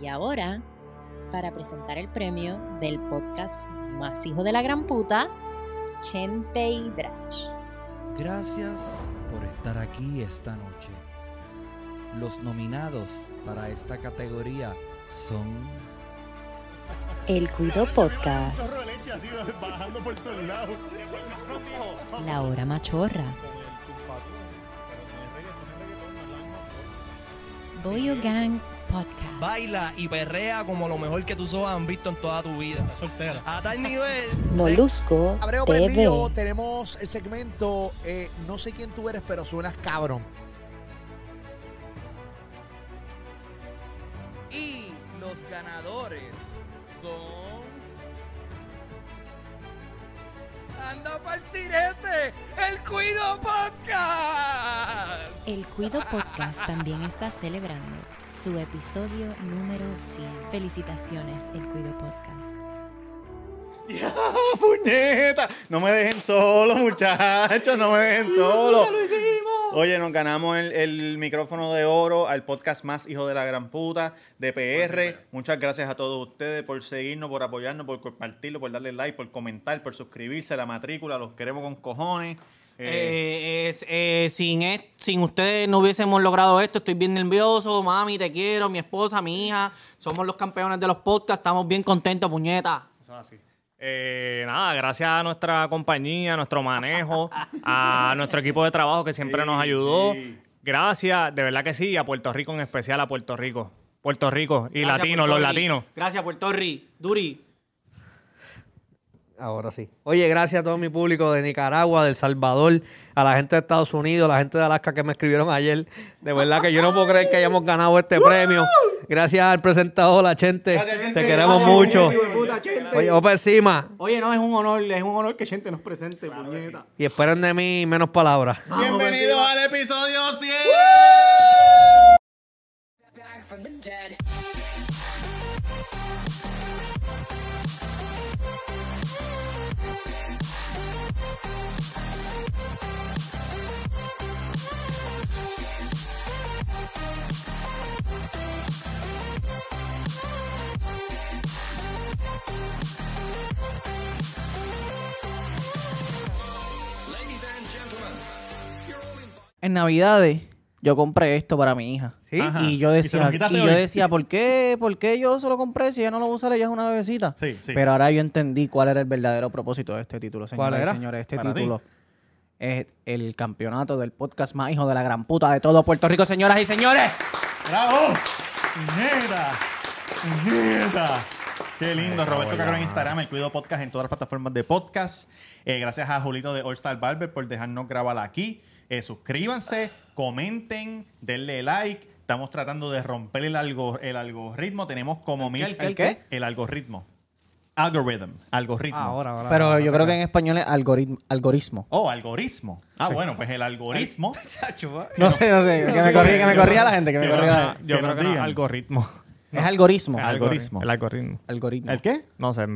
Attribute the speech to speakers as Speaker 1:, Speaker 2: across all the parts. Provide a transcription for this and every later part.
Speaker 1: Y ahora, para presentar el premio del podcast Más Hijo de la Gran Puta, Chente y Drach.
Speaker 2: Gracias por estar aquí esta noche. Los nominados para esta categoría son
Speaker 1: El Cuido Podcast,
Speaker 3: Chorro de leche así bajando por todos lados.
Speaker 1: La Hora Machorra, Boyo Gang Podcast,
Speaker 4: Baila y perrea como lo mejor que tus ojos han visto en toda tu vida. Soltera. A tal nivel.
Speaker 1: Molusco
Speaker 5: Abreo Prendido,
Speaker 1: TV,
Speaker 5: tenemos el segmento eh, No sé quién tú eres, pero suenas cabrón.
Speaker 6: Y los ganadores son. ¡Anda pa'l cirete! ¡El Cuido Podcast!
Speaker 1: El Cuido Podcast también está celebrando su episodio número 100. Felicitaciones, El Cuido Podcast.
Speaker 3: ¡Ya, Ah, puñeta! No me dejen solo, muchachos, no me dejen solo. Oye, nos ganamos el, el micrófono de oro al podcast más hijo de la gran puta de PR. Muchas gracias a todos ustedes por seguirnos, por apoyarnos, por compartirlo, por darle like, por comentar, por suscribirse a la matrícula. Los queremos con cojones. Eh,
Speaker 7: Eh, es- eh, sin, es- sin ustedes no hubiésemos logrado esto. Estoy bien nervioso. Mami, te quiero. Mi esposa, mi hija. Somos los campeones de los podcasts. Estamos bien contentos, puñeta.
Speaker 8: Eso es así. Eh, nada, gracias a nuestra compañía, a nuestro manejo, a nuestro equipo de trabajo que siempre nos
Speaker 3: Sí,
Speaker 8: ayudó.
Speaker 3: sí.
Speaker 8: Gracias, de verdad que sí, y a Puerto Rico en especial, a Puerto Rico. Puerto Rico y
Speaker 7: Gracias,
Speaker 8: latinos,
Speaker 7: Puerto
Speaker 8: los
Speaker 7: Ri.
Speaker 8: latinos.
Speaker 7: Gracias, Puerto Rico. Duri.
Speaker 9: Ahora sí. Oye, gracias a todo mi público de Nicaragua, de El Salvador, a la gente de Estados Unidos, a la gente de Alaska que me escribieron ayer. De verdad que yo no puedo creer que hayamos ganado este premio. Gracias al presentador, la gente.
Speaker 3: Gracias, gente.
Speaker 9: Te queremos
Speaker 3: Gracias,
Speaker 9: mucho.
Speaker 3: gente,
Speaker 7: Puta, gente.
Speaker 9: Oye, oh. Opa encima.
Speaker 7: Oye, no, es un honor. Es un honor que gente nos presente, puñeta.
Speaker 9: Y esperen de mí menos palabras.
Speaker 3: bienvenidos al episodio 100.
Speaker 7: En Navidades yo compré esto para mi hija.
Speaker 3: Ajá.
Speaker 7: Y yo
Speaker 3: ¿Y se lo
Speaker 7: decía,
Speaker 3: quitaste
Speaker 7: y yo
Speaker 3: hoy?
Speaker 7: decía, ¿por qué, ¿por qué yo se lo compré si ella no lo usa, ella es una bebecita?
Speaker 3: Sí, sí.
Speaker 7: Pero ahora yo entendí cuál era el verdadero propósito de este título, señoras
Speaker 9: ¿Cuál era?
Speaker 7: y señores. Este
Speaker 3: Para ti.
Speaker 7: título es el campeonato del podcast más hijo de la gran puta de todo Puerto Rico, señoras y señores.
Speaker 3: ¡Bravo! ¡Neta! ¡Neta! Qué lindo, Roberto Cacro en Instagram, el Cuido Podcast en todas las plataformas de podcast. Eh, gracias a Julito de All Star Barber por dejarnos grabar aquí. Eh, suscríbanse, comenten, denle like. Estamos tratando de romper el, algo- el algoritmo. Tenemos como mil.
Speaker 7: el qué, el qué?
Speaker 3: El algoritmo. Algorithm. Algoritmo.
Speaker 8: Ah,
Speaker 9: Ahora, ahora.
Speaker 7: Pero
Speaker 9: ahora,
Speaker 7: yo creo que en español es algoritmo. algoritmo.
Speaker 3: Oh, algoritmo. Ah, bueno, pues el algoritmo.
Speaker 7: No sé, no sé, que me corría, que me corría la gente, que me
Speaker 3: Que
Speaker 7: corría la
Speaker 3: no-
Speaker 8: Yo
Speaker 3: Que
Speaker 8: creo
Speaker 3: nos
Speaker 8: que no,
Speaker 3: digan.
Speaker 8: algoritmo.
Speaker 7: Es algoritmo.
Speaker 3: Al- Algoritmo.
Speaker 8: El algoritmo.
Speaker 7: Algoritmo.
Speaker 3: ¿El qué?
Speaker 8: No sé, en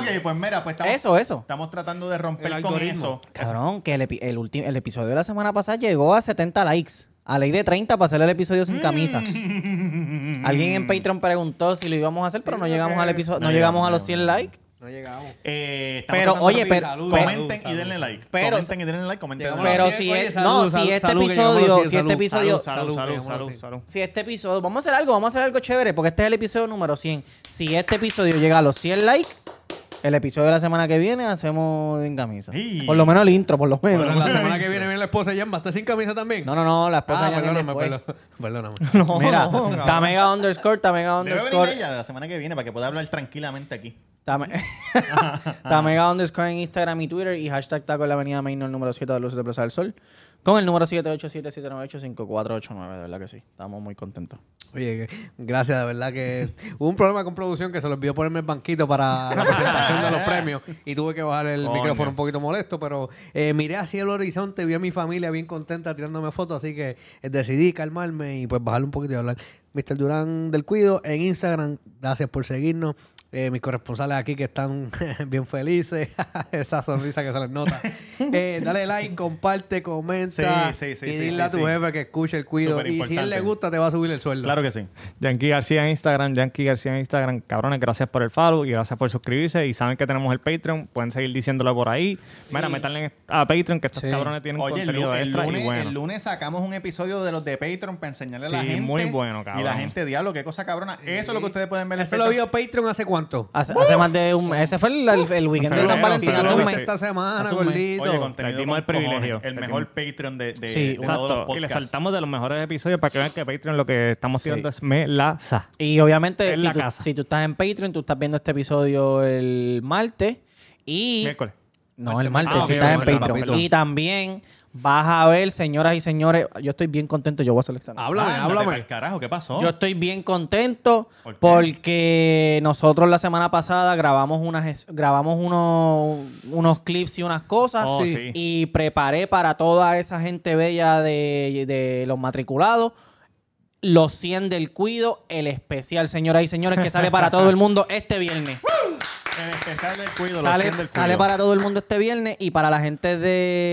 Speaker 3: ok, pues mira, pues estamos,
Speaker 7: Eso, eso.
Speaker 3: estamos tratando de romper
Speaker 9: El
Speaker 3: con
Speaker 9: algoritmo.
Speaker 3: eso.
Speaker 7: Cabrón, que el, epi- el, ulti- el episodio de la semana pasada llegó a 70 likes. A ley de 30 para hacer el episodio sin camisa.
Speaker 3: Mm.
Speaker 7: Alguien en Patreon preguntó si lo íbamos a hacer, pero no llegamos al episodio, no, llegamos a los 100 likes.
Speaker 9: No llegamos.
Speaker 3: Eh, estamos
Speaker 7: Pero,
Speaker 3: tratando
Speaker 7: oye,
Speaker 3: de-
Speaker 7: pero-
Speaker 9: Salud,
Speaker 3: comenten
Speaker 9: salud,
Speaker 3: y
Speaker 9: salud.
Speaker 3: denle like.
Speaker 7: Pero-
Speaker 3: comenten y denle like, comenten y denle like.
Speaker 7: Pero
Speaker 9: sí,
Speaker 7: si
Speaker 9: oye,
Speaker 7: es,
Speaker 9: salud,
Speaker 7: no,
Speaker 9: salud,
Speaker 7: si este
Speaker 9: salud, que llegamos a
Speaker 7: episodio,
Speaker 9: decir
Speaker 7: si este
Speaker 9: salud,
Speaker 7: episodio,
Speaker 8: Salud, salud,
Speaker 9: Salud,
Speaker 8: salud,
Speaker 9: sí.
Speaker 8: salud.
Speaker 7: si este episodio, vamos a hacer algo, vamos a hacer algo chévere, porque este es el episodio número 100. Si este episodio llega a los 100 likes, el episodio de la semana que viene hacemos sin camisa.
Speaker 3: Sí.
Speaker 7: Por lo menos el intro, por lo menos.
Speaker 9: Pero la semana que viene viene la esposa de Yamba. ¿Está sin camisa también?
Speaker 7: No, no, no, la esposa
Speaker 9: Ah,
Speaker 7: ya viene
Speaker 9: perdóname,
Speaker 7: después.
Speaker 9: perdón- perdóname.
Speaker 7: Mira, Tamega underscore, Tamega
Speaker 3: Debe venir
Speaker 7: underscore.
Speaker 3: ella la semana que viene para que pueda hablar tranquilamente aquí.
Speaker 7: Tame- Tamega underscore en Instagram y Twitter y hashtag taco en la avenida Main, el número 7 de Luces de Plaza del Sol. Con el número 787-798-5489, de verdad que sí. Estamos muy contentos.
Speaker 9: Oye, que- gracias, de verdad que hubo un problema con producción que se le olvidó ponerme el banquito para la presentación de los premios y tuve que bajar el
Speaker 8: Coño.
Speaker 9: micrófono un poquito molesto, pero eh, miré hacia el horizonte, vi a mi familia bien contenta tirándome fotos, así que eh, decidí calmarme y pues bajarle un poquito y hablar. Mr. Durán del Cuido en Instagram, gracias por seguirnos. Eh, mis corresponsales aquí que están bien felices, esa sonrisa que se les nota. Eh, dale like, comparte, comenta.
Speaker 3: Sí, sí, sí,
Speaker 9: Y
Speaker 3: sí,
Speaker 9: dile
Speaker 3: sí,
Speaker 9: a tu
Speaker 3: sí.
Speaker 9: jefe que escuche el cuido.
Speaker 3: Súper
Speaker 9: Y si él
Speaker 3: importante.
Speaker 9: le gusta, te va a subir el sueldo.
Speaker 3: Claro que sí.
Speaker 10: Yankee García en Instagram, Yankee García en Instagram. Cabrones, gracias por el follow y gracias por suscribirse. Y saben que tenemos el Patreon, pueden seguir diciéndolo por ahí. Mira, metanle a Patreon que estos
Speaker 9: Sí.
Speaker 10: cabrones tienen
Speaker 3: Oye, el,
Speaker 10: contenido
Speaker 3: lu- el
Speaker 10: extra y
Speaker 3: lunes,
Speaker 10: bueno.
Speaker 3: el lunes sacamos un episodio de los de Patreon para enseñarle a la
Speaker 10: Sí,
Speaker 3: gente.
Speaker 10: muy bueno, cabrón.
Speaker 3: Y la gente, diablo, qué cosa cabrona. Eso es lo que ustedes pueden ver en
Speaker 9: Eso lo
Speaker 3: Patreon.
Speaker 9: vio Patreon hace cuánto.
Speaker 7: Hace, hace más de un mes. Ese fue el, el- el weekend de
Speaker 10: Pero-
Speaker 7: San Valentín.
Speaker 9: Tú
Speaker 10: pero-
Speaker 7: Hace
Speaker 9: lo
Speaker 7: un
Speaker 9: viste
Speaker 10: pero-
Speaker 7: mes.
Speaker 9: esta semana,
Speaker 7: Hace un mes.
Speaker 9: gordito.
Speaker 3: Oye, contenido
Speaker 10: Le dimos
Speaker 3: con
Speaker 10: el privilegio.
Speaker 3: cojones, El
Speaker 10: Le
Speaker 3: mejor Patreon de, de,
Speaker 7: Sí,
Speaker 3: de todos los
Speaker 10: Exacto. Y le
Speaker 3: podcasts.
Speaker 10: saltamos de los mejores episodios para que vean que Patreon lo que estamos tirando es melaza.
Speaker 7: Y obviamente,
Speaker 10: En
Speaker 7: si
Speaker 10: la
Speaker 7: tú,
Speaker 10: casa.
Speaker 7: si tú estás en Patreon, tú estás viendo este episodio el martes. Y.
Speaker 10: Miércoles.
Speaker 7: No, el martes,
Speaker 10: Ah,
Speaker 7: si
Speaker 10: ok,
Speaker 7: estás en
Speaker 10: perdón,
Speaker 7: Patreon.
Speaker 10: perdón.
Speaker 7: Y también vas a ver, señoras y señores, yo estoy bien contento, yo voy a hacer esta noche.
Speaker 9: Háblame,
Speaker 3: Ándate
Speaker 9: háblame.
Speaker 3: pa'l carajo, ¿qué pasó?
Speaker 7: Yo estoy bien contento
Speaker 3: ¿Por qué?
Speaker 7: porque nosotros la semana pasada grabamos unas es- grabamos unos, unos clips y unas cosas
Speaker 10: Oh, sí.
Speaker 7: y preparé para toda esa gente bella de, de los matriculados los 100 del cuido, el especial, señoras y señores, que sale para todo el mundo este viernes.
Speaker 3: El especial del cuido, los 100
Speaker 7: sale,
Speaker 3: del
Speaker 7: sale
Speaker 3: cuido.
Speaker 7: para todo el mundo este viernes y para la gente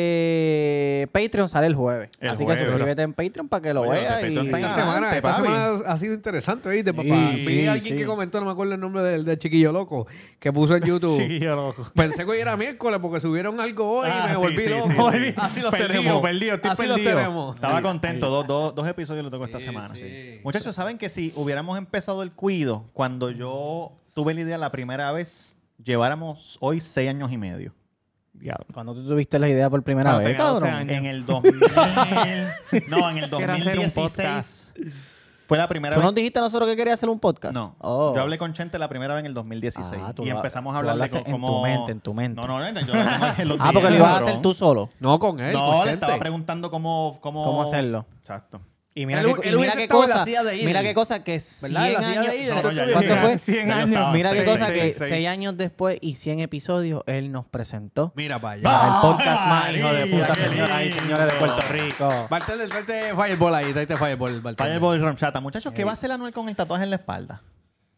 Speaker 7: de Patreon sale el jueves.
Speaker 3: El
Speaker 7: Así
Speaker 3: jueves.
Speaker 7: que suscríbete en Patreon para que lo
Speaker 3: Oye, los de
Speaker 7: veas.
Speaker 3: Patreon
Speaker 7: y-
Speaker 3: están
Speaker 9: Esta
Speaker 3: Adelante,
Speaker 9: semana, esta
Speaker 3: papi.
Speaker 9: semana ha sido interesante, ¿viste, papá?
Speaker 7: Sí,
Speaker 9: Vi
Speaker 7: sí,
Speaker 9: a alguien
Speaker 7: sí.
Speaker 9: que comentó, no me acuerdo el nombre del, del chiquillo loco, que puso en YouTube.
Speaker 10: Chiquillo loco.
Speaker 9: Pensé que hoy era miércoles porque subieron algo hoy
Speaker 3: Ah,
Speaker 9: y me
Speaker 3: sí,
Speaker 9: volví
Speaker 3: sí,
Speaker 9: loco.
Speaker 3: sí, sí.
Speaker 9: Así los
Speaker 10: Perdido,
Speaker 9: tenemos.
Speaker 10: perdido, estoy
Speaker 9: Así
Speaker 10: perdido.
Speaker 9: los tenemos.
Speaker 3: Estaba contento. Dos, dos, dos episodios lo tocó esta semana.
Speaker 9: sí.
Speaker 3: Muchachos, ¿saben que si hubiéramos empezado el cuido cuando yo tuve la idea la primera vez, lleváramos hoy seis años y medio?
Speaker 10: Diablo.
Speaker 7: Cuando tú tuviste la idea por primera
Speaker 10: Cuando
Speaker 7: vez,
Speaker 10: tenía 12
Speaker 7: cabrón.
Speaker 10: años.
Speaker 3: En el 2000. no, en el
Speaker 10: Quiero hacer un
Speaker 3: 2016. Fue la primera
Speaker 7: ¿Tú nos
Speaker 3: vez.
Speaker 7: dijiste a nosotros que querías hacer un podcast?
Speaker 3: No,
Speaker 7: Oh.
Speaker 3: yo hablé con Chente la primera vez en el 2016
Speaker 7: Ah, tú
Speaker 3: y
Speaker 7: lo-
Speaker 3: empezamos
Speaker 7: tú
Speaker 3: a hablar de
Speaker 7: hablaste
Speaker 3: co-
Speaker 7: en
Speaker 3: cómo...
Speaker 7: tu mente, en tu mente.
Speaker 3: No, no, no, yo lo hablamos en los
Speaker 7: Ah, porque lo
Speaker 3: días,
Speaker 7: ibas a
Speaker 3: cabrón.
Speaker 7: hacer tú solo.
Speaker 9: No con él.
Speaker 3: No,
Speaker 9: con
Speaker 3: le
Speaker 9: gente.
Speaker 3: estaba preguntando cómo... Cómo,
Speaker 7: ¿Cómo hacerlo?
Speaker 3: Exacto.
Speaker 7: Y mira,
Speaker 9: Él-
Speaker 7: qué, y mira
Speaker 9: él hubiese
Speaker 7: qué
Speaker 9: estado en la
Speaker 7: cosa.
Speaker 9: silla de Iden.
Speaker 7: Mira qué cosa que 100
Speaker 9: ¿Verdad? En la silla
Speaker 7: años.
Speaker 9: de Iden.
Speaker 7: o sea,
Speaker 3: No, ya, ya,
Speaker 7: ¿Cuánto
Speaker 3: ya.
Speaker 7: fue?
Speaker 10: Cien
Speaker 3: Ya yo
Speaker 10: años.
Speaker 3: estaba,
Speaker 7: Mira
Speaker 3: sí,
Speaker 7: qué cosa
Speaker 3: sí,
Speaker 7: que
Speaker 10: sí, sí.
Speaker 7: 6 años después y 100 episodios él nos presentó.
Speaker 9: Mira para allá.
Speaker 7: Para el podcast más, hijo de
Speaker 3: María,
Speaker 7: puta,
Speaker 3: qué
Speaker 7: señoras y
Speaker 3: lindo.
Speaker 7: señores de Puerto Rico.
Speaker 9: Bartender, tráete Fireball ahí, tráete Fireball, Bartender.
Speaker 3: Fireball Ramchata. Muchachos, ¿qué va a hacer Anuel con el tatuaje en la espalda?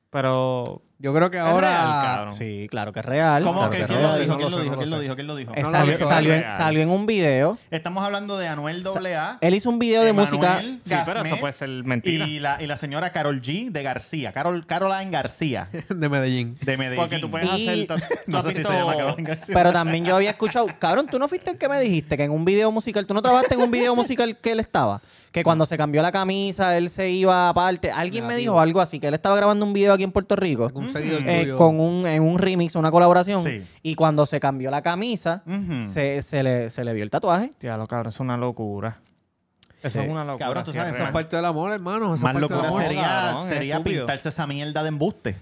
Speaker 10: Pero
Speaker 9: Yo creo que ahora...
Speaker 10: real, cabrón.
Speaker 7: Sí, claro que es real.
Speaker 3: ¿Cómo?
Speaker 7: claro
Speaker 3: que
Speaker 7: que es
Speaker 3: ¿Quién lo
Speaker 7: real.
Speaker 3: dijo?
Speaker 9: no
Speaker 3: ¿Quién lo
Speaker 9: lo sé,
Speaker 3: dijo?
Speaker 9: no
Speaker 3: ¿Quién
Speaker 9: lo
Speaker 3: lo
Speaker 9: sé.
Speaker 3: dijo? ¿Quién lo dijo?
Speaker 7: Eh,
Speaker 9: no,
Speaker 7: salió,
Speaker 9: eso es
Speaker 7: salió en,
Speaker 10: real.
Speaker 7: salió en un video.
Speaker 3: Estamos hablando de Anuel AA.
Speaker 7: Él hizo un video de música.
Speaker 3: Emanuel
Speaker 10: Sí, pero
Speaker 3: Gasmet
Speaker 10: eso puede ser mentira.
Speaker 3: Y la, y la señora Carol G. de García. Carol, Caroline García
Speaker 9: De Medellín.
Speaker 3: de Medellín.
Speaker 10: porque tú puedes
Speaker 7: Y-
Speaker 10: hacer ta- tú
Speaker 3: No
Speaker 10: has
Speaker 3: sé si se
Speaker 10: visto-
Speaker 3: llama Caroline García.
Speaker 7: Pero también yo había escuchado, cabrón, tú no fuiste el que me dijiste que en un video musical, tú no trabajaste en un video musical que él estaba, que cuando se cambió la camisa, él se iba aparte. Alguien me dijo algo así, que él estaba grabando un video aquí en Puerto Rico
Speaker 9: Un seguidor
Speaker 7: eh,
Speaker 9: tuyo.
Speaker 7: con un, en un remix, una colaboración,
Speaker 3: Sí.
Speaker 7: y cuando se cambió la camisa,
Speaker 10: Mm.
Speaker 3: Ujú.
Speaker 7: se, se le, se le vio el tatuaje.
Speaker 10: Diablo, cabrón, es una locura. Eso
Speaker 7: Sí.
Speaker 10: es una locura.
Speaker 3: Cabrón, tú
Speaker 10: sí,
Speaker 3: sabes,
Speaker 10: es
Speaker 3: esa
Speaker 9: Esa es
Speaker 10: real.
Speaker 9: parte del amor, hermano. Esa
Speaker 3: Más
Speaker 9: es parte del
Speaker 3: locura
Speaker 9: amor.
Speaker 3: sería,
Speaker 10: cabrón, es
Speaker 3: sería
Speaker 10: estúpido.
Speaker 3: pintarse esa mierda de embuste.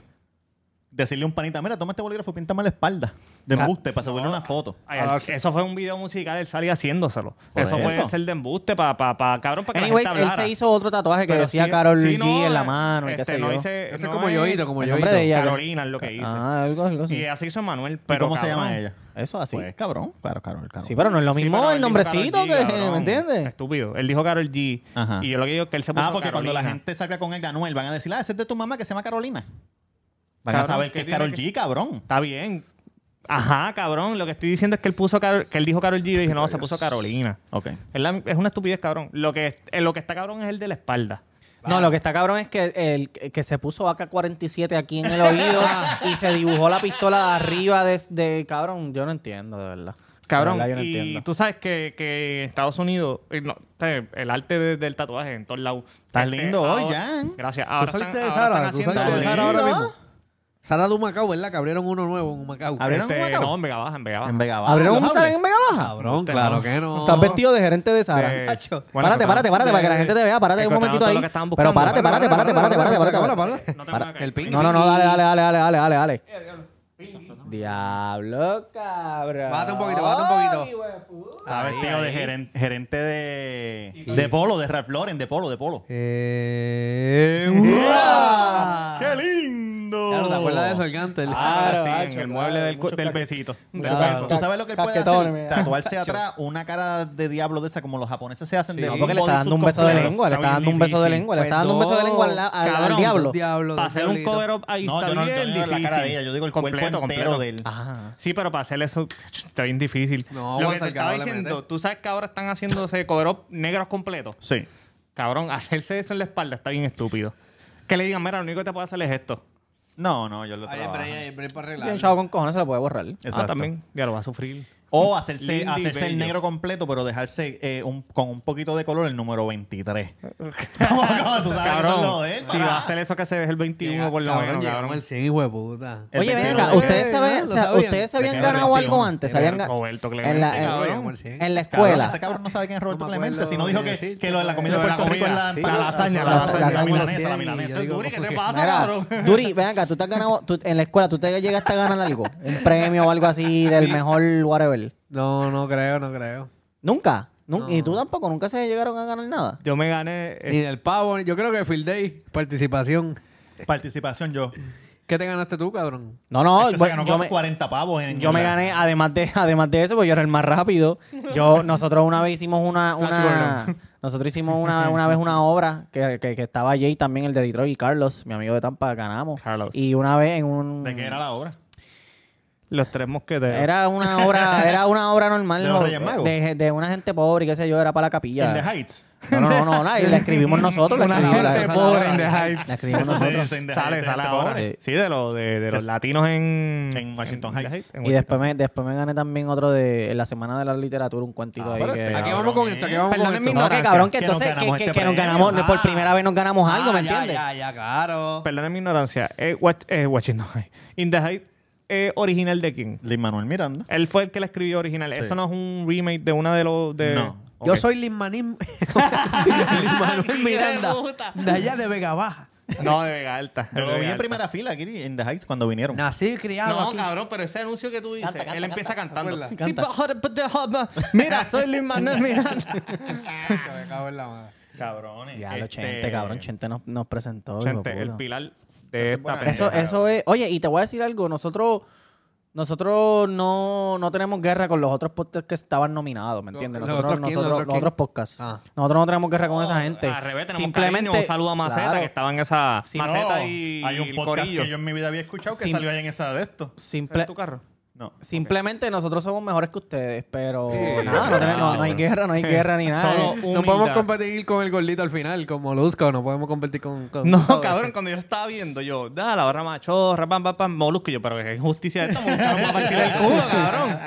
Speaker 3: Decirle a un panita, mira, toma este bolígrafo y píntame la espalda de
Speaker 7: Ca-
Speaker 3: embuste para subirle una foto.
Speaker 10: Ay, el- eso fue un video musical, él salía haciéndoselo.
Speaker 3: Por
Speaker 10: eso, puede
Speaker 3: eso.
Speaker 10: ser de embuste para pa, pa- cabrón, para que la
Speaker 7: Anyways,
Speaker 10: gente
Speaker 7: él
Speaker 10: hablara.
Speaker 7: se hizo otro tatuaje que
Speaker 10: Pero
Speaker 7: decía
Speaker 10: sí-
Speaker 7: Carol
Speaker 10: sí,
Speaker 7: G
Speaker 10: no,
Speaker 7: en la mano y qué
Speaker 10: este,
Speaker 7: sé
Speaker 10: no
Speaker 7: yo.
Speaker 10: hice-
Speaker 9: Ese es
Speaker 10: no
Speaker 9: como Yoito, como
Speaker 7: el
Speaker 9: Yoito.
Speaker 7: nombre de ella.
Speaker 10: Carolina es lo que hice.
Speaker 7: Ah, algo, algo así.
Speaker 10: Y así hizo Manuel,
Speaker 3: ¿Y
Speaker 10: pero
Speaker 3: ¿Cómo se
Speaker 10: cabrón.
Speaker 3: llama ella?
Speaker 7: Eso así.
Speaker 3: Pues cabrón, claro, Carol, Carol.
Speaker 7: sí, pero no es lo
Speaker 10: Sí,
Speaker 7: mismo
Speaker 10: pero
Speaker 7: el
Speaker 10: él dijo
Speaker 7: nombrecito,
Speaker 10: Karol G,
Speaker 7: que,
Speaker 10: cabrón.
Speaker 7: ¿me entiendes?
Speaker 10: Estúpido. Él dijo Carol G.
Speaker 3: Ajá.
Speaker 10: Y yo lo que digo es que él se puso
Speaker 3: Ah, porque cuando la
Speaker 10: Carolina.
Speaker 3: gente salga con el Ganuel van a decir, ah, ese es de tu mamá que se llama Carolina. Van
Speaker 10: Cabrón,
Speaker 3: a saber
Speaker 10: ¿qué
Speaker 3: que es
Speaker 10: tiene
Speaker 3: Carol
Speaker 10: que-
Speaker 3: G, cabrón.
Speaker 10: Está bien. Ajá, cabrón. Lo que estoy diciendo es que él puso Carol- que él dijo Carol G y yo dije, no, se puso Carolina.
Speaker 3: Ok.
Speaker 10: Es, la- es una estupidez, cabrón. Lo que, eh, lo que está cabrón es el de la espalda.
Speaker 7: No, lo que está cabrón es que el que se puso AK-47 aquí en el oído y se dibujó la pistola de arriba de, de- cabrón. Yo no entiendo, de verdad.
Speaker 10: Cabrón,
Speaker 7: De verdad, yo no
Speaker 10: y
Speaker 7: entiendo.
Speaker 10: tú sabes que, que en Estados Unidos, eh, no, te- el arte de- del tatuaje en todos lados.
Speaker 3: Estás lindo hoy,
Speaker 10: ahora-
Speaker 3: Jan.
Speaker 10: Gracias. Ahora están-
Speaker 9: saliste de
Speaker 10: ahora
Speaker 9: Zara,
Speaker 10: están
Speaker 9: tú
Speaker 10: haciendo-
Speaker 9: saliste
Speaker 3: de Zara
Speaker 9: ahora
Speaker 3: lindo.
Speaker 9: mismo. Sara de Humacao, ¿verdad? Que abrieron uno nuevo en Humacao.
Speaker 3: Abrieron-
Speaker 10: Este,
Speaker 3: ¿Cómo acabó?
Speaker 10: no, en Vega Baja, en Vega Baja.
Speaker 9: Em,
Speaker 3: En Vega Baja.
Speaker 7: ¿Abrieron un
Speaker 3: ¿Lo
Speaker 7: salón
Speaker 3: abren?
Speaker 7: en Vega Baja?
Speaker 9: Cabrón,
Speaker 10: Te
Speaker 9: claro
Speaker 10: no.
Speaker 9: que no.
Speaker 7: Estás vestido de gerente de Sara.
Speaker 10: Eh,
Speaker 8: Este,
Speaker 9: Hacho.
Speaker 7: párate,
Speaker 10: bueno, pero-
Speaker 7: párate, párate, para que la
Speaker 10: eh,
Speaker 7: gente te vea. Párate un
Speaker 10: encontraron
Speaker 7: momentito
Speaker 10: todo
Speaker 7: ahí.
Speaker 10: lo que estaban
Speaker 7: Pero
Speaker 10: buscando.
Speaker 7: párate, párate, párate, párate, párate, párate.
Speaker 9: Ahora,
Speaker 7: párate.
Speaker 9: para.
Speaker 10: No te pongas
Speaker 9: El ping.
Speaker 7: No, no, no, dale, dale, dale, dale, dale, dale, dale. Diablo, cabrón.
Speaker 9: Bájate un poquito, bájate un poquito.
Speaker 7: Ay, hueputa.
Speaker 3: Está vestido de geren- gerente de, de polo, de Ralph Lauren, de polo, de polo.
Speaker 9: Eh, ¡guau!
Speaker 3: ¡Qué lindo!
Speaker 9: Ah. Claro, ¿te acuerdas de eso, el gantel.
Speaker 10: ah,
Speaker 8: Ahora sí,
Speaker 7: Claro,
Speaker 8: en
Speaker 7: hacho,
Speaker 8: el mueble
Speaker 7: claro,
Speaker 8: del, cu-
Speaker 7: mucho
Speaker 8: del
Speaker 7: caque-
Speaker 8: besito. del
Speaker 7: mucho
Speaker 8: beso.
Speaker 7: caque.
Speaker 3: ¿Tú sabes lo que él puede
Speaker 7: Casquetones,
Speaker 3: hacer?
Speaker 7: mira.
Speaker 3: Tatuarse atrás una cara de diablo de esa, como los japoneses se hacen. de
Speaker 7: No,
Speaker 3: un
Speaker 7: porque le está
Speaker 3: bodysuit
Speaker 7: dando un beso de
Speaker 3: completo.
Speaker 7: lengua, le
Speaker 8: está
Speaker 7: está dando
Speaker 8: bien
Speaker 7: un beso de
Speaker 8: difícil.
Speaker 7: lengua, le está dando un beso de lengua al, al- al
Speaker 9: Cabrón,
Speaker 7: diablo.
Speaker 9: diablo
Speaker 8: Para hacer un
Speaker 9: Pues diablito.
Speaker 8: cover up ahí
Speaker 3: No,
Speaker 8: está
Speaker 3: yo no, yo
Speaker 8: bien
Speaker 3: no digo la cara de
Speaker 8: difícil.
Speaker 3: ella, yo digo el
Speaker 8: Completo,
Speaker 3: cuerpo entero
Speaker 8: completo.
Speaker 3: de él.
Speaker 7: Ajá.
Speaker 8: Sí, pero para hacer eso está bien difícil.
Speaker 9: No,
Speaker 8: lo
Speaker 9: Juan
Speaker 8: que te
Speaker 9: Salgado
Speaker 8: estaba
Speaker 9: le
Speaker 8: diciendo,
Speaker 9: mete.
Speaker 8: tú sabes que ahora están haciéndose cover up negros completos.
Speaker 3: Sí.
Speaker 8: Cabrón, hacerse eso en la espalda está bien estúpido. Que le digan, mira, lo único que te puedo hacer es esto.
Speaker 3: No, no, yo lo
Speaker 9: Hay break,
Speaker 3: trabajo.
Speaker 9: hay break para
Speaker 7: Y un
Speaker 9: arreglarlo.
Speaker 7: chavo con cojones se lo puede borrar.
Speaker 3: Exacto.
Speaker 8: Ah, también. Ya lo va a sufrir.
Speaker 3: O hacerse,
Speaker 8: Lindo y
Speaker 3: hacerse el
Speaker 8: bello.
Speaker 3: negro completo, pero dejarse eh, un- con un poquito de color el número 23. ¿Cómo, cómo? tú sabes que eso es lo de él,
Speaker 8: si
Speaker 3: para-
Speaker 8: va a hacer eso que se deje el 21 por lo
Speaker 9: Cabrón,
Speaker 8: menos,
Speaker 9: llegamos
Speaker 8: cabrón.
Speaker 9: al 100, hijo de puta.
Speaker 3: El
Speaker 7: Oye, ven
Speaker 3: 21
Speaker 7: acá,
Speaker 3: de-
Speaker 7: ¿ustedes se, habían-
Speaker 9: ¿Lo
Speaker 7: se- ustedes se
Speaker 9: sabían?
Speaker 7: habían
Speaker 3: Le queda
Speaker 7: ganado algo
Speaker 3: 21.
Speaker 7: antes? ¿Se habían ga-
Speaker 8: Roberto Clemente,
Speaker 7: en, la,
Speaker 9: cabrón,
Speaker 7: en-
Speaker 9: como el cien.
Speaker 7: en la
Speaker 3: Cabrón,
Speaker 7: escuela.
Speaker 3: Ese cabrón no sabe quién es Roberto
Speaker 9: No me
Speaker 3: Clemente.
Speaker 9: acuerdo
Speaker 3: Si no dijo que,
Speaker 9: decirte,
Speaker 3: que lo de la comida de
Speaker 8: Lo de la
Speaker 3: Puerto Rico es la,
Speaker 8: comida, sí.
Speaker 3: la lasaña, la
Speaker 7: La-
Speaker 3: lasaña,
Speaker 7: la-
Speaker 3: la
Speaker 7: la-
Speaker 3: milanesa, la
Speaker 9: sí,
Speaker 3: milanesa.
Speaker 9: yo digo,
Speaker 8: Duri, ¿qué te
Speaker 9: ¿por qué?
Speaker 8: pasa,
Speaker 7: Mira,
Speaker 8: cabrón?
Speaker 7: Duri, ven acá, tú te has ganado, tú- en la escuela, tú te llegaste a ganar algo, un premio o algo así del mejor whatever.
Speaker 9: No, no creo, no creo.
Speaker 7: Nunca, nunca y tú tampoco, nunca se llegaron a ganar nada.
Speaker 8: Yo me gané. eh,
Speaker 9: Ni del pavo, ni- yo creo que Field Day, participación.
Speaker 3: Participación yo.
Speaker 9: ¿Qué te ganaste tú, cabrón?
Speaker 7: No, no,
Speaker 3: Este se
Speaker 7: bueno,
Speaker 3: ganó
Speaker 7: yo
Speaker 3: como
Speaker 7: me,
Speaker 3: 40 pavos en
Speaker 7: yo me
Speaker 3: en la-
Speaker 7: gané, además de, además de eso, porque yo era el más rápido. Yo, nosotros una vez hicimos una, una nosotros hicimos una, una vez una obra que, que- que estaba Jay también, el de Detroit, y Carlos, mi amigo de Tampa, ganamos.
Speaker 8: Carlos.
Speaker 7: Y una vez en un
Speaker 3: ¿De qué era la obra?
Speaker 8: Los tres mosqueteros.
Speaker 7: Era una obra, era una obra normal
Speaker 3: ¿De los
Speaker 7: ¿no?
Speaker 3: Reyes Magos?
Speaker 7: de, de una gente pobre, y qué sé yo, era para la capilla.
Speaker 3: ¿En The Heights?
Speaker 7: No, no, no, no, la, y la escribimos nosotros. La
Speaker 8: Una
Speaker 7: escribimos, la-
Speaker 8: gente pobre en The Heights.
Speaker 7: La escribimos
Speaker 3: Eso
Speaker 7: nosotros.
Speaker 3: de- en The
Speaker 8: Sale,
Speaker 3: Heights,
Speaker 8: sale
Speaker 3: de-
Speaker 8: ahora.
Speaker 7: Sí.
Speaker 8: Sí, de, los- de, de los
Speaker 3: Que-
Speaker 8: latinos en...
Speaker 3: en Washington Heights.
Speaker 8: en
Speaker 7: Y después me, después me gané también otro de en la Semana de la Literatura, un cuentito ahí.
Speaker 3: pero
Speaker 7: Que,
Speaker 3: este
Speaker 9: Ah, Aquí
Speaker 3: Cabrón,
Speaker 9: vamos con esto, aquí vamos con
Speaker 8: perdónenme,
Speaker 9: esto.
Speaker 7: no, que
Speaker 8: ignorancia,
Speaker 7: cabrón, que
Speaker 3: que nos
Speaker 7: entonces que,
Speaker 3: ganamos
Speaker 7: que-
Speaker 3: este
Speaker 7: que nos
Speaker 3: premio.
Speaker 7: ganamos, por
Speaker 9: Ah.
Speaker 7: primera vez nos ganamos algo, ¿me
Speaker 9: Ah, ya,
Speaker 7: entiendes?
Speaker 9: Ya, ya, claro.
Speaker 8: Perdona mi ignorancia. Eh, Wa- eh, Washington Heights. In the Heights, eh, original de quién?
Speaker 3: Lin Manuel Miranda.
Speaker 8: Él fue el que la escribió original.
Speaker 3: Sí.
Speaker 8: Eso no es un remake de una de los.
Speaker 10: Eh,
Speaker 8: De...
Speaker 3: No.
Speaker 8: Ok.
Speaker 9: Yo soy Lismanín. Manuel Miranda. De allá de Vega Baja.
Speaker 8: No, de Vega Alta.
Speaker 3: Yo
Speaker 8: de
Speaker 3: lo vi
Speaker 8: Vega
Speaker 3: en
Speaker 8: Alta.
Speaker 3: primera fila aquí en The Heights cuando vinieron.
Speaker 9: Nací y criado
Speaker 8: No,
Speaker 9: aquí.
Speaker 8: cabrón, pero ese anuncio que tú dices,
Speaker 7: Canta, canta,
Speaker 8: él empieza cantando.
Speaker 7: Canta.
Speaker 8: Tipo, "Joder, put the hot- Mira, soy Luis Manuel Miranda.
Speaker 9: Cacho, me cago en la madre.
Speaker 3: Cabrones.
Speaker 7: Ya, lo
Speaker 3: este-
Speaker 7: Chente, cabrón, Chente nos, nos presentó. hijo
Speaker 8: Gente,
Speaker 7: de
Speaker 8: Este el
Speaker 7: puta.
Speaker 8: pilar de esta
Speaker 3: buena
Speaker 7: Eso,
Speaker 8: pendeja.
Speaker 7: eso es. Oye, y te voy a decir algo. Nosotros, nosotros no, no tenemos guerra con los otros podcasts que estaban nominados, ¿me entiendes?
Speaker 9: ¿Los
Speaker 7: Nosotros,
Speaker 9: otros quién? ¿Los
Speaker 7: nosotros,
Speaker 9: otros
Speaker 7: los otros podcasts.
Speaker 9: Ah.
Speaker 7: Nosotros no tenemos guerra con esa gente.
Speaker 8: Al revés, tenemos Simplemente, un saludo a Maceta,
Speaker 7: claro,
Speaker 8: que estaba en esa.
Speaker 7: Si
Speaker 3: No,
Speaker 8: Maceta y.
Speaker 3: hay un
Speaker 8: y
Speaker 3: podcast
Speaker 8: Corillo.
Speaker 3: que yo en mi vida había escuchado que
Speaker 7: Sin-
Speaker 3: salió ahí en esa de esto.
Speaker 7: simple-
Speaker 8: ¿En tu carro?
Speaker 3: No.
Speaker 7: Simplemente nosotros somos mejores que ustedes, pero nada, no, tenemos- no hay guerra, no hay guerra ni nada.
Speaker 8: Solo
Speaker 7: ¿eh?
Speaker 8: un-
Speaker 9: No podemos
Speaker 8: Humildad.
Speaker 9: competir con el gordito al final, con Molusco. No podemos competir con... con-
Speaker 8: No,
Speaker 9: ¿sabes?
Speaker 8: cabrón, cuando yo estaba viendo, yo, da la barra machorra, pam, pam, pam, molusco, y yo, pero qué injusticia esta, molusco, no va a partir el culo, cabrón.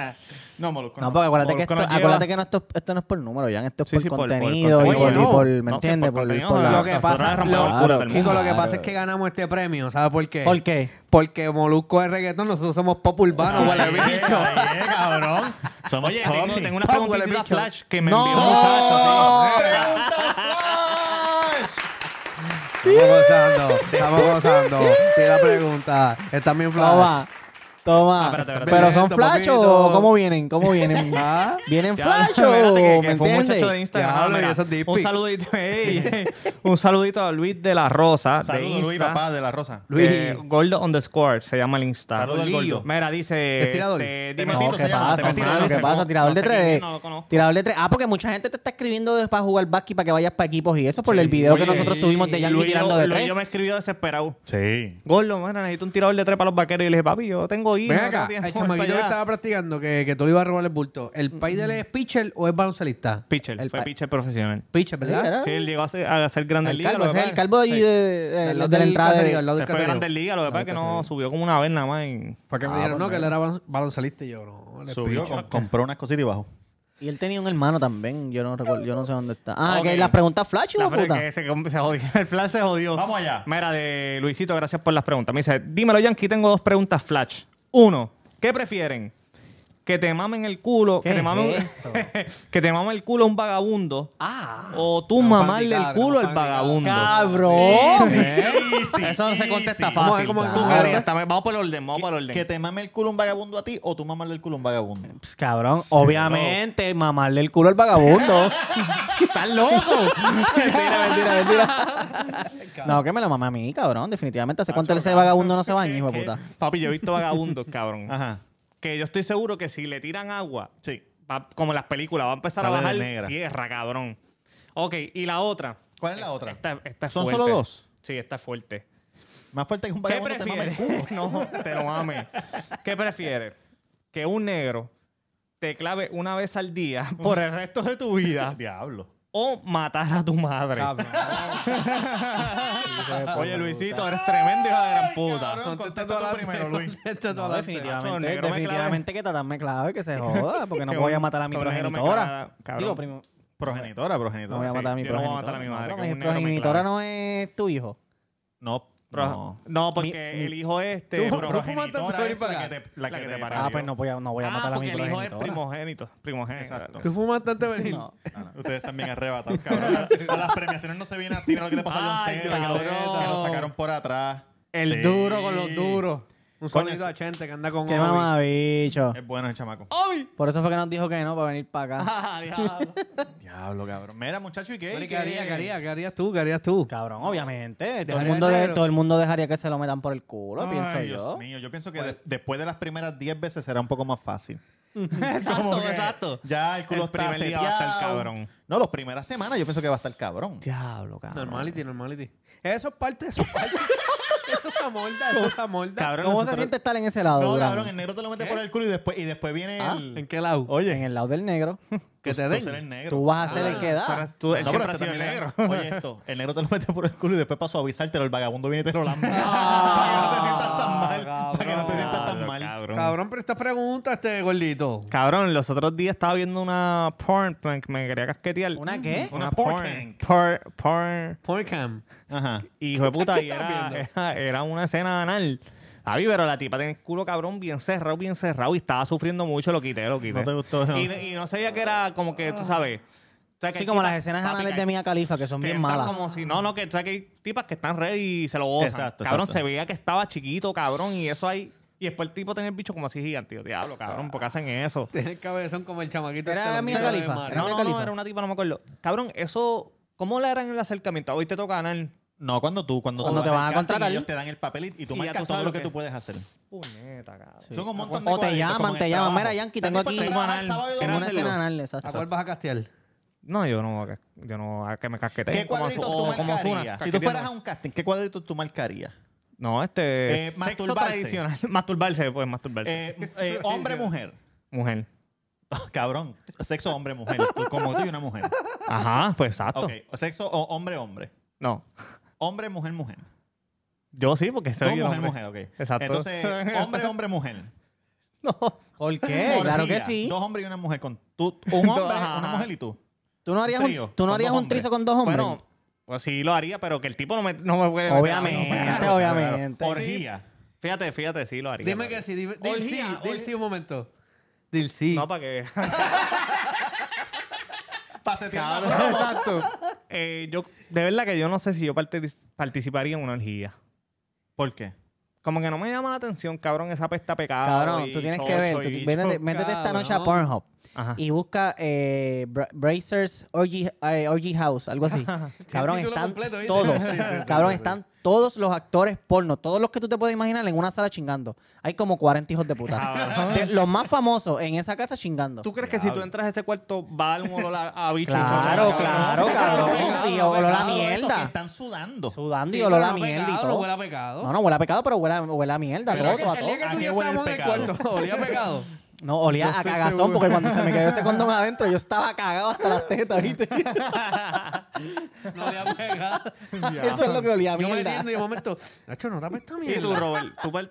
Speaker 3: No, Molusco.
Speaker 7: No, porque acuérdate que
Speaker 8: Molusco
Speaker 7: esto,
Speaker 8: nos lleva-
Speaker 7: acuérdate que no, esto, esto no es por número, Jan, esto es
Speaker 8: Sí,
Speaker 7: por
Speaker 8: sí, por- por
Speaker 7: contenido y
Speaker 8: contenido.
Speaker 7: por, y
Speaker 9: Oye,
Speaker 7: por-
Speaker 8: no.
Speaker 7: ¿me
Speaker 8: No, sí,
Speaker 7: entiendes?
Speaker 8: por
Speaker 7: Por,
Speaker 8: contenido,
Speaker 7: por la-
Speaker 9: Lo que
Speaker 8: Nosotros
Speaker 9: pasa,
Speaker 8: éramos
Speaker 9: lo-
Speaker 8: la locura del
Speaker 9: chico,
Speaker 7: mundo.
Speaker 9: lo que pasa es
Speaker 7: Claro.
Speaker 9: que ganamos este premio, ¿sabes por qué?
Speaker 7: ¿Por qué?
Speaker 9: Porque Molusco es reggaetón, nosotros somos pop
Speaker 3: Ah,
Speaker 9: urbano, huele bicho.
Speaker 3: cabrón. Somos
Speaker 8: Oye, tengo, tengo una
Speaker 9: Pa'
Speaker 8: preguntita
Speaker 9: huele bicho.
Speaker 8: flash que me
Speaker 7: No.
Speaker 8: envió un muchacho.
Speaker 9: ¡Oh!
Speaker 8: tío.
Speaker 3: pues.
Speaker 9: Estamos gozando, estamos gozando. Tira pregunta. Está bien flash.
Speaker 7: Toma, toma.
Speaker 8: espérate, espérate.
Speaker 7: Pero son
Speaker 9: Poquito,
Speaker 7: flash o
Speaker 9: poquito.
Speaker 7: cómo vienen, cómo vienen.
Speaker 9: Ah.
Speaker 7: Vienen
Speaker 8: Ya,
Speaker 7: flash o
Speaker 8: espérate, que-
Speaker 7: me
Speaker 8: que fue un muchacho de
Speaker 7: entiendes.
Speaker 8: Instagram.
Speaker 9: Diablo,
Speaker 8: mira,
Speaker 9: y esos dick
Speaker 8: un
Speaker 9: pics.
Speaker 8: saludito, ey, un saludito a Luis de la Rosa. de
Speaker 3: Saludos,
Speaker 8: Insta,
Speaker 3: Luis, papá de la Rosa.
Speaker 9: Luis.
Speaker 8: eh, Gordo underscore se llama el Insta.
Speaker 3: Saludos al Gordo.
Speaker 8: Mira, dice.
Speaker 9: Estirador.
Speaker 8: este,
Speaker 3: Te
Speaker 8: dime
Speaker 7: No,
Speaker 3: Tito
Speaker 7: ¿qué
Speaker 3: se llama,
Speaker 7: pasa,
Speaker 3: Tito,
Speaker 7: mano?
Speaker 3: no
Speaker 7: ¿Qué
Speaker 3: sé
Speaker 7: pasa?
Speaker 8: cómo-
Speaker 7: Tirador
Speaker 8: no
Speaker 7: de
Speaker 8: sé quién
Speaker 7: tres.
Speaker 8: es, no lo conozco.
Speaker 7: Tirador de tres. Ah, porque mucha gente te está escribiendo de- para jugar básquet, para que vayas para equipos y eso, por el video que
Speaker 8: Oye,
Speaker 7: nosotros subimos de Yankee
Speaker 8: Luis,
Speaker 7: tirando de
Speaker 8: Luis,
Speaker 7: tres.
Speaker 8: yo me escribió desesperado.
Speaker 3: Sí.
Speaker 8: Gordo, mira, necesito un tirador de tres para los vaqueros. Y le dije, papi, yo tengo hijos.
Speaker 9: Ven
Speaker 8: no tengo
Speaker 9: acá, el
Speaker 8: tiempo
Speaker 9: chamaquito que
Speaker 8: para allá.
Speaker 9: estaba practicando, que, que tú le ibas a robar el bulto, ¿el
Speaker 7: Mm,
Speaker 9: país de él es pitcher o es baloncelista?
Speaker 8: Pitcher,
Speaker 9: El
Speaker 8: fue
Speaker 9: pa-
Speaker 8: pitcher profesional.
Speaker 9: Pitcher,
Speaker 7: Sí,
Speaker 9: ¿verdad?
Speaker 7: era.
Speaker 8: Sí, él llegó a ser, a ser grande
Speaker 7: Ah. El calvo, ese es el calvo allí de, de-
Speaker 9: Al
Speaker 7: de
Speaker 9: lado
Speaker 7: la
Speaker 9: del
Speaker 7: entrada.
Speaker 9: caserío,
Speaker 7: de-
Speaker 9: al lado del
Speaker 8: Él fue
Speaker 9: caserío.
Speaker 8: grande liga, lo que pasa es que no subió como una vez nada más. en-
Speaker 9: Fue que me dijeron, no, que él era balon- baloncelista y yo, no, él es
Speaker 3: Subió,
Speaker 9: pitcher.
Speaker 3: com- compró unas cositas y bajó.
Speaker 7: Y él tenía un hermano también, yo no recuerdo, yo no sé dónde está. Ah,
Speaker 8: Ok.
Speaker 7: que las preguntas flash,
Speaker 8: La
Speaker 7: hijo de
Speaker 8: verdad
Speaker 7: puta.
Speaker 8: es que se, se jodió. El flash se jodió.
Speaker 3: Vamos allá.
Speaker 8: Mira, de Luisito, gracias por las preguntas. Me dice, dímelo, Yankee, tengo dos preguntas flash. Uno, ¿qué prefieren? que te mamen el culo,
Speaker 7: ¿Qué
Speaker 8: que te
Speaker 7: es
Speaker 8: mamen,
Speaker 7: esto?
Speaker 8: que te mamen el culo a un vagabundo.
Speaker 7: Ah.
Speaker 8: O tú
Speaker 9: No,
Speaker 8: mamarle el
Speaker 9: fantasía,
Speaker 8: culo
Speaker 9: no,
Speaker 8: al
Speaker 9: fantasía.
Speaker 8: vagabundo.
Speaker 7: ¡Cabrón!
Speaker 3: Easy,
Speaker 8: Eso no se contesta
Speaker 3: easy.
Speaker 9: Vamos a
Speaker 8: fácil.
Speaker 9: ver cómo
Speaker 8: Tú,
Speaker 9: tú
Speaker 8: Gabriel,
Speaker 9: contestas.
Speaker 8: está- Vamos por el orden, vamos por el
Speaker 3: Que
Speaker 8: orden.
Speaker 3: te mame el culo un vagabundo a ti o tú mamarle el culo a un vagabundo.
Speaker 7: Pues, cabrón, obviamente, mamarle el culo al vagabundo. ¡Estás loco! mentira, mentira, mentira. no, que me lo mamé a mí, cabrón. Definitivamente. ¿Hace cuánto ese vagabundo no se baña, hijo de puta?
Speaker 8: Papi, yo he visto vagabundos, cabrón.
Speaker 3: Ajá.
Speaker 8: que yo estoy seguro que si le tiran agua,
Speaker 3: Sí.
Speaker 8: va- como en las películas, va a empezar
Speaker 3: Sale
Speaker 8: a
Speaker 3: de
Speaker 8: bajar
Speaker 3: negra.
Speaker 8: tierra, cabrón. Ok, y la otra.
Speaker 3: ¿Cuál es la otra?
Speaker 8: Esta, esta es
Speaker 3: ¿Son
Speaker 8: fuerte.
Speaker 3: solo dos?
Speaker 8: Sí, esta es fuerte.
Speaker 3: Más fuerte que un
Speaker 8: ¿Qué
Speaker 3: vagabundo te mame el culo.
Speaker 8: prefieres? no, te lo mames. ¿Qué prefieres? Que un negro te clave una vez al día por el resto de tu vida
Speaker 3: Ah, Diablo.
Speaker 8: o matar a tu madre. Oye, Luisito, eres tremendo hijo de gran puta.
Speaker 3: Cabrón, contesta tú primero, Luis.
Speaker 7: No,
Speaker 8: Macho, el
Speaker 7: definitivamente,
Speaker 8: negro me clave.
Speaker 7: definitivamente que Tatán me clave, que se joda, porque no
Speaker 8: Que
Speaker 7: voy a
Speaker 8: un-
Speaker 7: matar a mi
Speaker 8: que un negro me
Speaker 7: progenitora.
Speaker 8: clava, cabrón.
Speaker 7: Digo, primo,
Speaker 3: Progenitora, progenitora.
Speaker 7: no voy a
Speaker 3: sí.
Speaker 7: matar a mi
Speaker 8: yo no voy a
Speaker 7: progenitora.
Speaker 8: matar a mi madre,
Speaker 7: No,
Speaker 8: que
Speaker 7: mi
Speaker 8: un negro me
Speaker 7: progenitora
Speaker 8: clave.
Speaker 7: no es tu hijo.
Speaker 3: No,
Speaker 8: Pro-
Speaker 3: no.
Speaker 8: no. porque el hijo este.
Speaker 3: Tú-
Speaker 8: bro-
Speaker 3: tú fumaste
Speaker 8: progenitora
Speaker 3: todo
Speaker 8: es
Speaker 3: eso,
Speaker 8: la
Speaker 3: la que te-
Speaker 8: la que te parió.
Speaker 7: Ah, pues no voy a, no voy a
Speaker 8: Ah,
Speaker 7: matar a mi
Speaker 8: porque el hijo es
Speaker 7: progenitora.
Speaker 8: primogénito. Primogénito.
Speaker 3: Exacto.
Speaker 9: Tú fumaste antes de venir.
Speaker 7: No.
Speaker 3: Ah, no. Ustedes también arrebatados, cabrón. A las premiaciones no se viene así, mira lo que le pasó a John
Speaker 8: Ay,
Speaker 3: Cena, que, lo-
Speaker 8: cabrón.
Speaker 3: que lo sacaron por atrás.
Speaker 9: El
Speaker 3: Sí.
Speaker 9: duro con los duros. Un
Speaker 3: Coño,
Speaker 9: sonido a Chente que anda con
Speaker 7: Qué
Speaker 9: Obi.
Speaker 7: mamabicho.
Speaker 8: Eh.
Speaker 3: Es bueno el chamaco.
Speaker 8: Oh.
Speaker 7: Por eso fue que nos dijo que no, para venir para acá.
Speaker 3: Diablo, cabrón. Mira, muchacho, ¿y qué?
Speaker 9: Mari, ¿Qué harías, qué harías? ¿Qué harías tú? ¿Qué harías tú?
Speaker 7: Cabrón, obviamente. Todo el,
Speaker 9: Dejaría
Speaker 7: mundo
Speaker 9: el
Speaker 7: de-
Speaker 9: negro.
Speaker 7: todo el mundo dejaría que se lo metan por el culo,
Speaker 3: Ay,
Speaker 7: pienso
Speaker 3: Dios
Speaker 7: yo. Pues
Speaker 3: mío, yo pienso que de- después de las primeras 10 veces será un poco más fácil.
Speaker 8: Exacto, exacto.
Speaker 3: Ya el culo
Speaker 8: El
Speaker 3: está
Speaker 8: primer día va a estar
Speaker 3: seteado.
Speaker 8: cabrón.
Speaker 3: No, las primeras semanas yo pienso que va a estar cabrón.
Speaker 7: Diablo, cabrón.
Speaker 9: Normality, normality. Eso es parte, eso es parte. eso es amorda, eso es amorda.
Speaker 8: Cabrón,
Speaker 7: ¿Cómo se
Speaker 8: nosotros-
Speaker 7: siente estar en ese lado,
Speaker 3: No,
Speaker 7: Durán?
Speaker 3: cabrón, el negro te lo mete por el culo y después, y después viene
Speaker 7: Ah,
Speaker 3: el...
Speaker 9: ¿En qué lado?
Speaker 3: Oye,
Speaker 7: En el lado del negro.
Speaker 9: que
Speaker 3: tú-
Speaker 9: te
Speaker 3: tú
Speaker 9: den.
Speaker 3: ser el negro.
Speaker 7: Tú vas a ser el que
Speaker 8: Tú
Speaker 7: da.
Speaker 8: eres- tú- él
Speaker 3: No, pero
Speaker 8: siempre ha
Speaker 3: este
Speaker 8: sido
Speaker 3: también
Speaker 8: negro.
Speaker 3: le- Oye, esto, el negro te lo mete por el culo y después para suavizártelo, el vagabundo viene y te lo lamba. para que no te sientas tan
Speaker 7: Ah,
Speaker 3: mal. para que no te sientas tan mal.
Speaker 9: Cabrón, pero esta pregunta, este gordito.
Speaker 8: Cabrón, los otros días estaba viendo una porn punk, me quería casquetear.
Speaker 7: ¿Una qué?
Speaker 8: Una,
Speaker 3: Una
Speaker 8: porn.
Speaker 3: porn
Speaker 8: Porn. porn.
Speaker 9: Porncam.
Speaker 3: Ajá.
Speaker 8: Y hijo de puta,
Speaker 9: ¿Qué
Speaker 8: y
Speaker 9: estás
Speaker 8: era,
Speaker 9: viendo?
Speaker 8: era, era una escena anal. A mí, pero la tipa tenía el culo cabrón bien cerrado, bien cerrado y estaba sufriendo mucho, lo quité, lo quité.
Speaker 3: No te gustó, ¿no?
Speaker 8: Y, y no sabía que era como que, tú sabes. o sea, que
Speaker 7: Así
Speaker 8: hay
Speaker 7: como
Speaker 8: tipas-
Speaker 7: las escenas
Speaker 8: papi,
Speaker 7: anales
Speaker 8: que
Speaker 7: de Mia Khalifa, que son
Speaker 8: que
Speaker 7: bien
Speaker 8: están
Speaker 7: malas.
Speaker 8: como si- no, no, que, tú sabes que hay tipas que están red y se lo gozan.
Speaker 3: Exacto,
Speaker 8: cabrón,
Speaker 3: exacto.
Speaker 8: se veía que estaba chiquito, cabrón, y eso ahí. Y después el tipo tenía el bicho como así gigante. Yo, diablo, cabrón, ¿por qué hacen eso?
Speaker 9: Tiene el cabezón como el chamaquito.
Speaker 7: Era
Speaker 9: este
Speaker 7: Mia
Speaker 9: loquito de
Speaker 7: Khalifa.
Speaker 9: Mario.
Speaker 7: Era
Speaker 8: No,
Speaker 7: Mia
Speaker 8: no, no,
Speaker 7: Khalifa.
Speaker 8: era una tipa, no me acuerdo. Cabrón, eso. ¿Cómo le harán el acercamiento? Hoy te toca ganar.
Speaker 3: No, cuando tú, cuando,
Speaker 7: Cuando
Speaker 3: tú
Speaker 7: te
Speaker 3: vas
Speaker 7: van
Speaker 3: al
Speaker 7: a
Speaker 3: casting,
Speaker 7: contratar.
Speaker 3: ellos te dan el papel y, y tú
Speaker 8: Y ya
Speaker 3: marcas
Speaker 8: tú
Speaker 3: todo
Speaker 8: sabes
Speaker 3: lo
Speaker 8: lo
Speaker 3: que
Speaker 8: que-
Speaker 3: tú puedes hacer.
Speaker 8: Puñeta, cabrón.
Speaker 3: Son un montón de
Speaker 7: O te
Speaker 3: cuadritos
Speaker 7: llaman,
Speaker 3: con el
Speaker 7: te llaman.
Speaker 3: trabajo.
Speaker 7: Mira, Yankee,
Speaker 3: Este
Speaker 7: tengo
Speaker 3: tipo
Speaker 7: aquí
Speaker 3: trabaja sábado y
Speaker 7: en una
Speaker 3: domingo.
Speaker 7: escena anal. exacto.
Speaker 9: ¿A cuál vas a castear?
Speaker 8: No, yo no, voy a ca- yo no, a que me casqueteen.
Speaker 3: ¿Qué
Speaker 8: como a su-
Speaker 3: cuadritos
Speaker 8: o
Speaker 3: tú
Speaker 8: como a Ozuna,
Speaker 3: marcarías? Si tú
Speaker 8: casqueteando.
Speaker 3: fueras a un casting, ¿qué cuadritos tú marcarías?
Speaker 8: No, este.
Speaker 3: Eh,
Speaker 8: sexo
Speaker 3: masturbarse.
Speaker 8: tradicional. masturbarse, pues, masturbarse.
Speaker 3: Eh, eh, hombre, mujer.
Speaker 8: Mujer.
Speaker 3: Cabrón, sexo hombre, mujer. Tú- como tú y una mujer.
Speaker 8: Ajá, pues exacto.
Speaker 3: Ok, sexo o- hombre, hombre.
Speaker 8: No.
Speaker 3: Hombre, mujer, mujer.
Speaker 8: Yo sí, porque
Speaker 3: Tú,
Speaker 8: soy.
Speaker 3: mujer,
Speaker 8: hombre.
Speaker 3: mujer, ok.
Speaker 8: Exacto.
Speaker 3: Entonces, hombre, hombre, mujer.
Speaker 8: No.
Speaker 7: ¿Por qué? Eh, Claro que
Speaker 3: Orgía.
Speaker 7: sí.
Speaker 3: Dos hombres y una mujer. Con tú, un hombre,
Speaker 8: Ajá.
Speaker 3: una mujer y tú.
Speaker 7: ¿Tú no harías
Speaker 3: un
Speaker 7: un,
Speaker 3: trío
Speaker 7: tú no
Speaker 3: con
Speaker 7: harías
Speaker 3: dos
Speaker 7: un
Speaker 3: hombres.
Speaker 7: trizo con dos hombres?
Speaker 8: Bueno, pues sí lo haría, pero que el tipo no me, no me puede.
Speaker 7: Obviamente,
Speaker 8: Fíjate,
Speaker 7: obviamente.
Speaker 3: Orgía.
Speaker 8: Fíjate, fíjate, sí lo haría. lo
Speaker 9: Dime
Speaker 8: haría.
Speaker 9: que sí. Dime, dil
Speaker 8: Orgía,
Speaker 9: sí, dil
Speaker 8: orgía.
Speaker 9: sí un momento. Dil sí.
Speaker 8: No, para que.
Speaker 3: Paseteando la broma.
Speaker 8: Exacto. Eh, yo, de verdad que yo no sé si yo parti- participaría en una orgía.
Speaker 3: ¿Por qué?
Speaker 8: Como que no me llama la atención, cabrón, esa pesta pecada.
Speaker 7: Cabrón, tú tienes que ver. tú- métete, métete esta noche a
Speaker 9: cabrón.
Speaker 7: Pornhub
Speaker 8: Ajá.
Speaker 7: y busca eh, Bra- Brazers Orgy, eh, Orgy House, algo así. Cabrón,
Speaker 9: título
Speaker 7: están
Speaker 9: completo, ¿viste?
Speaker 7: todos.
Speaker 9: Sí, sí, sí,
Speaker 7: cabrón, están todos los actores porno, todos los que tú te puedes imaginar en una sala chingando. Hay como 40 hijos de
Speaker 9: Ah,
Speaker 7: puta. De- los más famosos en esa casa chingando.
Speaker 8: ¿Tú crees que si tú entras a ese cuarto va a dar un olor a, a bicho?
Speaker 7: Claro,
Speaker 8: Cabrón.
Speaker 7: claro, cabrón.
Speaker 9: pecado,
Speaker 7: Y olor a
Speaker 9: pecado,
Speaker 3: Eso, que
Speaker 7: mierda.
Speaker 3: están sudando.
Speaker 7: Sudando y
Speaker 9: Sí,
Speaker 7: olor
Speaker 9: pero
Speaker 7: a
Speaker 9: no
Speaker 7: mierda y
Speaker 9: pecado,
Speaker 7: todo.
Speaker 9: Huele a pecado.
Speaker 7: No, no, huele a pecado, pero huele a, huele a mierda,
Speaker 9: Pero
Speaker 7: roto, a
Speaker 9: el día
Speaker 7: todo.
Speaker 9: que
Speaker 3: ¿A
Speaker 9: tú y
Speaker 3: qué
Speaker 9: yo
Speaker 3: huele el
Speaker 9: estábamos en el
Speaker 3: pecado?
Speaker 9: cuarto, olía a pecado.
Speaker 7: No, olía a
Speaker 8: estoy
Speaker 7: cagazón
Speaker 8: seguro.
Speaker 7: porque cuando se me quedó ese condón adentro yo estaba cagado hasta las tetas, ¿viste?
Speaker 9: No olía a pecado.
Speaker 7: Eso es lo que olía a
Speaker 9: Yo me
Speaker 7: mierda.
Speaker 9: entiendo y de momento, Nacho, no dame esta
Speaker 8: Y tú,
Speaker 9: mierda.
Speaker 8: Robert, tú par-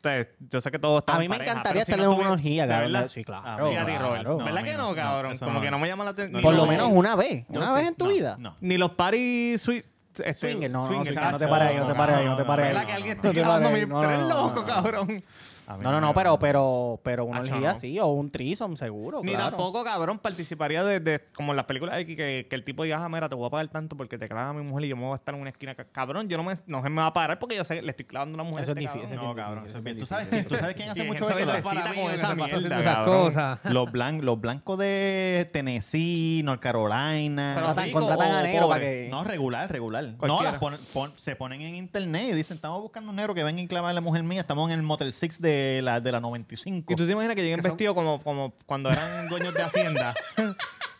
Speaker 8: te- yo sé que todos están
Speaker 7: A mí me
Speaker 8: pareja,
Speaker 7: encantaría
Speaker 8: pero
Speaker 7: estar
Speaker 8: si
Speaker 7: en
Speaker 8: no
Speaker 7: una
Speaker 8: tuvi-
Speaker 7: orgía,
Speaker 8: ¿de
Speaker 7: cabrón.
Speaker 8: verdad?
Speaker 7: Sí, claro.
Speaker 3: Ah,
Speaker 8: Fíjate, Robert.
Speaker 7: claro.
Speaker 3: No,
Speaker 8: ¿Verdad
Speaker 3: a mí
Speaker 8: que
Speaker 3: no,
Speaker 8: no,
Speaker 3: no,
Speaker 8: cabrón?
Speaker 3: eso
Speaker 8: Como
Speaker 3: no.
Speaker 8: que no me llama la atención.
Speaker 7: Por
Speaker 8: Ni
Speaker 7: lo
Speaker 8: los-
Speaker 7: menos una vez.
Speaker 3: Yo
Speaker 7: Una
Speaker 3: sé-
Speaker 7: vez en tu
Speaker 3: no,
Speaker 7: vida.
Speaker 3: No.
Speaker 8: Ni los party swi- este,
Speaker 7: Swinger, no, no,
Speaker 8: swingers,
Speaker 7: swinger, no te
Speaker 8: cabrón.
Speaker 7: pares ahí, no te pares ahí, no te pares ahí.
Speaker 8: ¿Verdad que alguien está
Speaker 7: No te
Speaker 8: grabando
Speaker 7: pares
Speaker 8: mi
Speaker 7: ahí, no,
Speaker 8: tren
Speaker 7: no, no,
Speaker 8: loco,
Speaker 7: no.
Speaker 8: cabrón?
Speaker 3: A mí
Speaker 7: No, no,
Speaker 3: me-
Speaker 7: no, pero, pero, pero una
Speaker 8: Acho,
Speaker 7: orgía
Speaker 8: no.
Speaker 7: sí, o un trisom seguro.
Speaker 8: Ni
Speaker 7: claro.
Speaker 8: tampoco, cabrón, participaría de, de- como en las películas X que, que el tipo diga, ah, mira, te voy a pagar tanto porque te clavas a mi mujer y yo me voy a estar en una esquina. ca- Cabrón, yo no me, no se me va a parar porque yo sé, que le estoy clavando a una mujer.
Speaker 7: Eso es
Speaker 8: a este
Speaker 7: difícil,
Speaker 8: cabrón.
Speaker 3: No,
Speaker 7: bien
Speaker 3: cabrón, eso
Speaker 7: difícil, eso
Speaker 3: es bien-
Speaker 7: es bien
Speaker 3: ¿Tú sabes quién, tú sabes quién hace
Speaker 8: Y en
Speaker 3: mucho
Speaker 8: esa
Speaker 3: eso?
Speaker 8: basecita
Speaker 7: Para mí,
Speaker 8: con esa
Speaker 7: en esa
Speaker 8: mierda,
Speaker 7: basecita,
Speaker 9: esas
Speaker 8: cabrón.
Speaker 9: cosas.
Speaker 3: Los, blan- los blancos de Tennessee, North Carolina.
Speaker 8: Pero
Speaker 7: Contratan,
Speaker 8: rico
Speaker 7: contratan a
Speaker 8: o
Speaker 7: negro para
Speaker 8: pobre.
Speaker 7: que.
Speaker 3: No, regular, regular. No,
Speaker 8: Cualquiera.
Speaker 3: las pon- pon- se ponen en internet y dicen, estamos buscando un negro que venga a clavar a la mujer mía. Estamos en el Motel 6 de la, de la 95.
Speaker 8: Y tú te imaginas que lleguen
Speaker 7: son-
Speaker 8: vestidos como, como cuando eran dueños de Hacienda.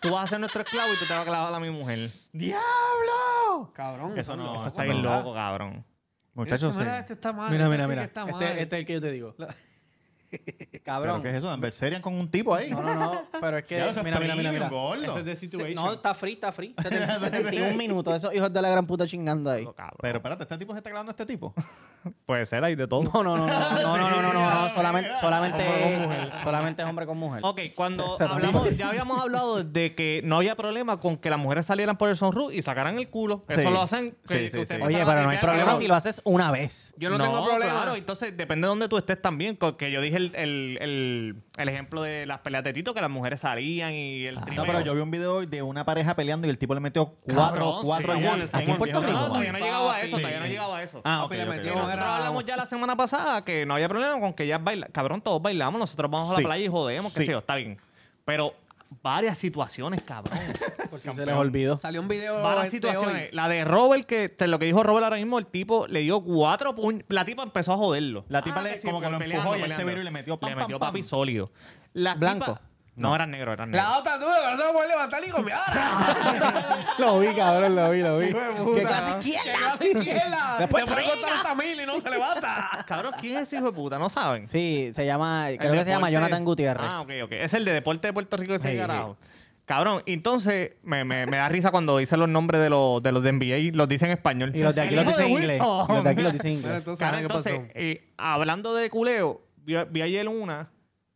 Speaker 8: tú vas a ser nuestro esclavo y tú te vas a clavar a mi mujer.
Speaker 3: ¡Diablo!
Speaker 9: Cabrón.
Speaker 3: Eso no,
Speaker 8: Eso
Speaker 3: eso
Speaker 8: está
Speaker 3: es
Speaker 8: bien
Speaker 3: verdad.
Speaker 8: loco, cabrón.
Speaker 3: Muchachos, sí.
Speaker 9: Mira, este está mal.
Speaker 7: Mira, mira,
Speaker 9: este
Speaker 7: mira.
Speaker 9: está mal.
Speaker 7: Este, este es el que yo te digo.
Speaker 3: ¿Pero
Speaker 7: Cabrón.
Speaker 3: qué es eso? ¿Adversarian con un tipo ahí?
Speaker 7: No, no, no. Pero es que.
Speaker 3: Ya, eso es
Speaker 7: mira, mira, mira,
Speaker 3: premium,
Speaker 7: mira.
Speaker 3: gordo.
Speaker 8: Eso es de situation.
Speaker 7: No, está free, está free. 71 minutos. Esos hijos de la gran puta chingando ahí.
Speaker 8: Cabrón.
Speaker 3: Pero espérate, ¿este tipo se está clavando a este tipo?
Speaker 8: Puede ser ahí de todo.
Speaker 7: No, no, no, no, no, no, no, no, no, no,
Speaker 8: Hombre
Speaker 7: solamente,
Speaker 8: con
Speaker 7: solamente,
Speaker 8: mujer.
Speaker 7: solamente es hombre con mujer.
Speaker 8: Ok, cuando
Speaker 7: Se- se-
Speaker 8: hablamos, ya habíamos hablado de que no había problema con que las mujeres salieran por el sunroof y sacaran el culo.
Speaker 3: Sí.
Speaker 8: Eso lo hacen.
Speaker 3: Sí,
Speaker 8: que- que
Speaker 3: sí,
Speaker 8: ustedes
Speaker 3: sí.
Speaker 7: Oye,
Speaker 8: empiezan
Speaker 7: pero
Speaker 8: a
Speaker 7: no hay
Speaker 8: tirar,
Speaker 7: problema
Speaker 8: cabrón.
Speaker 7: si lo haces una vez.
Speaker 9: Yo no, tengo problema.
Speaker 8: Claro, entonces depende de dónde tú estés también. Porque yo dije el, el, el, el ejemplo de las peleas de Tito, que las mujeres salían y el
Speaker 3: Ah, No,
Speaker 8: trimeo.
Speaker 3: pero yo vi un video hoy de una pareja peleando y el tipo le metió cuatro,
Speaker 8: Cabrón,
Speaker 3: cuatro
Speaker 8: sí,
Speaker 3: goles.
Speaker 8: aquí
Speaker 7: en Puerto
Speaker 3: el viejo
Speaker 8: No,
Speaker 7: Rico.
Speaker 3: Ramón.
Speaker 8: todavía no he llegado a eso,
Speaker 3: Sí.
Speaker 8: todavía no he llegado a eso.
Speaker 3: Ah, ok,
Speaker 9: Papi, le
Speaker 3: ok,
Speaker 9: metió
Speaker 3: ok.
Speaker 8: Nosotros hablamos ya la semana pasada que no había problema con que ellas bailan. Cabrón, todos bailamos, nosotros vamos a
Speaker 3: Sí.
Speaker 8: la playa y jodemos, qué
Speaker 3: Sí.
Speaker 8: sé yo, está bien. Pero varias situaciones, cabrón.
Speaker 7: Por si se les olvidó.
Speaker 9: Salió un video.
Speaker 8: Varias
Speaker 9: este
Speaker 8: situaciones.
Speaker 9: hoy.
Speaker 8: La de Robert, que te- lo que dijo Robert ahora mismo, el tipo le dio cuatro puños. La tipa empezó a joderlo.
Speaker 3: La tipa le-
Speaker 8: Ah, sí,
Speaker 3: como que
Speaker 8: por
Speaker 3: lo empujó y él se viró y le metió pam,
Speaker 8: Le
Speaker 3: pam,
Speaker 8: metió
Speaker 3: pam.
Speaker 8: papi sólido. La
Speaker 7: ¿Blanco?
Speaker 8: tipa- no, eran negros, eran negros.
Speaker 9: La otra duda, que no se la puede levantar ni con mi ahora.
Speaker 7: Lo vi, cabrón, lo vi, lo vi. ¿Qué clase
Speaker 9: Que
Speaker 7: izquierda?
Speaker 9: no se izquierda.
Speaker 7: Después
Speaker 9: Después puede
Speaker 7: pega.
Speaker 9: cortar hasta mil y no se levanta.
Speaker 8: Cabrón, ¿quién es ese hijo de puta? No saben.
Speaker 7: Sí, se llama, creo que
Speaker 8: El
Speaker 7: se llama
Speaker 8: deporte-
Speaker 7: Jonathan Gutiérrez.
Speaker 8: Ah, ok, ok. Es el de deporte de Puerto Rico de ese
Speaker 7: Sí,
Speaker 8: carajo. Cabrón, y entonces me, me, me da risa cuando dicen los nombres de los, de los de NBA, los dicen en español.
Speaker 7: Y los de aquí
Speaker 8: El
Speaker 7: los
Speaker 8: hijo
Speaker 7: dicen en
Speaker 8: Wilson.
Speaker 7: inglés. Los de aquí los dicen en inglés.
Speaker 8: Cabrón, entonces, eh, hablando de culeo, vi, vi ayer una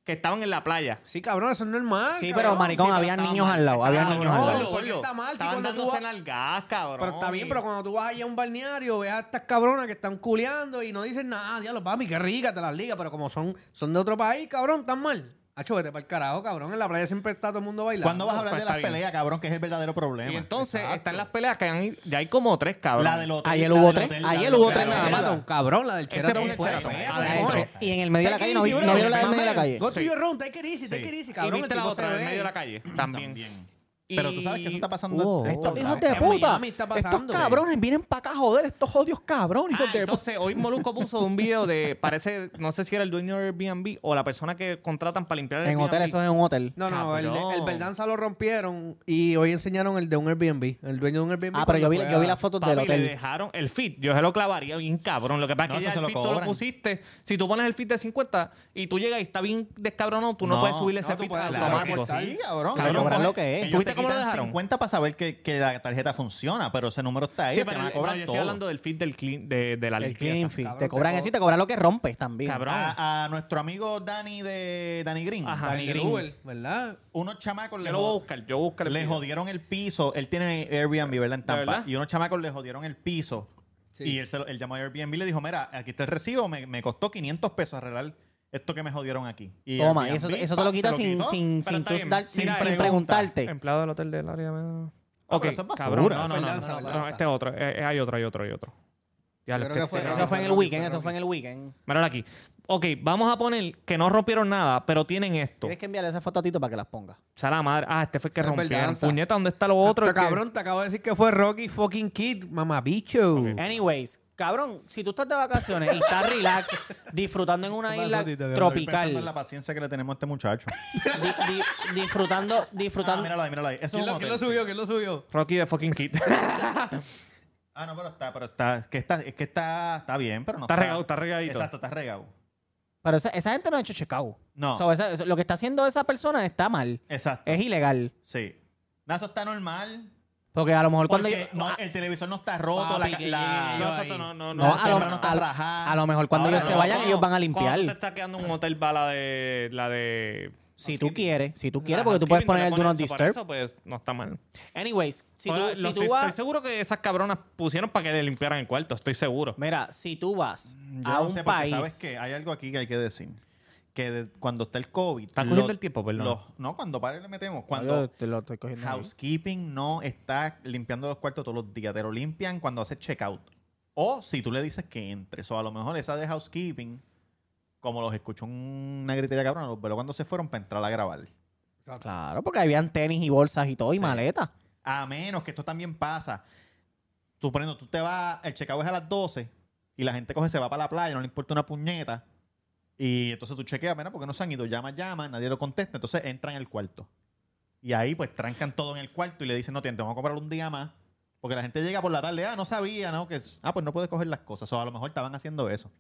Speaker 8: que estaban en la playa.
Speaker 9: Sí, cabrón, eso es normal.
Speaker 7: Sí, pero
Speaker 9: cabrón.
Speaker 7: maricón,
Speaker 8: pero
Speaker 7: había
Speaker 8: estaba
Speaker 7: niños
Speaker 8: mal.
Speaker 7: al
Speaker 9: Ah,
Speaker 7: lado, había
Speaker 8: Cabrón,
Speaker 7: niños al lado.
Speaker 9: ¿por qué está mal si
Speaker 8: Estaban
Speaker 9: cuando tú
Speaker 8: dándose
Speaker 9: vas-
Speaker 8: nalgadas, cabrón.
Speaker 9: Pero está bien,
Speaker 8: y-
Speaker 9: pero cuando tú vas allá a un balneario, ves a estas cabronas que están culeando y no dicen nada, "Ah, diablo, papi, qué rica, te las ligas, pero como son, son de otro país, cabrón, están mal. Hacho, vete para el carajo, cabrón. En la playa siempre está todo el mundo bailando.
Speaker 3: ¿Cuándo vas a hablar
Speaker 8: Pues
Speaker 3: de
Speaker 8: está
Speaker 3: las
Speaker 8: bien.
Speaker 3: peleas, cabrón? Que es el verdadero problema.
Speaker 8: Y entonces están las peleas que han, ya hay como tres, cabrón.
Speaker 3: La del hotel.
Speaker 7: Ayer
Speaker 3: la
Speaker 7: hubo
Speaker 3: del
Speaker 7: tres,
Speaker 3: hotel,
Speaker 7: ayer
Speaker 3: la del
Speaker 7: hubo
Speaker 3: hotel,
Speaker 7: tres
Speaker 3: la
Speaker 7: nada
Speaker 3: del
Speaker 7: más.
Speaker 3: hotel.
Speaker 9: Cabrón, cabrón, la del Sheraton
Speaker 8: fue
Speaker 9: fue
Speaker 8: el
Speaker 9: fea,
Speaker 8: Sheraton. Ah,
Speaker 9: cojones.
Speaker 8: de hecho.
Speaker 7: Y en el medio de la
Speaker 9: Take
Speaker 7: calle
Speaker 9: it
Speaker 7: no vi-
Speaker 9: easy,
Speaker 7: no
Speaker 9: bro.
Speaker 7: vieron la del
Speaker 9: Mamá,
Speaker 7: medio de la calle.
Speaker 9: Go to
Speaker 8: Sí.
Speaker 9: your room, take it easy, take
Speaker 3: Sí.
Speaker 9: it easy,
Speaker 8: y
Speaker 9: cabrón.
Speaker 8: viste
Speaker 9: el
Speaker 8: la
Speaker 9: tipo
Speaker 8: otra
Speaker 9: se
Speaker 8: en el
Speaker 9: ve.
Speaker 8: medio de la calle. También.
Speaker 3: También. Pero tú sabes que eso está pasando.
Speaker 8: Wow.
Speaker 3: en
Speaker 7: Estos
Speaker 3: todos
Speaker 7: hijos
Speaker 3: lados.
Speaker 7: de
Speaker 9: En
Speaker 7: puta.
Speaker 9: Miami está
Speaker 7: Estos
Speaker 9: pasando. eh.
Speaker 7: cabrones vienen para acá a joder, estos odios cabrones,
Speaker 8: Ah,
Speaker 7: hijos de puta.
Speaker 8: entonces hoy Molusco puso un video de, parece, no sé si era el dueño de Airbnb o la persona que contratan para limpiar el
Speaker 7: En
Speaker 8: Airbnb.
Speaker 7: hotel, eso es en un hotel.
Speaker 9: No, no, el,
Speaker 8: Cabrón.
Speaker 9: el Verdanza lo rompieron y hoy enseñaron el de un Airbnb, el dueño de un Airbnb.
Speaker 7: Ah, pero yo vi,
Speaker 9: cuando fue
Speaker 7: yo vi
Speaker 9: a-
Speaker 7: las fotos
Speaker 8: Papi,
Speaker 7: del
Speaker 8: le
Speaker 7: hotel.
Speaker 8: dejaron el fit. Yo se lo clavaría bien cabrón. Lo que pasa
Speaker 3: No,
Speaker 8: es que
Speaker 3: eso
Speaker 8: ya
Speaker 3: se
Speaker 8: el
Speaker 3: lo
Speaker 8: fit tú lo
Speaker 3: cobran.
Speaker 8: pusiste. Si tú pones el fit de 50 y tú llegas y está bien descabronado, tú no,
Speaker 3: No,
Speaker 8: puedes subirle ese
Speaker 9: tú
Speaker 8: fit
Speaker 9: puedes-
Speaker 3: Claro que
Speaker 8: automático.
Speaker 3: sí, cabrón.
Speaker 7: Claro,
Speaker 3: Ellos
Speaker 7: cobrar
Speaker 3: cogen-
Speaker 7: lo que es.
Speaker 3: ellos
Speaker 8: ¿Tuviste
Speaker 3: te
Speaker 8: cómo lo
Speaker 3: quitan
Speaker 8: dejaron?
Speaker 3: 50 para saber que, que la tarjeta funciona, pero ese número está ahí.
Speaker 8: Sí,
Speaker 3: te
Speaker 8: pero
Speaker 3: van a
Speaker 8: el- no,
Speaker 3: cobrar
Speaker 8: yo estoy
Speaker 3: todo.
Speaker 8: hablando del fit del clean, de, de la
Speaker 7: El
Speaker 8: limpieza.
Speaker 7: clean fee.
Speaker 9: cabrón,
Speaker 7: Te
Speaker 9: te
Speaker 7: cobran
Speaker 9: co-
Speaker 7: eso y te cobran lo que rompes también.
Speaker 8: Cabrón.
Speaker 3: A, a nuestro amigo Dani de Dani Green,
Speaker 8: Ajá.
Speaker 9: Dani
Speaker 8: Green.
Speaker 9: Gruber, ¿verdad?
Speaker 3: unos chamacos le,
Speaker 8: Yo lo voy a
Speaker 3: jod-
Speaker 8: buscar, yo voy a buscar el
Speaker 3: le
Speaker 8: video.
Speaker 3: jodieron el piso. Él tiene Airbnb, ¿verdad? En Tampa.
Speaker 8: verdad?
Speaker 3: Y unos chamacos le jodieron el piso.
Speaker 9: Sí.
Speaker 3: Y él, se lo- él llamó a Airbnb y le dijo, mira, aquí está el recibo, me, me costó 500 pesos arreglar esto que me jodieron aquí. Y
Speaker 7: Toma,
Speaker 3: Airbnb,
Speaker 7: eso, eso te
Speaker 3: pa,
Speaker 7: lo
Speaker 3: se
Speaker 7: quitas sin,
Speaker 3: quitó.
Speaker 7: sin,
Speaker 8: pero
Speaker 7: sin,
Speaker 8: está
Speaker 7: tú
Speaker 8: bien.
Speaker 7: dar- sin-
Speaker 3: Mira,
Speaker 7: sin
Speaker 3: pregunta.
Speaker 7: preguntarte.
Speaker 8: Empleado del hotel del área. me-
Speaker 3: Ah,
Speaker 8: Ok,
Speaker 3: pero eso es basura,
Speaker 8: cabrón. No,
Speaker 3: eso
Speaker 8: no,
Speaker 3: es
Speaker 8: no,
Speaker 9: danza,
Speaker 8: no,
Speaker 9: la
Speaker 8: no,
Speaker 9: danza.
Speaker 8: Este otro, eh, eh, hay otro, hay otro, hay otro. Ya
Speaker 9: Yo
Speaker 8: lo
Speaker 9: creo que
Speaker 8: estoy-
Speaker 9: fue-
Speaker 7: Eso fue en el
Speaker 9: Rocky,
Speaker 7: weekend,
Speaker 9: fue
Speaker 7: eso
Speaker 9: Rocky.
Speaker 7: fue en el weekend.
Speaker 8: Míralo aquí. Ok, vamos a poner que no rompieron nada, pero tienen esto.
Speaker 7: Tienes que enviarle esa foto a Tito para que las ponga.
Speaker 8: O sea, la madre. Ah, este fue el que
Speaker 9: Esa es
Speaker 8: rompieron.
Speaker 9: venganza.
Speaker 8: Puñeta, ¿dónde está lo otro?
Speaker 9: Otro
Speaker 8: El que-
Speaker 9: cabrón, te acabo de decir que fue Rocky fucking Kid, mamabicho.
Speaker 7: Anyways, cabrón, si tú estás de vacaciones y estás relax, disfrutando en una
Speaker 9: pasó,
Speaker 7: isla
Speaker 9: Tito? Que no
Speaker 3: Estoy pensando en la
Speaker 7: tropical,
Speaker 3: paciencia que le tenemos a este muchacho.
Speaker 7: di- di- disfrutando,
Speaker 3: Ah,
Speaker 7: disfrutando.
Speaker 3: míralo ahí, míralo ahí. Eso es un hotel, sí.
Speaker 9: ¿Quién lo subió?
Speaker 8: Rocky de fucking Kid.
Speaker 3: Ah, no, pero está, pero está, es que está, es que está, está bien, pero no
Speaker 8: Está regado, está regadito.
Speaker 3: Exacto, está regado.
Speaker 7: Pero esa, esa gente no ha hecho checao.
Speaker 3: No.
Speaker 7: O sea, esa- eso- lo que está haciendo esa persona está mal.
Speaker 3: Exacto.
Speaker 7: Es ilegal.
Speaker 3: Sí. No, eso está normal.
Speaker 7: Porque a lo mejor cuando
Speaker 3: Porque
Speaker 7: yo-
Speaker 3: no,
Speaker 7: a-
Speaker 3: el televisor no está roto,
Speaker 7: Papi,
Speaker 3: la,
Speaker 7: que
Speaker 3: la-
Speaker 8: No, exacto, no, no,
Speaker 7: no,
Speaker 8: no.
Speaker 7: a, lo,
Speaker 3: no está
Speaker 7: a lo-
Speaker 3: rajada.
Speaker 7: a lo mejor cuando
Speaker 3: Ahora
Speaker 7: ellos se
Speaker 3: no,
Speaker 7: vayan,
Speaker 3: no.
Speaker 7: ellos van a
Speaker 8: ¿Cuándo te
Speaker 7: limpiar.
Speaker 8: está quedando un hotel para la de. La de
Speaker 7: Si
Speaker 8: Así
Speaker 7: tú
Speaker 8: que-
Speaker 7: quieres, si tú quieres,
Speaker 8: Ajá,
Speaker 7: porque tú puedes
Speaker 8: escriben,
Speaker 7: poner el
Speaker 8: le
Speaker 7: Do Not
Speaker 8: pones eso, por
Speaker 7: Disturb.
Speaker 8: Eso, pues no está mal.
Speaker 7: Anyways, si tú,
Speaker 8: Ahora,
Speaker 7: si
Speaker 8: los-
Speaker 7: tú
Speaker 8: estoy,
Speaker 7: vas...
Speaker 8: estoy seguro que esas cabronas pusieron para que le limpiaran el cuarto, estoy seguro.
Speaker 7: Mira, si tú vas
Speaker 3: Yo
Speaker 7: a
Speaker 3: no
Speaker 7: un
Speaker 3: sé, porque
Speaker 7: país...
Speaker 3: sabes que hay algo aquí que hay que decir. Que de- cuando está el COVID.
Speaker 8: ¿Estás cogiendo el tiempo, perdón?
Speaker 3: los- no, cuando pare le metemos.
Speaker 7: No,
Speaker 3: Cuando
Speaker 7: yo te lo estoy cogiendo ahí.
Speaker 3: housekeeping no está limpiando los cuartos todos los días. Te lo limpian cuando haces checkout. O si tú le dices que entres. O a lo mejor esa de housekeeping, como los escuchó una gritería cabrona, los veló cuando se fueron para entrar a grabar.
Speaker 7: Claro, porque habían tenis y bolsas y todo, y
Speaker 3: Sí.
Speaker 7: maletas.
Speaker 3: A menos que esto también pasa. Suponiendo, tú te vas, el checkout es a las 12 y la gente coge, se va para la playa, no le importa una puñeta. Y entonces tú chequeas, mira, porque no se han ido, llama, llama, nadie lo contesta. Entonces entran al cuarto. Y ahí pues trancan todo en el cuarto y le dicen, no, tienen, te vamos a comprar un día más. Porque la gente llega por la tarde, ah, no sabía, ¿no? Que, ah, pues no puedes coger las cosas. O a lo mejor estaban haciendo eso.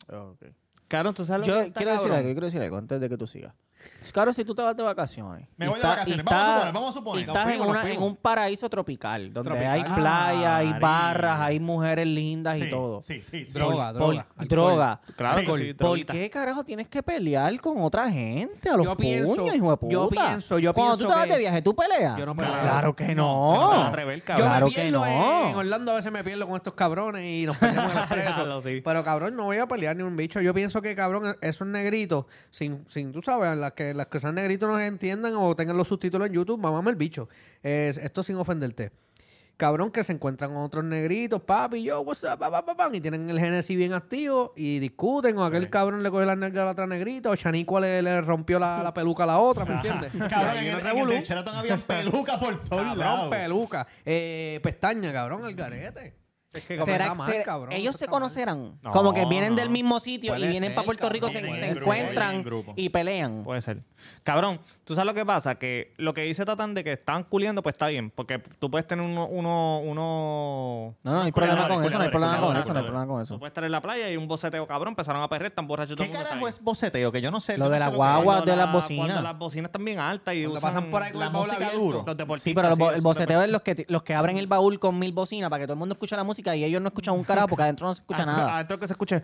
Speaker 7: Claro, tú sabes
Speaker 9: lo
Speaker 7: yo
Speaker 9: que está
Speaker 7: quiero decir
Speaker 9: cabrón.
Speaker 7: algo, yo quiero decir algo antes de que tú sigas. Claro, si tú te vas de vacaciones.
Speaker 3: Me
Speaker 7: y
Speaker 3: voy de
Speaker 7: estás-
Speaker 3: vacaciones.
Speaker 7: y
Speaker 3: Vamos a
Speaker 7: estás-
Speaker 3: suponer, vamos a suponer.
Speaker 7: y
Speaker 3: Nos
Speaker 7: estás
Speaker 3: fuimos,
Speaker 7: en,
Speaker 3: nos
Speaker 7: una- en
Speaker 3: fuimos.
Speaker 7: un paraíso tropical, donde
Speaker 3: Tropical.
Speaker 7: hay
Speaker 3: Ah,
Speaker 7: playa, hay
Speaker 3: María.
Speaker 7: barras, hay mujeres lindas
Speaker 3: sí,
Speaker 7: y todo.
Speaker 3: Sí, sí, sí.
Speaker 9: Droga,
Speaker 7: Por-
Speaker 9: droga. alcohol.
Speaker 7: droga.
Speaker 8: Claro,
Speaker 3: Sí,
Speaker 8: que
Speaker 3: sí,
Speaker 8: sí,
Speaker 7: ¿Por
Speaker 8: droguita.
Speaker 7: qué carajo tienes que pelear con otra gente a los
Speaker 9: Yo
Speaker 7: puños,
Speaker 9: pienso-
Speaker 7: hijo de puta?
Speaker 9: yo pienso- yo
Speaker 7: Cuando
Speaker 9: pienso
Speaker 7: tú te vas
Speaker 9: que-
Speaker 7: de viaje, ¿tú peleas?
Speaker 9: Yo no peleo.
Speaker 7: claro, que no.
Speaker 8: Yo no te vas a atrever,
Speaker 9: Yo
Speaker 8: cabrón.
Speaker 9: me
Speaker 7: Claro que
Speaker 9: pierdo
Speaker 7: no.
Speaker 9: En Orlando a veces me pierdo con estos cabrones y nos perdemos en el
Speaker 8: Déjalo,
Speaker 9: expreso.
Speaker 8: sí.
Speaker 9: Pero cabrón, no voy a pelear ni un bicho. Yo pienso que cabrón, e-, esos negritos, sin, sin tú sabes, las que, las que sean negritos nos entiendan o tengan los subtítulos en YouTube, mamame el bicho. Es- esto sin ofenderte. Cabrón, que se encuentran con otros negritos, papi, yo, what's up, pa, pa, pa, pa, y tienen el Genesis bien activo y discuten, o aquel cabrón le cogió la nalga a la otra negrita, o Chanicua le, le rompió la, la peluca a la otra, ¿me entiendes?
Speaker 3: Cabrón, en
Speaker 9: Y ahí
Speaker 3: el,
Speaker 9: un
Speaker 3: en el
Speaker 9: revolú.
Speaker 3: del Sheraton había peluca por todos
Speaker 9: Cabrón,
Speaker 3: lados.
Speaker 9: peluca. Eh, pestaña, cabrón, el garete.
Speaker 7: ¿Será que se- ellos se conocerán? Como que
Speaker 8: No,
Speaker 7: vienen
Speaker 8: no.
Speaker 7: del mismo sitio
Speaker 9: Puede
Speaker 7: y vienen
Speaker 9: ser,
Speaker 7: para Puerto Rico, se,
Speaker 9: cabrón.
Speaker 7: se
Speaker 3: Vienen en grupo,
Speaker 7: encuentran
Speaker 3: vienen en grupo.
Speaker 7: y pelean.
Speaker 8: Puede ser. Cabrón, tú sabes lo que pasa, que lo que dice Tatán de que están culiendo, pues está bien, porque tú puedes tener uno, uno, uno...
Speaker 7: No, no, no hay problema con eso, no hay problema con eso, no hay
Speaker 3: cuidadores.
Speaker 7: problema con
Speaker 8: Tú
Speaker 7: eso.
Speaker 8: puedes estar en la playa y un boceteo cabrón, empezaron a perrer, están borrachos
Speaker 3: ¿Qué
Speaker 8: todo el mundo está
Speaker 3: carajo
Speaker 8: ahí.
Speaker 3: es boceteo? Que yo no sé.
Speaker 7: Lo
Speaker 3: yo
Speaker 7: de
Speaker 3: no
Speaker 7: la
Speaker 3: sé que-
Speaker 7: guagua. Aguas
Speaker 8: Cuando
Speaker 7: de las
Speaker 8: la-
Speaker 7: bocinas.
Speaker 8: Cuando las bocinas están bien altas y
Speaker 9: Cuando
Speaker 8: usan
Speaker 9: pasan por ahí con
Speaker 3: la
Speaker 9: el baúl
Speaker 3: música
Speaker 9: abierto.
Speaker 3: duro.
Speaker 8: los deportistas.
Speaker 7: Sí, pero los, bo-
Speaker 8: sí,
Speaker 7: el
Speaker 8: los
Speaker 7: boceteo
Speaker 8: deportistas.
Speaker 7: es los que, ti- los que abren el baúl con mil bocinas para que todo el mundo escuche la música y ellos no escuchan un carajo porque adentro no se
Speaker 8: Ah,
Speaker 7: escucha nada.
Speaker 8: Adentro que se escuche.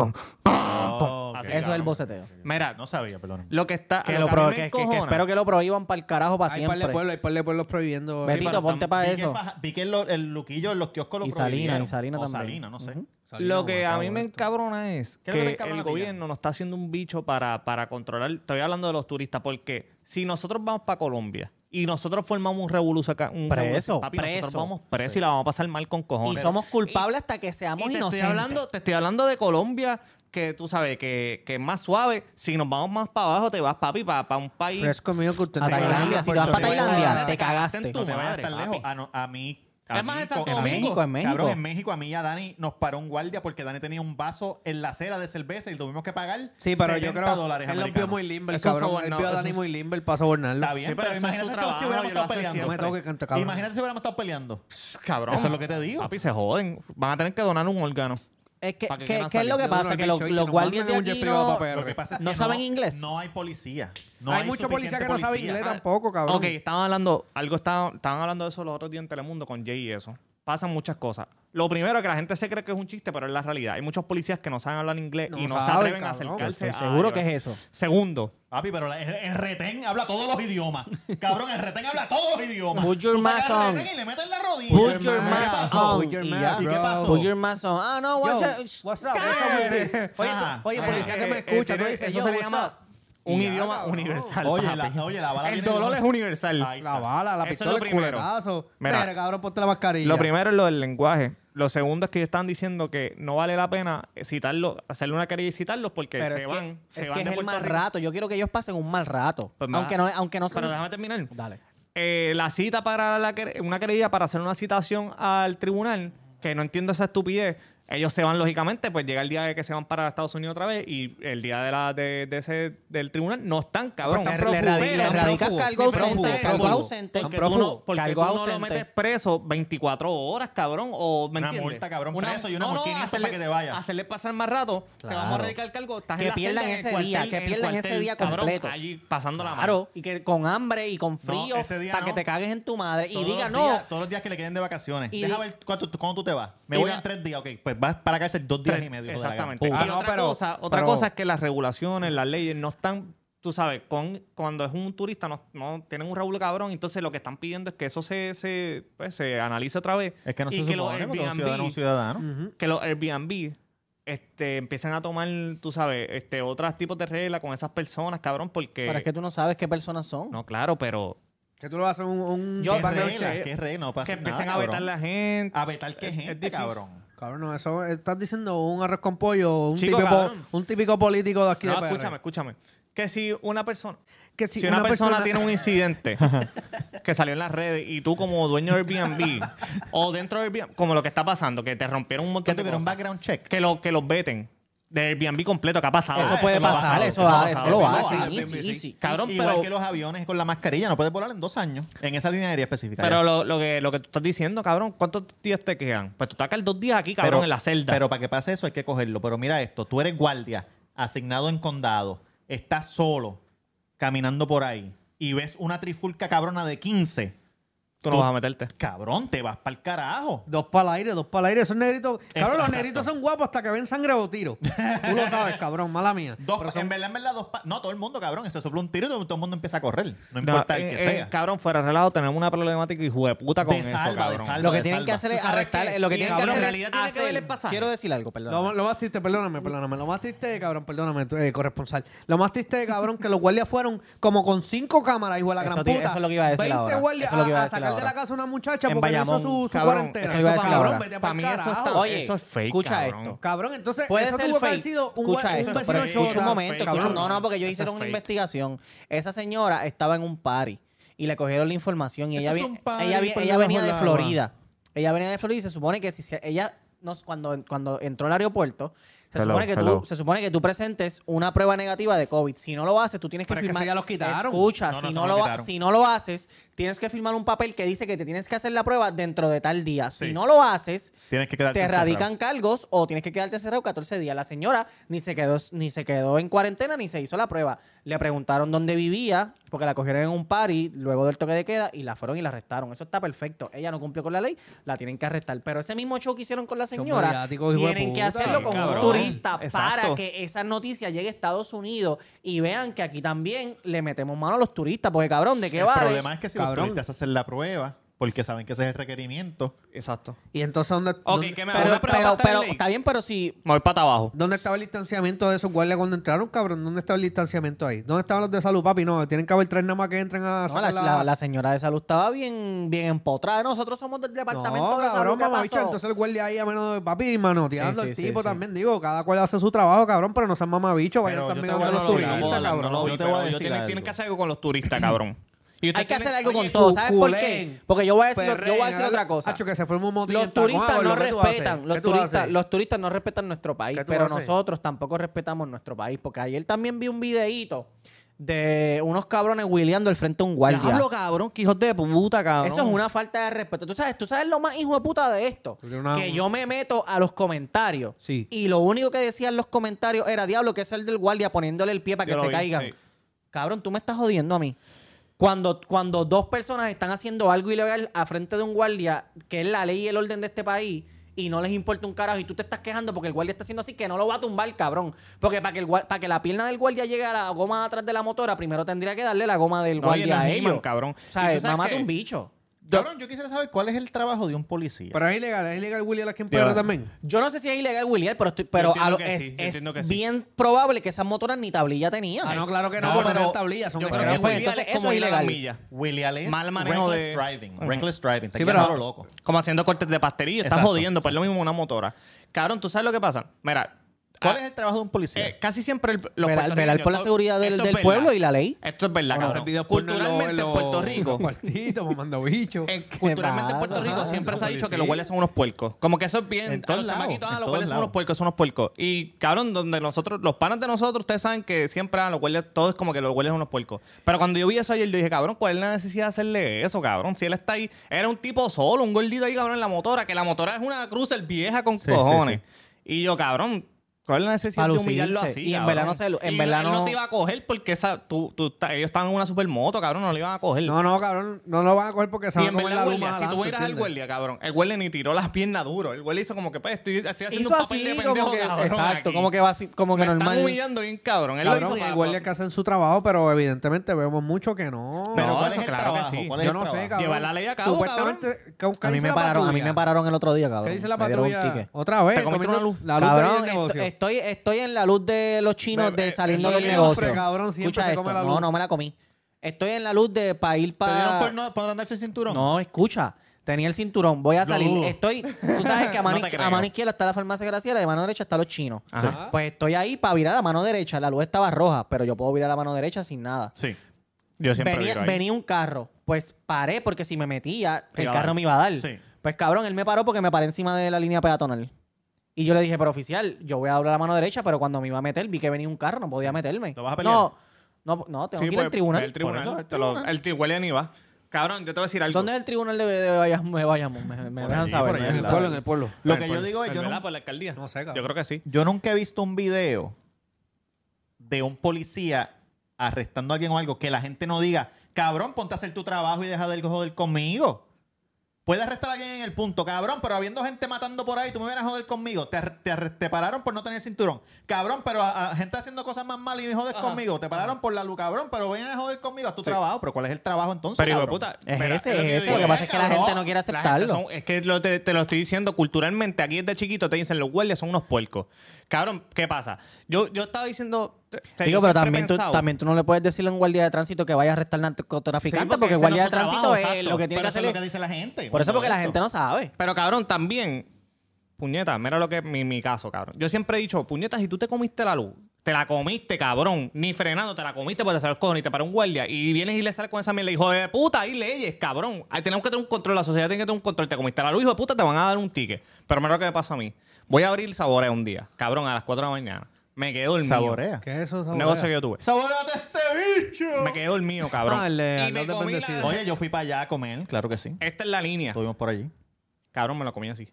Speaker 3: Oh, ok.
Speaker 8: Así,
Speaker 7: Eso es el
Speaker 8: cabrón.
Speaker 7: boceteo.
Speaker 8: Mira,
Speaker 3: No sabía, perdón.
Speaker 8: lo que está.
Speaker 7: Que,
Speaker 8: lo
Speaker 7: lo
Speaker 8: que a
Speaker 7: pro-
Speaker 8: mí me
Speaker 7: que- que- que
Speaker 8: encojona-
Speaker 7: espero que lo prohíban para el carajo para
Speaker 9: Hay par de
Speaker 7: siempre.
Speaker 9: pueblos, hay par de pueblos prohibiendo.
Speaker 7: Betito,
Speaker 3: pero
Speaker 7: ponte
Speaker 3: tam-
Speaker 7: pa'
Speaker 3: vi que
Speaker 7: eso.
Speaker 3: faja- Vi que lo- el luquillo en los kioscos lo
Speaker 7: Y Salina,
Speaker 3: prohibieron.
Speaker 7: y Salina
Speaker 3: O
Speaker 7: también.
Speaker 3: Salina, no sé.
Speaker 8: Lo que a mí me encabrona es
Speaker 3: ¿Qué
Speaker 8: que,
Speaker 3: es lo que te encabrona
Speaker 8: el
Speaker 3: a ti,
Speaker 8: gobierno no está haciendo un bicho para, para controlar. Estoy hablando de los turistas, porque si nosotros vamos para Colombia y nosotros formamos un revolución acá, un
Speaker 7: Preso,
Speaker 8: revolución, papi, nosotros
Speaker 7: preso.
Speaker 8: vamos presos y la vamos a pasar mal con
Speaker 7: Y
Speaker 8: cojones.
Speaker 7: somos culpables hasta que seamos
Speaker 8: Y te estoy,
Speaker 7: inocentes.
Speaker 8: hablando, te estoy hablando de Colombia, que tú sabes que, que es más suave. Si nos vamos más para abajo, te vas, papi, para, un país.
Speaker 9: Fresco mío que usted
Speaker 7: A
Speaker 9: está
Speaker 7: Tailandia, si te vas
Speaker 3: Puerto
Speaker 7: para
Speaker 3: Rico.
Speaker 7: Tailandia, te
Speaker 8: Te cagaste en
Speaker 7: cagaste.
Speaker 8: tu
Speaker 3: No te vayas
Speaker 8: madre,
Speaker 3: tan lejos.
Speaker 8: papi.
Speaker 3: A, no- a mí. a
Speaker 8: Es más,
Speaker 3: mí
Speaker 8: en Santo
Speaker 3: con- a mí-
Speaker 8: Domingo,
Speaker 7: en México.
Speaker 3: Cabrón, en México a mí y a Dani nos paró un guardia porque Dani tenía un vaso en la acera de cerveza y tuvimos que pagar
Speaker 9: Sí, pero yo
Speaker 3: 70
Speaker 9: creo
Speaker 3: dólares
Speaker 9: él lo vio
Speaker 3: americanos.
Speaker 9: muy
Speaker 8: Eso
Speaker 9: limber,
Speaker 8: es
Speaker 9: cabrón.
Speaker 8: soborno,
Speaker 9: él vio a
Speaker 8: eso
Speaker 9: Dani
Speaker 8: es-
Speaker 9: muy limber para sobornarlo.
Speaker 3: Está bien,
Speaker 8: Sí,
Speaker 3: pero,
Speaker 8: pero eso es su
Speaker 3: imagínate
Speaker 8: trabajo,
Speaker 3: si hubiéramos
Speaker 8: yo lo
Speaker 3: estado
Speaker 8: hago
Speaker 3: peleando.
Speaker 8: siempre.
Speaker 9: No me toques, cabrón.
Speaker 3: Imagínate si hubiéramos estado peleando.
Speaker 8: Cabrón.
Speaker 3: Eso es lo que te digo.
Speaker 8: Papi, se joden. Van a tener que donar un órgano.
Speaker 7: Es que,
Speaker 8: Pa' que
Speaker 7: ¿qué-
Speaker 8: quieran
Speaker 7: ¿qué es lo
Speaker 8: salir.
Speaker 7: que
Speaker 9: Yo no
Speaker 7: pasa?
Speaker 9: lo
Speaker 7: Que
Speaker 9: he
Speaker 7: los,
Speaker 9: dicho, y
Speaker 7: los
Speaker 9: que nos
Speaker 7: guardias
Speaker 9: manden
Speaker 7: de
Speaker 9: un
Speaker 7: aquí
Speaker 9: jet privado
Speaker 7: no...
Speaker 9: para Perro.
Speaker 3: Lo que pasa es que
Speaker 7: ¿No saben inglés?
Speaker 3: No hay policía. No
Speaker 9: hay muchos policías que no saben
Speaker 3: suficiente
Speaker 9: inglés
Speaker 3: policía. Ah,
Speaker 9: tampoco, cabrón.
Speaker 8: Ok, estaban hablando, algo estaban, estaban hablando de eso los otros días en Telemundo con Jay y eso. Pasan muchas cosas. Lo primero es que la gente se cree que es un chiste, pero es la realidad. Hay muchos policías que no saben hablar inglés
Speaker 9: No
Speaker 8: y no
Speaker 9: saben,
Speaker 8: se atreven a
Speaker 9: cabrón.
Speaker 8: acercarse.
Speaker 7: Estoy
Speaker 8: a-
Speaker 7: seguro que es eso.
Speaker 8: Segundo,
Speaker 3: Papi, pero la- el, el retén habla todos los idiomas. Cabrón, el retén habla todos los idiomas.
Speaker 7: Put your
Speaker 3: Tú sacas
Speaker 7: mask
Speaker 3: al
Speaker 7: on.
Speaker 3: retén y le metes la rodilla.
Speaker 7: Put
Speaker 3: ¿Y
Speaker 7: your
Speaker 3: qué
Speaker 7: mask
Speaker 3: pasó?
Speaker 7: on.
Speaker 9: Put your
Speaker 7: y
Speaker 9: mask
Speaker 7: ya.
Speaker 3: ¿Y qué pasó?
Speaker 7: Put your mask on. Ah, no,
Speaker 9: Yo,
Speaker 7: watch
Speaker 9: what's up? What's up with this?
Speaker 3: Oye, tú- oye, policía
Speaker 9: que me
Speaker 8: eh,
Speaker 9: escucha,
Speaker 8: eh,
Speaker 9: tú
Speaker 8: tiene-
Speaker 9: dices,
Speaker 8: eso
Speaker 9: yo,
Speaker 8: se
Speaker 9: what's
Speaker 8: llama un idioma universal.
Speaker 3: Oye,
Speaker 8: papi.
Speaker 3: la, oye, la bala
Speaker 8: el
Speaker 3: viene
Speaker 8: dolor
Speaker 3: de-
Speaker 8: es universal.
Speaker 3: Ahí está.
Speaker 9: La bala,
Speaker 8: Eso
Speaker 9: la
Speaker 8: es
Speaker 9: pistola,
Speaker 8: lo
Speaker 9: el
Speaker 8: primero.
Speaker 9: culerazo.
Speaker 8: Mira.
Speaker 9: Mira, cabrón, ponte la mascarilla.
Speaker 8: Lo primero es lo del lenguaje. Lo segundo es que ellos están diciendo que no vale la pena citarlo, hacerle una querella y citarlos porque
Speaker 7: Pero
Speaker 8: se
Speaker 7: es
Speaker 8: van.
Speaker 7: que
Speaker 8: se
Speaker 7: es,
Speaker 8: van
Speaker 7: que
Speaker 8: de
Speaker 7: es el
Speaker 8: Puerto
Speaker 7: mal
Speaker 8: Rico.
Speaker 7: rato. Yo quiero que ellos pasen un mal rato.
Speaker 8: Pues me
Speaker 7: aunque, no,
Speaker 8: va-
Speaker 7: aunque no
Speaker 8: Pero
Speaker 7: sean-
Speaker 8: déjame terminar.
Speaker 7: Dale.
Speaker 8: Eh, la cita para la quere- una querella para hacer una citación al tribunal, que no entiendo esa estupidez. Ellos se van, lógicamente, pues llega el día de que se van para Estados Unidos otra vez y el día de la de, de ese del tribunal no están, cabrón.
Speaker 9: Pues
Speaker 7: Le,
Speaker 9: están
Speaker 7: le
Speaker 9: prófugos,
Speaker 7: radi- le
Speaker 9: están
Speaker 7: radicas
Speaker 9: prófugos.
Speaker 7: cargo
Speaker 9: Están
Speaker 7: ausente.
Speaker 9: prófugos,
Speaker 7: Cargo
Speaker 9: prófugos.
Speaker 7: ausente.
Speaker 8: Porque tú no,
Speaker 7: Prófugo.
Speaker 8: porque tú
Speaker 7: Cargo
Speaker 8: no lo metes
Speaker 7: ausente.
Speaker 8: preso 24 horas, cabrón. O, ¿me
Speaker 3: Una
Speaker 8: entiendes?
Speaker 3: multa, cabrón, preso y una mulquinienta
Speaker 8: hacerle-
Speaker 3: para que te vayas.
Speaker 8: Hacerle pasar más rato. Te
Speaker 7: Claro.
Speaker 8: vamos a radicar cargo. Estás
Speaker 7: Que
Speaker 8: en la celda,
Speaker 7: pierdan
Speaker 8: en el
Speaker 7: ese día,
Speaker 8: cuartel-
Speaker 7: que
Speaker 8: en el
Speaker 7: pierdan ese
Speaker 8: cuartel,
Speaker 7: día
Speaker 8: cabrón,
Speaker 7: completo.
Speaker 8: Allí pasando la mano.
Speaker 7: Claro, y que con hambre y con frío,
Speaker 3: ese día
Speaker 7: para que
Speaker 3: no.
Speaker 7: te cagues en tu madre. Y
Speaker 3: Todos
Speaker 7: diga,
Speaker 3: los
Speaker 7: no,
Speaker 3: días- todos los días que le queden de vacaciones.
Speaker 7: Y
Speaker 3: Deja
Speaker 7: di-
Speaker 3: ver cuánto, tú- cuándo tú te vas. Me
Speaker 8: Y
Speaker 3: voy
Speaker 8: la-
Speaker 3: en tres días. Ok, pues vas para cárcel dos días y medio. hijo de la gran
Speaker 8: Exactamente.
Speaker 3: puta.
Speaker 8: Y
Speaker 9: Ah, no,
Speaker 8: otra,
Speaker 9: pero-
Speaker 8: cosa, otra
Speaker 9: pero-
Speaker 8: cosa es que las regulaciones, las leyes no están. tú tú sabes, con, cuando es un turista, no, no tienen un revuelo cabrón. Entonces, lo que están pidiendo es que eso se, se, pues, se analice otra vez.
Speaker 3: Es que no
Speaker 8: y
Speaker 3: se
Speaker 8: que los
Speaker 3: supone porque un
Speaker 8: Airbnb
Speaker 3: ciudadano es un ciudadano.
Speaker 8: que los Airbnb este, empiezan a tomar, tú sabes, este, otros tipos de reglas con esas personas, cabrón, porque...
Speaker 7: Pero es que tú no sabes qué personas son.
Speaker 8: No, claro, pero...
Speaker 9: Que tú lo vas a hacer un... un-
Speaker 8: Yo-
Speaker 3: ¿Qué
Speaker 8: Para
Speaker 3: regla?
Speaker 8: noche-
Speaker 3: ¿Qué regla? No pasa
Speaker 8: Que
Speaker 3: nada,
Speaker 8: empiezan a
Speaker 3: cabrón.
Speaker 8: vetar la gente.
Speaker 3: A vetar qué
Speaker 8: Es- es
Speaker 3: gente,
Speaker 8: difícil.
Speaker 3: cabrón.
Speaker 9: Cabrón, no, eso estás diciendo un arroz con pollo, un,
Speaker 8: Chico,
Speaker 9: típico,
Speaker 8: cabrón.
Speaker 9: un típico político
Speaker 3: Ah,
Speaker 9: de aquí de
Speaker 8: No,
Speaker 3: pues,
Speaker 9: PR.
Speaker 8: escúchame, escúchame. Que si una persona...
Speaker 9: Que
Speaker 8: Si, una, persona, tiene un incidente que salió en las redes y tú como dueño de Airbnb o dentro de Airbnb, como lo que está pasando, que te rompieron un
Speaker 3: Que
Speaker 8: montón de
Speaker 3: tuvieron un
Speaker 8: cosas,
Speaker 3: background check.
Speaker 8: que, lo, que los veten de Airbnb completo, que ha pasado.
Speaker 7: Eso
Speaker 3: Ah,
Speaker 7: puede
Speaker 3: eso lo ha
Speaker 7: pasar,
Speaker 3: pasado,
Speaker 7: eso,
Speaker 3: eso lo
Speaker 7: ha-
Speaker 3: ha
Speaker 7: eso
Speaker 3: pasado,
Speaker 7: lo
Speaker 3: eso
Speaker 7: hacen.
Speaker 3: lo
Speaker 7: easy,
Speaker 3: hacen,
Speaker 7: easy.
Speaker 8: Cabrón,
Speaker 3: Igual
Speaker 8: pero-
Speaker 3: que los aviones con la mascarilla, no puedes volar en dos años en esa línea aérea específica.
Speaker 8: Pero
Speaker 3: ya.
Speaker 8: lo, lo que, lo que tú estás diciendo, cabrón, ¿cuántos días te quedan? Pues tú estás acá dos días aquí, cabrón, en la celda.
Speaker 3: Pero para que pase eso hay que cogerlo. Pero mira esto, tú eres guardia, asignado en condado, estás solo, caminando por ahí, y ves una trifulca cabrona de 15.
Speaker 8: tú no
Speaker 3: tú-
Speaker 8: vas a meterte.
Speaker 3: Cabrón, te vas para el carajo.
Speaker 9: Dos para el aire, dos para el aire. Esos negritos. Cabrón, los
Speaker 3: exacto.
Speaker 9: negritos son guapos hasta que ven sangre o tiro. Tú lo sabes, cabrón, mala mía.
Speaker 3: Dos,
Speaker 9: Pero
Speaker 3: pa-
Speaker 9: son-
Speaker 3: En verdad, en verdad, dos pa- No, todo el mundo, cabrón. Se sopla un tiro y todo todo el mundo empieza a correr. No
Speaker 8: No,
Speaker 3: importa el
Speaker 8: eh,
Speaker 3: que
Speaker 8: eh,
Speaker 3: sea.
Speaker 8: Cabrón, fuera de relajo, tenemos una problemática y de puta con
Speaker 3: De
Speaker 8: eso,
Speaker 3: salva, de
Speaker 8: cabrón.
Speaker 3: salva.
Speaker 7: Lo que
Speaker 3: de
Speaker 7: tienen que
Speaker 3: salva.
Speaker 7: hacer es
Speaker 8: ¿Tú sabes
Speaker 7: arrestar.
Speaker 8: qué?
Speaker 7: Lo que
Speaker 8: Y,
Speaker 7: tienen que
Speaker 8: cabrón,
Speaker 7: hacer
Speaker 8: en
Speaker 7: es
Speaker 8: realidad tiene que ver el
Speaker 7: hacer-
Speaker 8: pasaje.
Speaker 7: Quiero decir algo, perdón.
Speaker 9: Lo, lo más triste, perdóname, perdóname. Lo más triste, cabrón, perdóname, eh, corresponsal. Lo más triste, cabrón, que los guardias fueron como con cinco cámaras, hijo de la
Speaker 7: Eso
Speaker 9: gran
Speaker 7: te-
Speaker 9: puta.
Speaker 7: eso es lo que iba a decir
Speaker 9: 20
Speaker 7: ahora.
Speaker 9: guardias
Speaker 7: Eso es lo que iba a
Speaker 9: a, a
Speaker 7: decir
Speaker 9: sacar de
Speaker 7: ahora.
Speaker 9: la casa a una muchacha
Speaker 7: En
Speaker 9: porque no hizo
Speaker 7: Bayamón,
Speaker 9: su, su
Speaker 7: cabrón,
Speaker 9: cuarentena.
Speaker 7: eso iba a decir
Speaker 9: cabrón,
Speaker 7: ahora.
Speaker 9: vete
Speaker 8: Para mí
Speaker 9: pa'l
Speaker 8: eso,
Speaker 9: carajo.
Speaker 8: está,
Speaker 7: Oye,
Speaker 8: eso es fake,
Speaker 7: escucha
Speaker 8: cabrón.
Speaker 7: esto.
Speaker 9: Cabrón, entonces
Speaker 7: Puede
Speaker 9: eso
Speaker 7: ser
Speaker 9: tuvo que
Speaker 7: fake.
Speaker 9: haber sido un,
Speaker 7: escucha
Speaker 9: gua-
Speaker 7: eso,
Speaker 9: un
Speaker 7: pero
Speaker 9: vecino
Speaker 7: escucha
Speaker 9: chota.
Speaker 7: un momento,
Speaker 8: Cabrón.
Speaker 7: escucha un- No, no, porque yo
Speaker 8: Eso
Speaker 7: hice
Speaker 8: es
Speaker 7: toda una
Speaker 8: fake.
Speaker 7: investigación. Esa señora estaba en un party y le cogieron la información y
Speaker 3: Esto
Speaker 7: ella,
Speaker 3: es
Speaker 7: vi-
Speaker 3: un party
Speaker 7: ella, vi-
Speaker 3: por
Speaker 7: ella
Speaker 3: debajo
Speaker 7: venía de
Speaker 3: del agua.
Speaker 7: Florida. Ella venía de Florida y se supone que si se- ella nos, cuando, cuando entró al aeropuerto, se,
Speaker 8: Hello,
Speaker 7: supone que tú,
Speaker 8: hello.
Speaker 7: se supone que tú presentes una prueba negativa de COVID. Si no lo haces, tú tienes que
Speaker 9: Pero es que
Speaker 7: firmar.
Speaker 9: eso ya los quitaron.
Speaker 7: Escucha,
Speaker 3: No, no,
Speaker 7: si,
Speaker 3: eso
Speaker 7: no
Speaker 3: lo
Speaker 7: lo, ha-
Speaker 3: quitaron.
Speaker 7: si no lo haces, tienes que firmar un papel que dice que te tienes que hacer la prueba dentro de tal día. Si
Speaker 3: Sí.
Speaker 7: no lo haces,
Speaker 3: Tienes que quedarte
Speaker 7: te
Speaker 3: encerrado.
Speaker 7: radican cargos o tienes que quedarte cerrado 14 días. La señora ni se quedó ni se quedó en cuarentena ni se hizo la prueba. Le preguntaron dónde vivía porque la cogieron en un party luego del toque de queda y la fueron y la arrestaron. Eso está perfecto. Ella no cumplió con la ley, la tienen que arrestar. Pero ese mismo show que hicieron con la señora
Speaker 9: mediáticos, hijo de
Speaker 7: tienen que
Speaker 9: puta.
Speaker 7: hacerlo con
Speaker 8: Cabrón.
Speaker 7: un turista para
Speaker 8: Exacto.
Speaker 7: que esa noticia llegue a Estados Unidos y vean que aquí también le metemos mano a los turistas porque cabrón, ¿de qué
Speaker 3: El
Speaker 7: vale?
Speaker 3: problema es que si
Speaker 9: Cabrón.
Speaker 3: los turistas hacen la prueba, porque saben que ese es el requerimiento.
Speaker 8: Exacto.
Speaker 9: Y entonces, ¿dónde,
Speaker 8: Ok,
Speaker 9: dónde-
Speaker 8: ¿qué me
Speaker 7: Pero,
Speaker 8: Una prueba
Speaker 7: pero,
Speaker 8: está en
Speaker 7: pero-
Speaker 8: ley.
Speaker 7: está bien, pero si
Speaker 8: Me voy para abajo.
Speaker 9: ¿Dónde estaba el distanciamiento de esos guardias cuando entraron, cabrón? ¿Dónde estaba el distanciamiento ahí? ¿Dónde estaban los de salud, papi? No, tienen que haber tres nada más que entren a
Speaker 7: No,
Speaker 9: sacar
Speaker 7: la,
Speaker 9: la-
Speaker 7: la- la señora de salud estaba bien, bien empotrada. Nosotros somos del departamento
Speaker 9: No,
Speaker 7: de
Speaker 9: cabrón,
Speaker 7: salud. ¿qué
Speaker 9: mamá, bicho,
Speaker 7: pasó?
Speaker 9: entonces el guardia ahí a menos de papi manoteando
Speaker 7: Sí,
Speaker 9: al
Speaker 7: sí,
Speaker 9: tipo
Speaker 7: sí, sí.
Speaker 9: también. Digo, cada cual hace su trabajo, cabrón, pero no sean mamabicho, vayan
Speaker 3: Pero yo
Speaker 9: también
Speaker 3: te
Speaker 9: a
Speaker 3: voy a
Speaker 9: ver los
Speaker 3: hablar ahora, no,
Speaker 9: turistas,
Speaker 3: no,
Speaker 9: cabrón.
Speaker 3: no, yo te voy a decir
Speaker 8: tienen,
Speaker 3: algo.
Speaker 8: tienen que hacer algo con los turistas, cabrón. Y
Speaker 7: Hay
Speaker 8: ustedes
Speaker 7: que hacer
Speaker 8: tienen-
Speaker 7: algo
Speaker 8: Oye,
Speaker 7: con todo. ¿Sabes por qué?
Speaker 9: culen,
Speaker 7: Porque yo voy a decir,
Speaker 9: perreo,
Speaker 7: yo voy a decir
Speaker 9: hacho,
Speaker 7: otra cosa.
Speaker 9: hacho, que se forme un motín en
Speaker 7: los
Speaker 9: Tacoma,
Speaker 7: turistas no
Speaker 9: Pablo, ¿qué tú haces?
Speaker 7: respetan. Los
Speaker 9: ¿Qué tú
Speaker 7: turistas,
Speaker 9: haces?
Speaker 7: los turistas no respetan nuestro país.
Speaker 9: ¿Qué tú
Speaker 7: Pero
Speaker 9: haces?
Speaker 7: nosotros tampoco respetamos nuestro país. Porque ayer también vi un videíto de unos cabrones wheeleando al frente de un guardia.
Speaker 8: Diablo, cabrón, que hijos de puta, cabrón.
Speaker 7: Eso es una falta de respeto. Tú sabes, tú sabes lo más hijo de puta de esto.
Speaker 9: Porque una-
Speaker 7: que yo me meto a los comentarios.
Speaker 9: Sí.
Speaker 7: Y lo único que decían los comentarios era, diablo, que es el del guardia poniéndole el pie
Speaker 8: Yo
Speaker 7: para que
Speaker 8: lo
Speaker 7: se
Speaker 8: vi,
Speaker 7: caigan.
Speaker 8: sí.
Speaker 7: Cabrón, tú me estás jodiendo a mí. Cuando, cuando dos personas están haciendo algo ilegal a frente de un guardia, que es la ley y el orden de este país, y no les importa un carajo, y tú te estás quejando porque el guardia está haciendo así, que no lo va a tumbar, cabrón. Porque para que, el, gua- para que la pierna del guardia llegue a la goma de atrás de la motora, primero tendría que darle la goma del
Speaker 8: No, y en
Speaker 7: guardia
Speaker 8: el
Speaker 7: a
Speaker 8: He-Man,
Speaker 7: ellos.
Speaker 8: cabrón.
Speaker 7: O sea,
Speaker 8: ¿Y tú sabes
Speaker 7: mamate
Speaker 8: qué?
Speaker 7: un bicho.
Speaker 3: Cabrón, yo quisiera saber cuál es el trabajo de un policía.
Speaker 9: Pero es ilegal, es ilegal Willy a las que en
Speaker 3: Diablo.
Speaker 9: PR también.
Speaker 7: Yo no sé si es ilegal William, pero, estoy- pero
Speaker 8: entiendo
Speaker 7: a lo-
Speaker 8: que
Speaker 7: es,
Speaker 8: sí, yo
Speaker 7: es
Speaker 8: entiendo que sí.
Speaker 7: bien probable que esas motoras ni tablilla tenían.
Speaker 9: Ah, no, claro que no,
Speaker 3: No,
Speaker 9: porque no
Speaker 3: pero-
Speaker 9: son tablillas, son
Speaker 8: Yo
Speaker 7: Pero
Speaker 8: creo que
Speaker 9: scratch.
Speaker 7: pues,
Speaker 8: Willy
Speaker 7: entonces
Speaker 8: Allen es
Speaker 7: eso
Speaker 8: como
Speaker 7: es
Speaker 8: ir a la
Speaker 7: ilegal.
Speaker 8: milla.
Speaker 3: Willie Allen,
Speaker 8: Mal manejo
Speaker 3: reckless
Speaker 8: de-
Speaker 3: driving.
Speaker 8: Ujú.
Speaker 3: Reckless driving. Te
Speaker 9: Sí,
Speaker 3: quieres
Speaker 9: pero-
Speaker 3: a lo loco.
Speaker 8: Como haciendo cortes de pastelillo, estás
Speaker 3: Exacto.
Speaker 8: jodiendo, pues lo mismo una motora. Cabrón, ¿tú sabes lo que pasa? Mira,
Speaker 3: ¿Cuál
Speaker 8: ah,
Speaker 3: es el trabajo de un policía?
Speaker 8: eh, casi siempre el, los
Speaker 7: Velar-
Speaker 8: puertorriqueños-
Speaker 7: velar por la
Speaker 8: esto-
Speaker 7: seguridad del-
Speaker 8: esto es
Speaker 7: del
Speaker 8: verdad.
Speaker 7: pueblo y la ley.
Speaker 8: Esto es verdad,
Speaker 7: Bueno,
Speaker 8: cabrón. Culturalmente en Puerto Rico,
Speaker 9: Cuartito, mamando bicho.
Speaker 8: eh, culturalmente en
Speaker 7: pasa,
Speaker 8: Puerto Rico
Speaker 7: mano?
Speaker 8: siempre se ha dicho que
Speaker 9: Policía.
Speaker 8: los hueles son unos puercos. Como que eso es bien.
Speaker 3: En
Speaker 8: a
Speaker 3: todos
Speaker 8: los
Speaker 3: lados,
Speaker 8: chamaquitos, ah,
Speaker 3: en
Speaker 8: los
Speaker 3: todos
Speaker 8: hueles son
Speaker 3: lados.
Speaker 8: unos puercos, son unos puercos. Y cabrón, donde nosotros, los panas de nosotros, ustedes saben que siempre ah, los hueles, todo es como que los hueles son unos puercos. Pero cuando yo vi eso ayer, yo dije, cabrón, ¿cuál es la necesidad de hacerle eso, cabrón? Si él está ahí, era un tipo solo, un gordito ahí, cabrón, en la motora, que la motora es una crucer vieja con
Speaker 3: Sí, sí,
Speaker 8: cojones. Y yo, cabrón. ¿Cuál es la necesidad
Speaker 7: Para
Speaker 8: de humillarlo
Speaker 7: lucirse.
Speaker 8: así?
Speaker 7: Y en
Speaker 8: cabrón?
Speaker 7: verdad no se lu- en
Speaker 8: Y
Speaker 7: verdad
Speaker 8: él
Speaker 7: no-
Speaker 8: te iba a coger porque esa, tú, tú, ta- ellos estaban en una supermoto, cabrón. No le iban a coger.
Speaker 9: No, no, cabrón. No lo van a coger porque se
Speaker 8: y
Speaker 9: van a
Speaker 8: en
Speaker 9: comer
Speaker 8: verdad,
Speaker 9: la
Speaker 8: el
Speaker 9: luma.
Speaker 8: guardia, si tú
Speaker 9: adelante,
Speaker 8: miras al
Speaker 9: ¿entiendes?
Speaker 8: guardia, cabrón, el guardia ni tiró las piernas duro. El guardia hizo como que, pues, estoy, estoy haciendo
Speaker 7: Hizo
Speaker 8: un papel
Speaker 7: así,
Speaker 8: de
Speaker 7: como
Speaker 8: pendejo,
Speaker 7: que-
Speaker 8: cabrón,
Speaker 7: exacto,
Speaker 8: aquí.
Speaker 7: como que, basi- como que
Speaker 8: Me
Speaker 7: normal.
Speaker 8: Están humillando bien, cabrón. Él lo hizo
Speaker 9: Cabrón,
Speaker 8: para-
Speaker 9: hay guardias que hacen su trabajo, pero evidentemente vemos mucho que no.
Speaker 3: Pero
Speaker 8: No,
Speaker 3: ¿cuál
Speaker 8: eso
Speaker 3: es el
Speaker 8: claro que
Speaker 3: trabajo?
Speaker 8: sí.
Speaker 3: ¿Cuál es
Speaker 9: Yo
Speaker 3: el
Speaker 9: no sé,
Speaker 3: trabajo?
Speaker 9: cabrón.
Speaker 8: Llevar la ley a cabo,
Speaker 9: Supuestamente, cabrón.
Speaker 7: A mí me pararon, a mí me pararon el otro día, cabrón.
Speaker 9: ¿Qué dice la
Speaker 7: Me dieron un
Speaker 9: patrulla?
Speaker 7: ticket.
Speaker 9: Otra vez.
Speaker 8: Te comiste
Speaker 9: comiendo
Speaker 8: una luz.
Speaker 9: La luz
Speaker 7: Cabrón,
Speaker 9: del
Speaker 7: esto-
Speaker 9: negocio.
Speaker 7: estoy, estoy en la luz de los chinos
Speaker 9: Bebé,
Speaker 7: de saliendo
Speaker 9: eso
Speaker 7: del
Speaker 9: siempre,
Speaker 7: negocio.
Speaker 9: cabrón, siempre
Speaker 7: escucha
Speaker 9: se
Speaker 7: esto.
Speaker 9: come la
Speaker 7: No,
Speaker 9: luz.
Speaker 7: no me la comí. Estoy en la luz de para ir
Speaker 3: ¿Te dieron
Speaker 7: para.
Speaker 3: por, no, por andarse el cinturón?
Speaker 7: No, escucha. Tenía el cinturón. Voy a salir.
Speaker 3: dudo.
Speaker 7: Estoy. Tú sabes que a mano,
Speaker 8: No te creo.
Speaker 7: a mano izquierda está la farmacia Graciela y a mano derecha están los chinos.
Speaker 8: Ajá.
Speaker 7: Pues estoy ahí para virar la mano derecha. La luz estaba roja, pero yo puedo virar la mano derecha sin nada.
Speaker 8: Sí. Yo siempre
Speaker 7: Venía,
Speaker 8: digo ahí.
Speaker 7: venía un carro. Pues paré porque si me metía,
Speaker 8: Te
Speaker 7: el
Speaker 8: iba a
Speaker 7: carro
Speaker 8: dar.
Speaker 7: me iba a dar.
Speaker 8: Sí.
Speaker 7: Pues cabrón, él me paró porque me paré encima de la línea peatonal. Y yo le dije, pero oficial, yo voy a doblar la mano derecha, pero cuando me iba a meter, vi que venía un carro, no podía meterme.
Speaker 3: ¿Lo vas a pelear?
Speaker 7: no, no, no, tengo
Speaker 8: Sí,
Speaker 7: que ir
Speaker 8: pues,
Speaker 7: al tribunal.
Speaker 8: El tribunal.
Speaker 3: Por eso,
Speaker 8: te lo- el ti- guardia ni va. Cabrón, yo te voy a decir algo.
Speaker 7: ¿Dónde es el tribunal de, de Bayamón? de Bayamón? Me, me dejan
Speaker 3: allí,
Speaker 7: saber.
Speaker 3: por
Speaker 7: me
Speaker 3: allí,
Speaker 7: dejan
Speaker 9: En el
Speaker 3: la-
Speaker 9: pueblo, en el pueblo.
Speaker 3: Lo
Speaker 8: Por-
Speaker 3: que
Speaker 8: por-
Speaker 3: yo digo es,
Speaker 8: ¿verdad?
Speaker 3: yo, nun-
Speaker 8: por la alcaldía.
Speaker 9: No sé, cabrón.
Speaker 8: Yo creo que sí.
Speaker 3: yo nunca he visto un video de un policía arrestando a alguien o algo que la gente no diga, cabrón, ponte a hacer tu trabajo y deja de joder conmigo. Puedes arrestar a alguien en el punto, cabrón, pero habiendo gente matando por ahí, tú me vienes a joder conmigo. Te, ar- te, ar- te pararon por no tener cinturón. Cabrón, pero a, a gente haciendo cosas más mal y me jodes conmigo. Te pararon por la luz, cabrón, pero vienes a joder conmigo. Haz tu trabajo, pero ¿cuál es el trabajo entonces?
Speaker 8: Pero hijo de
Speaker 3: cabrón?
Speaker 8: puta.
Speaker 7: Es
Speaker 8: mira,
Speaker 7: ese,
Speaker 8: lo que yo
Speaker 7: es ese.
Speaker 8: digo
Speaker 7: Lo que pasa es que la
Speaker 3: cabrón,
Speaker 7: gente no quiere
Speaker 8: La gente
Speaker 7: aceptarlo.
Speaker 8: son- es que lo- te, te lo estoy diciendo culturalmente. Aquí desde chiquito te dicen los guardias son unos puercos. Cabrón, ¿qué pasa? Yo, yo estaba diciendo. te- te-
Speaker 7: Digo,
Speaker 8: yo siempre
Speaker 7: pero
Speaker 8: he
Speaker 7: también tú,
Speaker 8: pensado-
Speaker 7: también tú no le puedes decirle a un guardia de tránsito que vaya a arrestar narcotraficante
Speaker 3: Sí,
Speaker 7: porque, el
Speaker 3: ese
Speaker 7: guardia
Speaker 3: no
Speaker 7: de
Speaker 3: es su
Speaker 7: tránsito
Speaker 3: trabajo,
Speaker 7: es
Speaker 3: exacto.
Speaker 7: lo que tiene
Speaker 3: Pero eso
Speaker 7: que hacer.
Speaker 3: es
Speaker 7: es-
Speaker 3: lo que dice la gente.
Speaker 7: Por eso porque la
Speaker 3: Esto.
Speaker 7: gente no sabe.
Speaker 8: Pero cabrón, también. Puñeta, mira lo que mi, mi caso, cabrón. Yo siempre he dicho, puñeta, si tú te comiste la luz, te la comiste, cabrón, ni frenando, te la comiste porque te salió el cojones y te paró un guardia y vienes y le sales con esa mierda, hijo de puta, hay leyes, cabrón. Ahí tenemos que tener un control, la sociedad tiene que tener un control. Te comiste la luz, hijo de puta, te van a dar un ticket. Pero mira lo que me pasó a mí. Voy a abrir saborea un día, cabrón, a las 4 de la mañana. Me quedé dormido.
Speaker 3: Saborea.
Speaker 9: ¿Qué es eso?
Speaker 8: Un negocio que yo tuve.
Speaker 3: ¡Saboreate este bicho!
Speaker 8: Me quedé dormido, cabrón.
Speaker 9: Ah, el de
Speaker 8: y me
Speaker 9: Arnoldo
Speaker 8: comí la-
Speaker 9: Bendecido.
Speaker 8: Oye,
Speaker 3: Oye, yo fui para allá a comer, claro que sí.
Speaker 8: esta es la línea.
Speaker 3: Estuvimos por allí.
Speaker 8: Cabrón, me lo comí así.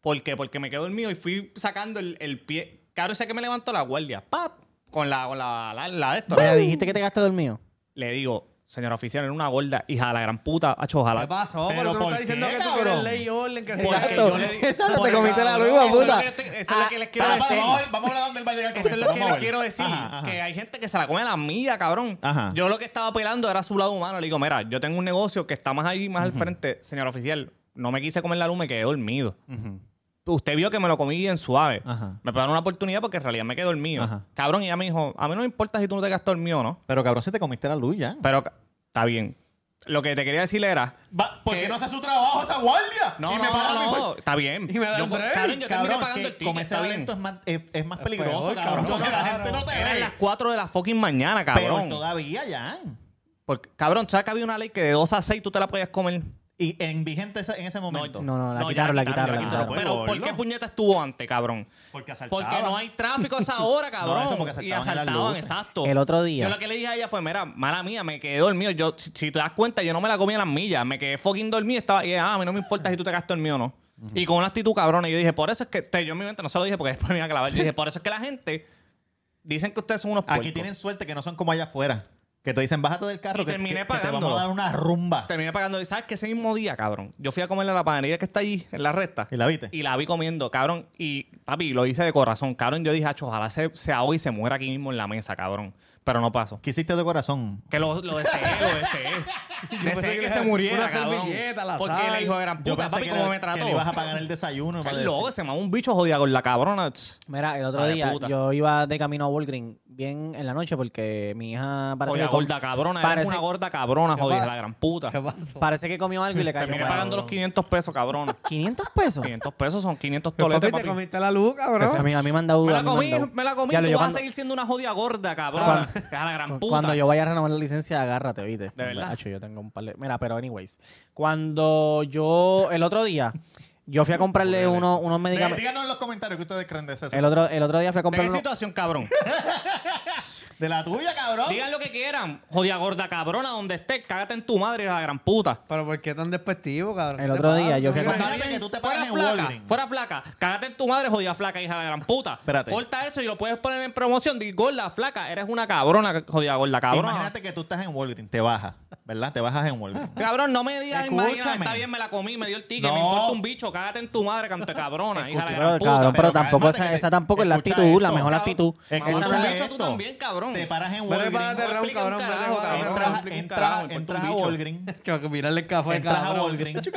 Speaker 8: ¿Por qué? Porque me quedé dormido y fui sacando el, el pie. Cabrón, sé que me levantó la guardia. ¡Pap! Con la, con la, la, la de esto.
Speaker 7: Pero dijiste que te gastaste dormido.
Speaker 8: Le digo, señor oficial, era una gorda, hija de la gran puta, hacho,
Speaker 9: ¿Qué
Speaker 8: ojalá.
Speaker 9: pasó?
Speaker 3: Pero
Speaker 9: Pero tú no
Speaker 3: ¿por
Speaker 9: estás diciendo
Speaker 3: qué,
Speaker 9: que tú
Speaker 3: cabrón?
Speaker 9: quieres ley y orden. que sí.
Speaker 8: Porque
Speaker 7: Exacto.
Speaker 8: yo le di-
Speaker 7: Exacto,
Speaker 8: por
Speaker 7: te comiste
Speaker 8: eso-
Speaker 7: la luz, hijo de
Speaker 8: eso es lo
Speaker 7: puta. Ah,
Speaker 8: que yo te- Eso es lo que les quiero
Speaker 3: Para, para,
Speaker 8: decir.
Speaker 3: vamos, a ver, vamos a hablar dónde va a llegar con
Speaker 8: Eso Pues es lo
Speaker 3: esto,
Speaker 8: que
Speaker 3: vamos a ver.
Speaker 8: le quiero decir.
Speaker 3: Ajá, ajá.
Speaker 8: Que hay gente que se la come a la mía, cabrón.
Speaker 3: Ajá.
Speaker 8: Yo lo que estaba pelando era su lado humano. Le digo, mira, yo tengo un negocio que está más ahí, más al frente. Señor oficial, no me quise comer la luz, me quedé dormido.
Speaker 3: Ujú.
Speaker 8: Usted vio que me lo comí bien suave.
Speaker 3: Ajá.
Speaker 8: Me pegaron una oportunidad porque en realidad me quedé dormido.
Speaker 3: Ajá.
Speaker 8: Cabrón, y ella me dijo, a mí no me importa si tú no te gastas dormido o no.
Speaker 3: Pero cabrón, si te comiste la luz ya.
Speaker 8: Pero ca- está bien. Lo que te quería decir era...
Speaker 3: Va- ¿Por qué no hace su trabajo esa guardia?
Speaker 8: No,
Speaker 3: Y
Speaker 8: no,
Speaker 3: me para mi-
Speaker 8: no, está bien.
Speaker 9: Y me da
Speaker 8: Yo-
Speaker 9: el break.
Speaker 8: cabrón, yo terminé
Speaker 3: Cabrón,
Speaker 8: pagando el
Speaker 3: que
Speaker 8: ticket,
Speaker 3: comerse
Speaker 8: está bien.
Speaker 3: lento es más, es, es más peligroso,
Speaker 9: peor,
Speaker 3: cabrón.
Speaker 9: cabrón.
Speaker 3: que la gente no te
Speaker 8: Eran
Speaker 3: ve.
Speaker 8: las 4 de la fucking mañana, cabrón.
Speaker 3: Pero todavía, ya.
Speaker 8: Porque, cabrón, ¿sabes que había una ley que de 2 a 6 tú te la podías comer?
Speaker 3: Y en vigente esa- en ese momento.
Speaker 7: No, no, la
Speaker 8: ya
Speaker 7: quitaron, la quitaron,
Speaker 8: ya
Speaker 3: la quitaron.
Speaker 8: Pero ¿por
Speaker 3: Pueblo.
Speaker 8: qué puñeta estuvo antes, cabrón?
Speaker 3: Porque asaltaban.
Speaker 8: Porque no hay tráfico a esa hora, cabrón.
Speaker 3: No, eso porque asaltaban en
Speaker 8: y
Speaker 3: las
Speaker 8: asaltaban,
Speaker 3: luces.
Speaker 8: exacto.
Speaker 7: El otro día.
Speaker 8: Yo lo que le dije a ella fue, mira, mala mía, me quedé dormido. Yo, si, si te das cuenta, yo no me la comí a las millas. Me quedé fucking dormido. Estaba, y ella, ah, a mí no me importa si tú te gastas dormido o no. Y con una actitud cabrona. Y yo dije, por eso es que... te- yo en mi mente no se lo dije porque después me iba a clavar. Yo dije, por eso es que la gente... Dicen que ustedes son unos
Speaker 3: Aquí
Speaker 8: puercos.
Speaker 3: tienen suerte que no son como allá afuera. Que te dicen, bájate del carro
Speaker 8: Y
Speaker 3: que,
Speaker 8: terminé
Speaker 3: que- que te vamos
Speaker 8: pagándolo.
Speaker 3: a dar una rumba.
Speaker 8: Terminé pagando. ¿Y sabes que ese mismo día, cabrón? Yo fui a comerle a la panadería que está allí, en la recta.
Speaker 3: ¿Y la viste?
Speaker 8: Y la vi comiendo, cabrón. Y, papi, lo hice de corazón. Cabrón, yo dije, "Acho, ojalá se, se ahogue y se muera aquí mismo en la mesa, cabrón. Pero no pasó.
Speaker 3: ¿Qué hiciste de corazón?
Speaker 8: Que lo, lo deseé, lo deseé.
Speaker 9: pensé
Speaker 8: deseé
Speaker 9: que
Speaker 8: que
Speaker 9: era
Speaker 8: se muriera,
Speaker 9: una
Speaker 8: cabrón.
Speaker 9: servilleta, la
Speaker 8: Porque
Speaker 9: sal.
Speaker 8: el hijo de gran puta, papi,
Speaker 3: le-
Speaker 8: cómo me
Speaker 3: que le ibas a
Speaker 8: trató.
Speaker 3: pagar el desayuno.
Speaker 8: Está
Speaker 3: para
Speaker 8: loco,
Speaker 3: decir.
Speaker 8: se mamó un bicho jodida con la cabrona. tss.
Speaker 7: Mira, el otro
Speaker 8: Hija de
Speaker 7: día
Speaker 8: puta.
Speaker 7: yo iba de camino a Walgreens bien en la noche porque mi hija parece
Speaker 8: Jodida
Speaker 7: que com-
Speaker 8: gorda cabrona. Eres
Speaker 7: parece,
Speaker 8: una gorda cabrona, jodida
Speaker 7: pasa?
Speaker 8: la gran puta.
Speaker 7: parece que comió algo y le cayó
Speaker 8: Terminé
Speaker 7: mal.
Speaker 8: pagando los 500 pesos, cabrona.
Speaker 7: 500 pesos.
Speaker 8: 500 pesos son 500
Speaker 9: Pero,
Speaker 8: toletes,
Speaker 9: papi, te
Speaker 8: papi.
Speaker 9: comiste la luz,
Speaker 7: Que sea, a,
Speaker 9: cabrón.
Speaker 7: mí, a mí me han dado
Speaker 8: Me la
Speaker 7: a mí han
Speaker 8: comí,
Speaker 7: dado-
Speaker 8: me la comí.
Speaker 7: Ya lo
Speaker 8: tú
Speaker 7: yo
Speaker 8: vas
Speaker 7: cuando-
Speaker 8: a seguir siendo una jodida gorda, cabrón. Es a la gran puta.
Speaker 7: Cuando yo vaya a renovar la licencia, agárrate, ¿viste?
Speaker 8: De verdad.
Speaker 7: Hacho, yo tengo un par de... Mira, pero anyways. Cuando yo... El otro día, yo fui a comprarle uno- unos
Speaker 3: Dí-
Speaker 7: medicamentos...
Speaker 3: Díganos en los comentarios que ustedes creen de eso.
Speaker 7: El otro, el otro día fui
Speaker 8: ¿De qué
Speaker 7: a comprarle unos...
Speaker 8: situación, cabrón?
Speaker 3: De la tuya, cabrón.
Speaker 8: Digan lo que quieran. Jodia gorda cabrona, donde estés, cágate en tu madre, la gran puta.
Speaker 9: Pero ¿por qué tan despectivo, cabrón?
Speaker 7: El otro día yo fui a
Speaker 3: Imagínate
Speaker 7: comprar.
Speaker 8: Está bien,
Speaker 3: que tú te
Speaker 8: fuera
Speaker 3: pares en
Speaker 8: flaca,
Speaker 3: Walgreens.
Speaker 8: fuera flaca. Cágate en tu madre, jodida flaca, hija de la gran puta.
Speaker 3: Espérate.
Speaker 8: Corta eso y lo puedes poner en promoción. Di gorda, flaca, eres una cabrona, jodida gorda, cabrona.
Speaker 3: Imagínate que tú estás en Walgreens, te bajas, ¿verdad? Te bajas en Walgreens.
Speaker 8: Cabrón, no me digas,
Speaker 3: Escúchame.
Speaker 8: imagínate, está bien, me la comí, me dio el ticket,
Speaker 3: No.
Speaker 8: me importa un bicho, cágate en tu madre, canto de cabrona, hija de la
Speaker 3: Escucha,
Speaker 8: gran
Speaker 7: Pero,
Speaker 8: puta.
Speaker 7: cabrón, pero
Speaker 3: pero
Speaker 7: tampoco
Speaker 3: cálmate
Speaker 7: esa,
Speaker 3: que
Speaker 7: esa
Speaker 3: te-
Speaker 7: tampoco es la
Speaker 3: escucha
Speaker 7: actitud, la
Speaker 3: esto,
Speaker 7: mejor
Speaker 8: cabrón.
Speaker 7: actitud.
Speaker 3: Escucha
Speaker 8: Mamá, tú
Speaker 3: esto.
Speaker 8: bicho, tú también, cabrón.
Speaker 3: Te paras en
Speaker 9: Pero para
Speaker 3: Walgreens.
Speaker 9: de round,
Speaker 8: explica un
Speaker 9: cabrón. vete
Speaker 8: carajo,
Speaker 9: de round,
Speaker 3: Entras,
Speaker 8: cabrón.
Speaker 9: cabrón.
Speaker 8: explica un
Speaker 3: entras,
Speaker 8: carajo,
Speaker 3: entras
Speaker 8: tú
Speaker 3: a
Speaker 8: bicho.
Speaker 3: Walgreens.
Speaker 9: Chaval, mirarle el café,
Speaker 3: Entras a
Speaker 9: cabrón.
Speaker 3: Walgreens.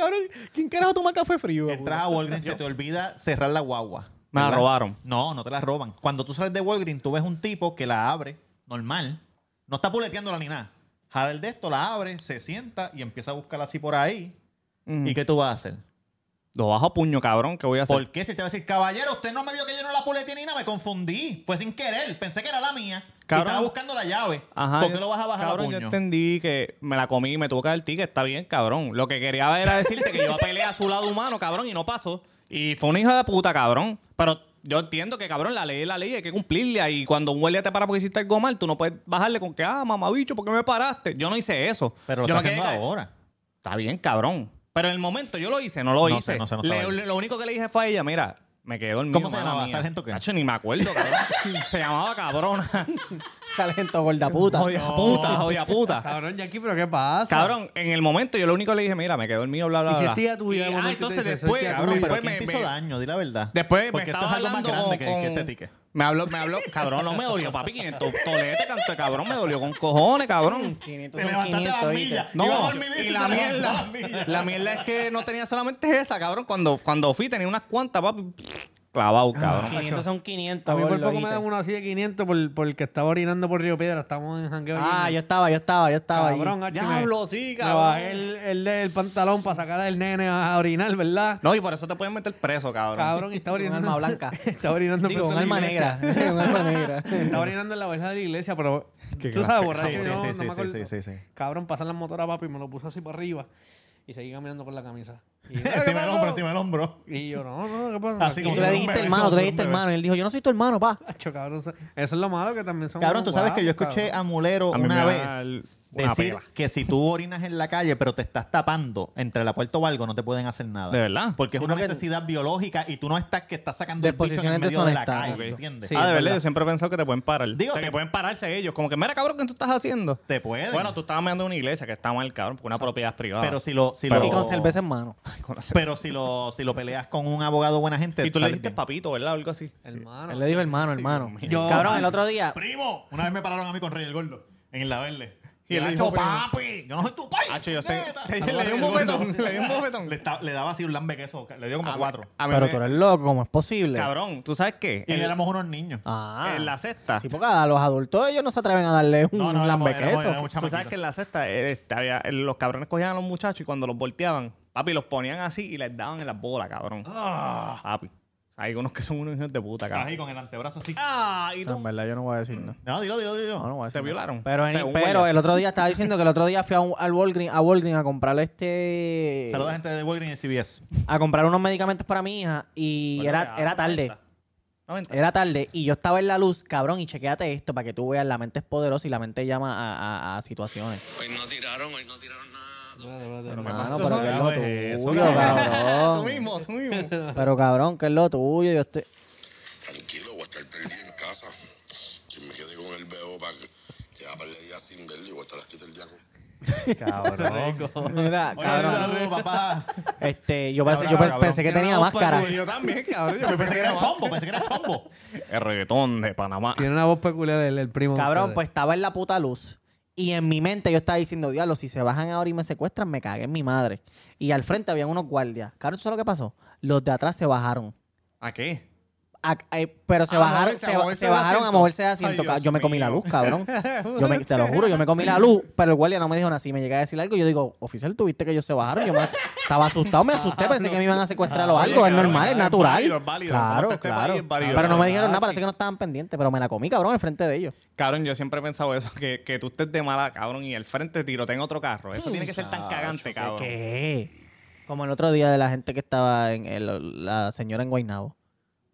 Speaker 4: ¿Quién carajo toma café frío?
Speaker 3: Entras a Walgreens, se te olvida cerrar la guagua.
Speaker 8: Me la
Speaker 3: ¿verdad?
Speaker 8: robaron.
Speaker 3: No, no te la roban. Cuando tú sales de Walgreens, tú ves un tipo que la abre, normal. No está puleteándola ni nada. Jala el de esto, la abre, se sienta y empieza a buscarla así por ahí.
Speaker 8: Mm.
Speaker 3: ¿Y qué tú vas a hacer?
Speaker 8: Lo bajo a puño, cabrón, que voy a hacer.
Speaker 3: ¿Por qué? Si te va a decir, caballero, usted no me vio que yo no la puleteé ni nada, me confundí. Fue sin querer, pensé que era la mía. Y
Speaker 8: Cabrón.
Speaker 3: estaba buscando la llave.
Speaker 8: Ajá,
Speaker 3: ¿Por qué
Speaker 8: yo-
Speaker 3: lo vas a bajar
Speaker 8: cabrón,
Speaker 3: a
Speaker 8: Yo
Speaker 3: puño?
Speaker 8: entendí que me la comí y me tuvo que dar el ticket. Está bien, cabrón. Lo que quería era decirte que yo apelé a su lado humano, cabrón, y no pasó. Y fue una hija de puta, cabrón. Pero yo entiendo que, cabrón, la ley es la ley, hay que cumplirla. Y cuando un guardia te para porque hiciste algo mal, tú no puedes bajarle con que, ah, mamabicho, ¿por qué me paraste? Yo no hice eso.
Speaker 3: Pero lo
Speaker 8: yo
Speaker 3: está
Speaker 8: me quedé
Speaker 3: haciendo
Speaker 8: ca-
Speaker 3: ahora.
Speaker 8: Está bien, cabrón. Pero en el momento yo lo hice, no lo
Speaker 3: No
Speaker 8: hice.
Speaker 3: sé, no sé, no
Speaker 8: Le-
Speaker 3: estaba ahí.
Speaker 8: lo único que le dije fue a ella, mira, me quedé dormido.
Speaker 3: ¿Cómo se
Speaker 8: mala
Speaker 3: llamaba?
Speaker 8: mía.
Speaker 3: ¿Sargento qué?
Speaker 8: Nacho, ni me acuerdo, cabrón. se llamaba cabrona.
Speaker 7: Sargento gorda puta.
Speaker 8: Jodia puta, jodia puta.
Speaker 9: Cabrón, Jackie, ¿pero qué pasa?
Speaker 8: Cabrón, en el momento yo lo único que le dije, mira, me quedé dormido, bla, bla,
Speaker 9: Y
Speaker 8: bla.
Speaker 9: si es tía tuya,
Speaker 8: Y,
Speaker 9: de
Speaker 8: ah,
Speaker 9: momento
Speaker 8: entonces
Speaker 9: te dice,
Speaker 8: después,
Speaker 9: soy tía
Speaker 3: Cabrón,
Speaker 9: tuya.
Speaker 3: pero
Speaker 8: después
Speaker 3: ¿quién te hizo
Speaker 8: me-
Speaker 3: daño? Di la verdad.
Speaker 8: Después
Speaker 3: Porque
Speaker 8: me
Speaker 3: esto
Speaker 8: estaba
Speaker 3: es algo más
Speaker 8: hablando
Speaker 3: grande
Speaker 8: con,
Speaker 3: que, que este
Speaker 8: con-
Speaker 3: ticket.
Speaker 8: Me habló, me habló, cabrón, no me dolió, papi, 500 toletes, canto de cabrón, me dolió con cojones, cabrón.
Speaker 7: 500
Speaker 3: Te
Speaker 7: son
Speaker 3: levantaste a
Speaker 7: 500,
Speaker 3: las
Speaker 7: ¿oíste?
Speaker 3: millas.
Speaker 8: No,
Speaker 3: Iba dormidito
Speaker 8: y
Speaker 3: se
Speaker 8: la
Speaker 3: levantó a
Speaker 8: mierda,
Speaker 3: las millas.
Speaker 8: la mierda es que no tenía solamente esa, cabrón. Cuando, cuando fui tenía unas cuantas, papi, clavado, cabrón.
Speaker 7: 500 son 500,
Speaker 9: A mí por
Speaker 7: gordo,
Speaker 9: poco me
Speaker 7: ¿oíste?
Speaker 9: dan una así de 500 por, por el que estaba orinando por Río Piedra. Estamos en jangueo.
Speaker 7: Ah,
Speaker 9: allí,
Speaker 7: yo estaba, yo estaba, yo estaba allí.
Speaker 9: Cabrón, Hachi, me-
Speaker 8: Diablo, sí,
Speaker 9: Me
Speaker 8: cabrón.
Speaker 9: bajé el, el, del pantalón para sacar al nene a orinar, ¿verdad?
Speaker 8: No, y por eso te pueden meter preso, cabrón.
Speaker 9: Cabrón, y está
Speaker 7: Es un
Speaker 9: orinando.
Speaker 7: alma blanca.
Speaker 9: está orinando.
Speaker 7: Digo,
Speaker 9: frente
Speaker 7: un
Speaker 9: a
Speaker 7: alma
Speaker 9: la iglesia.
Speaker 7: negra. un alma negra.
Speaker 9: Estaba orinando en la verja de la iglesia, pero tú sabes, borracho. yo no me acuerdo. Cabrón, pasan las motoras, papi, y me lo puso así para arriba y seguí caminando con la camisa. Y yo, ¿qué
Speaker 3: Encima del
Speaker 9: pasó?
Speaker 3: hombro, encima del hombro.
Speaker 9: Y yo, no, no, ¿qué pasa?
Speaker 3: Así
Speaker 7: Y
Speaker 3: como
Speaker 7: tú
Speaker 3: si
Speaker 7: le
Speaker 3: fuera un
Speaker 7: dijiste
Speaker 3: bebé,
Speaker 7: hermano,
Speaker 3: como si fuera
Speaker 7: tú le
Speaker 3: un
Speaker 7: dijiste
Speaker 3: bebé.
Speaker 7: hermano. Y él dijo, yo no soy tu hermano, pa.
Speaker 9: Macho, cabrón, eso es lo malo que también son.
Speaker 3: Cabrón, tú sabes que yo escuché
Speaker 9: guapos,
Speaker 3: a Mulero
Speaker 8: A mí
Speaker 3: una
Speaker 8: me
Speaker 3: vez
Speaker 8: da el- una
Speaker 3: decir
Speaker 8: pela.
Speaker 3: que si tú orinas en la calle pero te estás tapando entre la puerta o algo, no te pueden hacer nada.
Speaker 8: ¿De verdad? Ah,
Speaker 3: Porque es
Speaker 7: Sí,
Speaker 3: una
Speaker 7: porque-
Speaker 3: necesidad biológica y tú no estás que estás sacando
Speaker 7: De
Speaker 3: el bicho en el
Speaker 7: posiciones
Speaker 3: medio de la
Speaker 7: deshonestas.
Speaker 3: calle,
Speaker 7: Ok.
Speaker 3: ¿entiendes?
Speaker 9: Sí.
Speaker 8: ah, de
Speaker 9: es
Speaker 8: verdad,
Speaker 9: verdad.
Speaker 8: yo siempre he pensado que te pueden parar.
Speaker 3: Digo,
Speaker 8: O sea, que
Speaker 3: te-
Speaker 8: pueden pararse ellos. Como que, mira, cabrón, ¿qué tú estás haciendo?
Speaker 3: Te pueden.
Speaker 8: Bueno, tú estabas meando en una iglesia que está mal, cabrón, porque una propiedad privada.
Speaker 3: pero si lo, si
Speaker 8: Pero-
Speaker 3: lo-
Speaker 7: Ah. Y con cerveza en mano.
Speaker 8: Con la cerveza.
Speaker 3: pero si lo, si lo peleas con un abogado buena gente,
Speaker 8: y tú le
Speaker 3: sales
Speaker 8: dijiste
Speaker 3: bien.
Speaker 8: papito, ¿verdad? Algo así.
Speaker 9: Hermano.
Speaker 7: Él le dijo hermano, hermano.
Speaker 9: Yo-
Speaker 7: Cabrón, el otro día.
Speaker 3: Primo, una vez me pararon a mí con Rey el Gordo en la verde. Y
Speaker 8: Y
Speaker 3: él
Speaker 8: él
Speaker 3: dijo,
Speaker 8: dijo, primo.
Speaker 3: papi, yo no soy tu país.
Speaker 8: Hacho, yo sé-
Speaker 3: neta".
Speaker 8: Le- le
Speaker 3: Saludos a
Speaker 8: dio
Speaker 3: Rey
Speaker 8: un
Speaker 3: el Gordo.
Speaker 8: bofetón, le dio un bofetón. Ah,
Speaker 3: Le, esta- le daba así un lambe queso, le dio como cuatro.
Speaker 8: A mí
Speaker 7: Pero
Speaker 8: me-
Speaker 7: tú eres loco, ¿cómo es posible?
Speaker 8: Cabrón, ¿tú sabes qué?
Speaker 3: Y
Speaker 8: En-
Speaker 3: éramos unos niños.
Speaker 7: Ah.
Speaker 8: En la cesta.
Speaker 7: Sí, porque a los adultos ellos no se atreven a darle un
Speaker 3: No, no, éramos- éramos-
Speaker 7: lambequeso.
Speaker 3: éramos
Speaker 8: Tú sabes
Speaker 3: chamaquitos.
Speaker 8: que en la cesta eh, este, había- eh, los cabrones cogían a los muchachos y cuando los volteaban, papi, los ponían así y les daban en las bolas, cabrón.
Speaker 3: Ah,
Speaker 8: Papi. Hay unos que son unos hijos de puta,
Speaker 3: ahí
Speaker 8: cabrón.
Speaker 3: con el antebrazo así.
Speaker 8: Ah, y
Speaker 7: No, en verdad yo no voy a decir nada.
Speaker 3: No, dilo, dilo, dilo.
Speaker 7: Ah, No, no voy a decir
Speaker 8: Te
Speaker 7: nada.
Speaker 8: violaron.
Speaker 7: Pero,
Speaker 8: Te
Speaker 7: en-
Speaker 8: huelen.
Speaker 7: pero el otro día estaba diciendo que el otro día fui a, un- al Walgreens, a Walgreens a comprar este...
Speaker 3: Saludos a gente de Walgreens y CBS.
Speaker 7: a comprar unos medicamentos para mi hija y
Speaker 8: Bueno,
Speaker 7: era,
Speaker 8: ya,
Speaker 7: era
Speaker 8: no
Speaker 7: tarde.
Speaker 8: cuenta. No me entiendes.
Speaker 7: Era tarde y yo estaba en la luz, cabrón, y chequéate esto para que tú veas, la mente es poderosa y la mente llama a, a- a situaciones.
Speaker 6: Hoy no tiraron, hoy no tiraron nada.
Speaker 7: Mano,
Speaker 3: pasó?
Speaker 7: pero que
Speaker 3: No,
Speaker 7: es
Speaker 3: es eso,
Speaker 7: lo tuyo,
Speaker 3: cabrón.
Speaker 8: Tú
Speaker 7: cabrón.
Speaker 8: mismo, tú mismo.
Speaker 7: Pero cabrón, que es lo tuyo, yo estoy...
Speaker 10: Tranquilo, voy a estar tres días en casa. Y me quedé con el bebo para que ya par de días sin verlo y voy a estar aquí todo el día con.
Speaker 3: Cabrón.
Speaker 7: Mira,
Speaker 3: Oye,
Speaker 7: cabrón.
Speaker 3: saludos, papá.
Speaker 7: Este, yo pensé, yo
Speaker 3: Cabrón,
Speaker 7: pe- pensé que tenía máscara.
Speaker 8: Yo también, cabrón. Yo
Speaker 3: Yo pensé que era chombo, pensé que era chombo.
Speaker 8: El reggaetón de Panamá.
Speaker 9: Tiene una voz peculiar el, el primo. de
Speaker 7: Cabrón,
Speaker 9: ustedes.
Speaker 7: pues estaba en la puta luz. Y en mi mente yo estaba diciendo, diablo, si se bajan ahora y me secuestran, me cagué en mi madre. Y al frente habían unos guardias. Cabrón, ¿tú sabes lo que pasó? Los de atrás se bajaron.
Speaker 8: ¿A qué?
Speaker 7: A- a- pero se
Speaker 8: A
Speaker 7: bajaron,
Speaker 8: moverse,
Speaker 7: se,
Speaker 8: a
Speaker 7: ba-
Speaker 8: moverse
Speaker 7: se
Speaker 8: de
Speaker 7: bajaron a
Speaker 8: asiento.
Speaker 7: moverse de
Speaker 8: Ay,
Speaker 7: asiento. ca-
Speaker 8: Dios
Speaker 7: yo me comí la
Speaker 8: mío.
Speaker 7: luz, cabrón. Yo me, te lo juro, yo me comí la luz, pero el guardia no me dijo nada. Si me llega a decir algo, yo digo, oficial, tuviste que ellos se bajaron. Yo me- estaba asustado, me asusté, pensé que me iban a secuestrar o
Speaker 8: Oye,
Speaker 7: algo. Es
Speaker 8: cabrón,
Speaker 7: normal, es
Speaker 8: es Ah, válido,
Speaker 7: natural.
Speaker 8: es válido.
Speaker 7: Claro,
Speaker 8: Este país
Speaker 7: claro.
Speaker 8: es válido.
Speaker 7: Pero no me
Speaker 8: Ah,
Speaker 7: dijeron nada,
Speaker 8: sí.
Speaker 7: parece que no estaban pendientes, pero me la comí, cabrón, al frente de ellos.
Speaker 8: Cabrón, yo siempre he pensado eso, que, que tú estés de mala, cabrón, y al frente tiroteen otro carro. Eso tiene que ser tan cagante, cabrón.
Speaker 7: ¿Qué? Como el otro día de la gente que estaba en el- la señora en Guaynabo.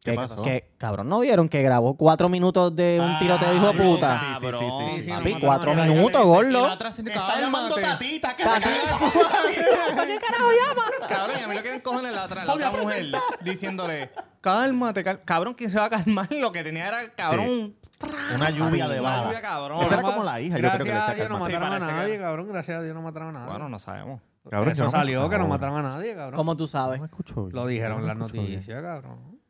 Speaker 3: ¿Qué
Speaker 7: que,
Speaker 3: pasó?
Speaker 7: que, cabrón, ¿no vieron que grabó cuatro minutos de un tiroteo hijo de puta?
Speaker 3: Sí, sí, sí. sí, sí.
Speaker 7: Papi, cuatro minutos, gordo.
Speaker 3: Está llamando tatita, que
Speaker 8: Cabrón, y a mí lo que me encojones es la otra, la otra mujer diciéndole, cálmate, cal-". cabrón, ¿quién se va a calmar? Lo que tenía era, cabrón,
Speaker 3: Una lluvia de
Speaker 8: Una
Speaker 3: balas.
Speaker 8: lluvia, cabrón.
Speaker 3: Esa era como la hija, yo creo que le
Speaker 9: Gracias a Dios
Speaker 3: saca
Speaker 9: no
Speaker 3: más.
Speaker 8: Sí,
Speaker 9: mataron a
Speaker 8: parece
Speaker 9: nadie, cabrón. Gracias a Dios no mataron a nadie.
Speaker 8: bueno, no sabemos.
Speaker 3: Cabrón, yo
Speaker 9: Eso
Speaker 3: no-
Speaker 9: salió, que no
Speaker 3: cabrón.
Speaker 9: mataron a nadie, cabrón.
Speaker 7: ¿Cómo tú sabes?
Speaker 3: No escucho.
Speaker 9: Lo dijeron las noticias, cabrón.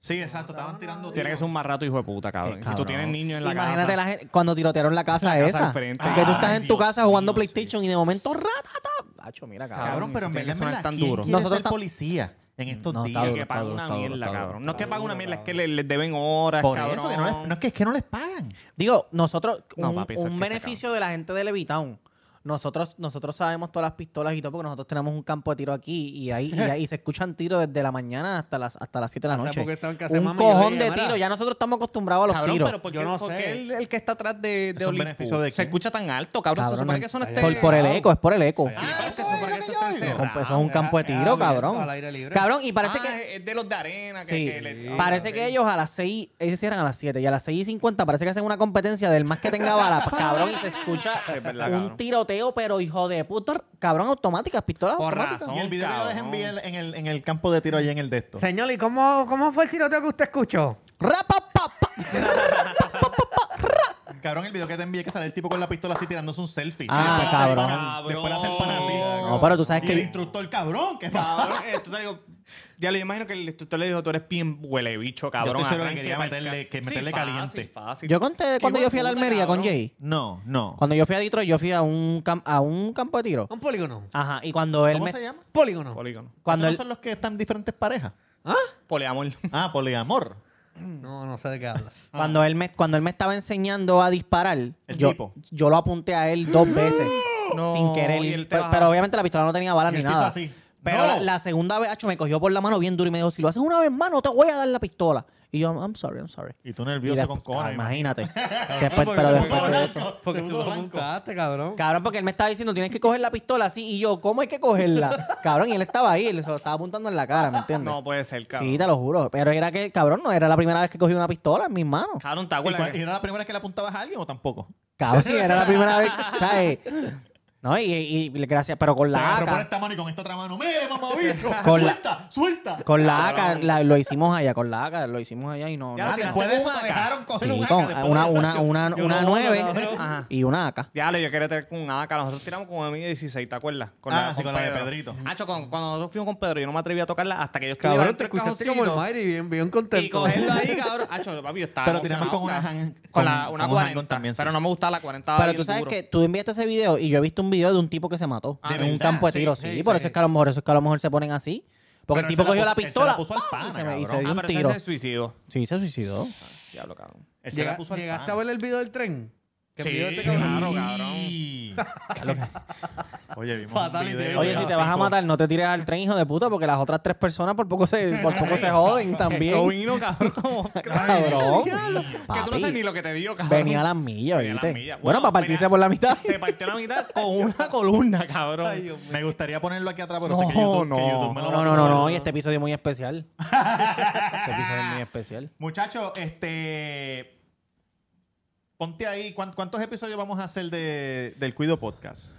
Speaker 3: Sí, exacto,
Speaker 7: Ah,
Speaker 3: estaban tirando
Speaker 8: Tiene que ser un más rato hijo de puta, cabrón. Si tú tienes niños en la casa.
Speaker 7: Imagínate la gente, cuando tirotearon la casa
Speaker 8: casa
Speaker 7: esa.
Speaker 8: al frente.
Speaker 7: Que tú estás
Speaker 3: Ay,
Speaker 7: en tu
Speaker 3: Dios
Speaker 7: casa
Speaker 3: mío,
Speaker 7: jugando
Speaker 3: sí,
Speaker 7: PlayStation y de momento ratata. Hacho, mira, cabrón.
Speaker 3: Cabrón, pero en
Speaker 8: Tiene
Speaker 3: verdad
Speaker 8: que
Speaker 3: en
Speaker 8: sonar
Speaker 3: verdad,
Speaker 8: tan
Speaker 3: ¿quién
Speaker 8: duro.
Speaker 3: quiere
Speaker 7: Nosotros
Speaker 3: ser
Speaker 7: tam-
Speaker 3: policía en estos
Speaker 7: No, está
Speaker 3: días?
Speaker 7: duro,
Speaker 8: que
Speaker 7: está
Speaker 8: pagan
Speaker 7: duro,
Speaker 8: una
Speaker 7: está duro,
Speaker 8: mierda,
Speaker 7: está duro.
Speaker 8: cabrón. No es que pagan una mierda, es que le- les deben horas,
Speaker 3: Por
Speaker 8: cabrón.
Speaker 3: eso, que no, les- no es que, es que no les pagan.
Speaker 7: Digo, nosotros,
Speaker 8: No,
Speaker 7: un,
Speaker 8: papi, eso
Speaker 7: un
Speaker 8: es que está
Speaker 7: beneficio de la gente de Levitown. Nosotros, nosotros sabemos todas las pistolas y todo, porque nosotros tenemos un campo de tiro aquí y ahí, y ahí se escuchan tiros desde la mañana hasta las hasta las 7 de la
Speaker 9: No sé
Speaker 7: noche.
Speaker 9: por qué estaban que hace
Speaker 7: un
Speaker 9: mami, yo le
Speaker 7: cojón
Speaker 9: dije,
Speaker 7: de
Speaker 9: "Mira".
Speaker 7: tiros. Ya nosotros estamos acostumbrados a los
Speaker 8: Cabrón,
Speaker 7: tiros.
Speaker 8: pero ¿por qué,
Speaker 9: Yo no
Speaker 8: por
Speaker 9: sé.
Speaker 8: qué el, el que está atrás de,
Speaker 3: ¿Es
Speaker 8: de
Speaker 3: un
Speaker 8: Olympus
Speaker 3: beneficio de
Speaker 8: se
Speaker 3: quién?
Speaker 8: escucha tan alto, cabrón? se supone que eso no esté...
Speaker 7: por, por el eco, es por el eco.
Speaker 8: Sí, parece que se supone que eso está
Speaker 7: Eso es un-
Speaker 8: encerrado.
Speaker 7: eso es un campo de
Speaker 9: Era-
Speaker 7: tiro,
Speaker 9: era abierto,
Speaker 7: cabrón.
Speaker 9: al aire libre.
Speaker 7: Cabrón, y parece
Speaker 8: Ah,
Speaker 7: que
Speaker 8: es de los de arena. Que,
Speaker 7: Sí.
Speaker 8: que le-
Speaker 7: Parece
Speaker 8: Ah,
Speaker 7: que
Speaker 8: ok.
Speaker 7: ellos a las 6, ellos cierran a las 7 y a las 6 y 50 parece que hacen una competencia del más que tenga balas, cabrón, y se escucha
Speaker 8: Es verdad,
Speaker 7: un
Speaker 8: cabrón.
Speaker 7: tiroteo, pero hijo de puta, cabrón, automáticas, pistolas
Speaker 8: Por
Speaker 7: automáticas.
Speaker 8: razón.
Speaker 3: Y el video yo les
Speaker 8: cabrón.
Speaker 3: envié en el, en el campo de tiro allá en el de esto.
Speaker 9: Señor, ¿y cómo, cómo fue el tiroteo que usted escuchó?
Speaker 7: Rapapapa.
Speaker 3: Cabrón, el video que te envié que sale el tipo con la pistola así tirándose un selfie.
Speaker 7: Ah,
Speaker 3: Y después hace el
Speaker 7: cabrón.
Speaker 3: pana- Después le hace el pan así.
Speaker 7: No, pero tú sabes
Speaker 3: Y el
Speaker 7: que
Speaker 3: instructor, cabrón, que
Speaker 8: Cabrón, eh, tú te digo, ya le imagino que el instructor le dijo, tú eres bien huele bicho, cabrón.
Speaker 3: Yo estoy seguro que
Speaker 8: arranque
Speaker 3: quería
Speaker 8: pa'l
Speaker 3: meterle-
Speaker 8: ca-".
Speaker 3: que meterle
Speaker 8: fácil,
Speaker 3: caliente.
Speaker 8: fácil.
Speaker 7: yo conté
Speaker 8: Qué
Speaker 7: cuando
Speaker 8: hijo
Speaker 7: yo
Speaker 8: de
Speaker 7: fui a la
Speaker 8: puta,
Speaker 7: Almería con
Speaker 8: cabrón.
Speaker 7: Jay.
Speaker 3: No, no.
Speaker 7: Cuando yo fui a Detroit, yo fui a un cam- a un campo de tiro.
Speaker 9: Un polígono.
Speaker 7: Ajá, y cuando él
Speaker 3: ¿Cómo
Speaker 7: me
Speaker 3: se llama?
Speaker 9: Polígono.
Speaker 8: Polígono.
Speaker 7: cuando
Speaker 3: ¿Esos no son
Speaker 7: él
Speaker 3: los que están en diferentes parejas?
Speaker 8: Poliamor.
Speaker 3: Ah, poliamor.
Speaker 9: No, no sé de qué hablas.
Speaker 7: Cuando él me, cuando él me estaba enseñando a disparar,
Speaker 3: Ah. El
Speaker 7: yo,
Speaker 3: tipo.
Speaker 7: yo lo apunté a él dos veces.
Speaker 8: No,
Speaker 7: sin querer.
Speaker 8: y él te
Speaker 7: Pero,
Speaker 8: baja.
Speaker 7: pero obviamente la pistola no tenía balas
Speaker 3: Y
Speaker 7: ni
Speaker 3: él te hizo
Speaker 7: nada.
Speaker 3: así.
Speaker 7: Pero
Speaker 3: ¡No!
Speaker 7: la, la segunda vez, Hacho, me cogió por la mano bien duro y me dijo, si lo haces una vez más, no te voy a dar la pistola. Y yo, I'm sorry, I'm sorry.
Speaker 3: Y tú
Speaker 7: Y
Speaker 3: nervioso
Speaker 7: después-
Speaker 3: con
Speaker 7: ah,
Speaker 3: cojones.
Speaker 7: imagínate. Después- pero
Speaker 3: te
Speaker 7: después
Speaker 3: puso
Speaker 7: de
Speaker 3: blanco.
Speaker 7: eso.
Speaker 9: Porque
Speaker 3: Se
Speaker 9: tú
Speaker 3: puso
Speaker 9: lo
Speaker 3: blanco.
Speaker 9: apuntaste, cabrón.
Speaker 7: Cabrón, porque él me estaba diciendo, tienes que coger la pistola así. Y yo, ¿cómo hay que cogerla? Cabrón, y él estaba ahí, él se lo estaba apuntando en la cara, ¿me entiendes?
Speaker 8: No puede ser, cabrón.
Speaker 7: sí, te lo juro. Pero era que, cabrón, no era la primera vez que cogí una pistola en mis manos.
Speaker 8: Cabrón, ¿te
Speaker 3: ¿Y
Speaker 8: acuerdas?
Speaker 3: cuál- ¿Y era la primera vez que le apuntabas a alguien o tampoco?
Speaker 7: Cabrón, sí, era la primera vez, ¿sabes? No, y, y- y gracias, pero con la
Speaker 3: Te agarró por
Speaker 7: AK,
Speaker 3: esta mano y con esta otra mano. ¡Mire, mamabicho!
Speaker 7: Con la-
Speaker 3: ¡Suelta! ¡Suelta!
Speaker 7: con la AK la- lo hicimos allá, con la AK lo hicimos allá y no...
Speaker 8: Ya,
Speaker 7: no-
Speaker 3: Ah,
Speaker 8: tiraste
Speaker 3: después de
Speaker 8: con
Speaker 3: eso
Speaker 8: una
Speaker 3: te
Speaker 8: AK.
Speaker 3: dejaron coger
Speaker 7: Sí,
Speaker 3: un AK
Speaker 7: con
Speaker 3: después de
Speaker 7: una,
Speaker 3: eso,
Speaker 7: una,
Speaker 3: chacho.
Speaker 7: una,
Speaker 9: Yo
Speaker 7: una
Speaker 9: no,
Speaker 7: nueve
Speaker 9: no, no.
Speaker 7: Ajá. y una AK.
Speaker 8: Ya, lo- yo quería tener con una AK. Nosotros tiramos con M16, ¿te acuerdas? Con
Speaker 3: Ah, sí, con la de Pedrito.
Speaker 8: Hacho, con- cuando nosotros fuimos con Pedro, yo no me atreví a tocarla hasta que yo estuviera
Speaker 9: Cabrón, te
Speaker 8: dentro del
Speaker 9: escuchaste como el
Speaker 8: cajoncito
Speaker 9: Mayri, bien, bien
Speaker 8: Y
Speaker 9: contento.
Speaker 8: cogerlo ahí, cabrón. Hacho, papi, yo estaba
Speaker 3: Pero tiramos con
Speaker 8: emocionado,
Speaker 3: una
Speaker 8: cabrón.
Speaker 3: hand-
Speaker 8: Con la,
Speaker 3: con-
Speaker 8: una
Speaker 3: con un
Speaker 8: 40.
Speaker 3: handgun también, sí.
Speaker 8: Pero no me gustaba la
Speaker 9: Ah,
Speaker 8: 40.
Speaker 7: Pero
Speaker 8: bien
Speaker 7: tú sabes
Speaker 8: duro.
Speaker 7: que tú enviaste ese video y yo he visto un video de un tipo que se mató
Speaker 8: Ah,
Speaker 7: en
Speaker 8: ¿de
Speaker 7: un
Speaker 3: verdad?
Speaker 7: campo de
Speaker 8: Sí,
Speaker 7: tiro, sí.
Speaker 9: sí,
Speaker 7: por
Speaker 9: sí.
Speaker 7: eso es que a lo mejor, eso es que a lo mejor se ponen así.
Speaker 3: Pero
Speaker 7: Porque el tipo
Speaker 3: él se la
Speaker 7: cogió
Speaker 3: puso- él
Speaker 7: la
Speaker 3: se
Speaker 7: pistola
Speaker 3: la puso al
Speaker 7: ¡pam!
Speaker 3: pana,
Speaker 7: y se me- y se
Speaker 3: cabrón.
Speaker 7: dio
Speaker 8: Ah,
Speaker 7: un
Speaker 8: pero
Speaker 7: tiro.
Speaker 8: ese se suicidó.
Speaker 7: Sí, se suicidó.
Speaker 8: Diablo, cabrón.
Speaker 3: Él se
Speaker 9: Llega-
Speaker 3: la puso al
Speaker 9: ¿Llegaste
Speaker 3: pana.
Speaker 9: a ver el video del tren? Que
Speaker 8: Sí,
Speaker 9: pidió este cabrón.
Speaker 8: claro, cabrón.
Speaker 3: Y- Oye, vimos
Speaker 9: Fatal
Speaker 3: un video.
Speaker 9: idea.
Speaker 7: Oye, si te vas a matar, no te tires al tren, hijo de puta, porque las otras tres personas por poco se, por poco se joden
Speaker 8: Eso
Speaker 7: también.
Speaker 8: vino, cabrón. como-
Speaker 7: Cabrón.
Speaker 8: Que tú no
Speaker 7: Papi.
Speaker 8: sabes ni lo que te dio, cabrón.
Speaker 7: Venía a las millas,
Speaker 8: Venía a las
Speaker 7: ¿viste?
Speaker 8: millas.
Speaker 7: Bueno, para
Speaker 8: venía-
Speaker 7: partirse por la mitad.
Speaker 8: Se partió la mitad con una columna, cabrón.
Speaker 3: Me gustaría ponerlo aquí atrás, pero
Speaker 8: No,
Speaker 3: sé que YouTube,
Speaker 8: no.
Speaker 3: que YouTube me lo
Speaker 7: No,
Speaker 3: va a
Speaker 7: no, no, no,
Speaker 3: tumbar.
Speaker 7: no, y este episodio es muy especial. Este episodio es muy especial.
Speaker 3: Muchachos, este. Ponte ahí. ¿cuán- ¿Cuántos episodios vamos a hacer de, del Cuido Podcast?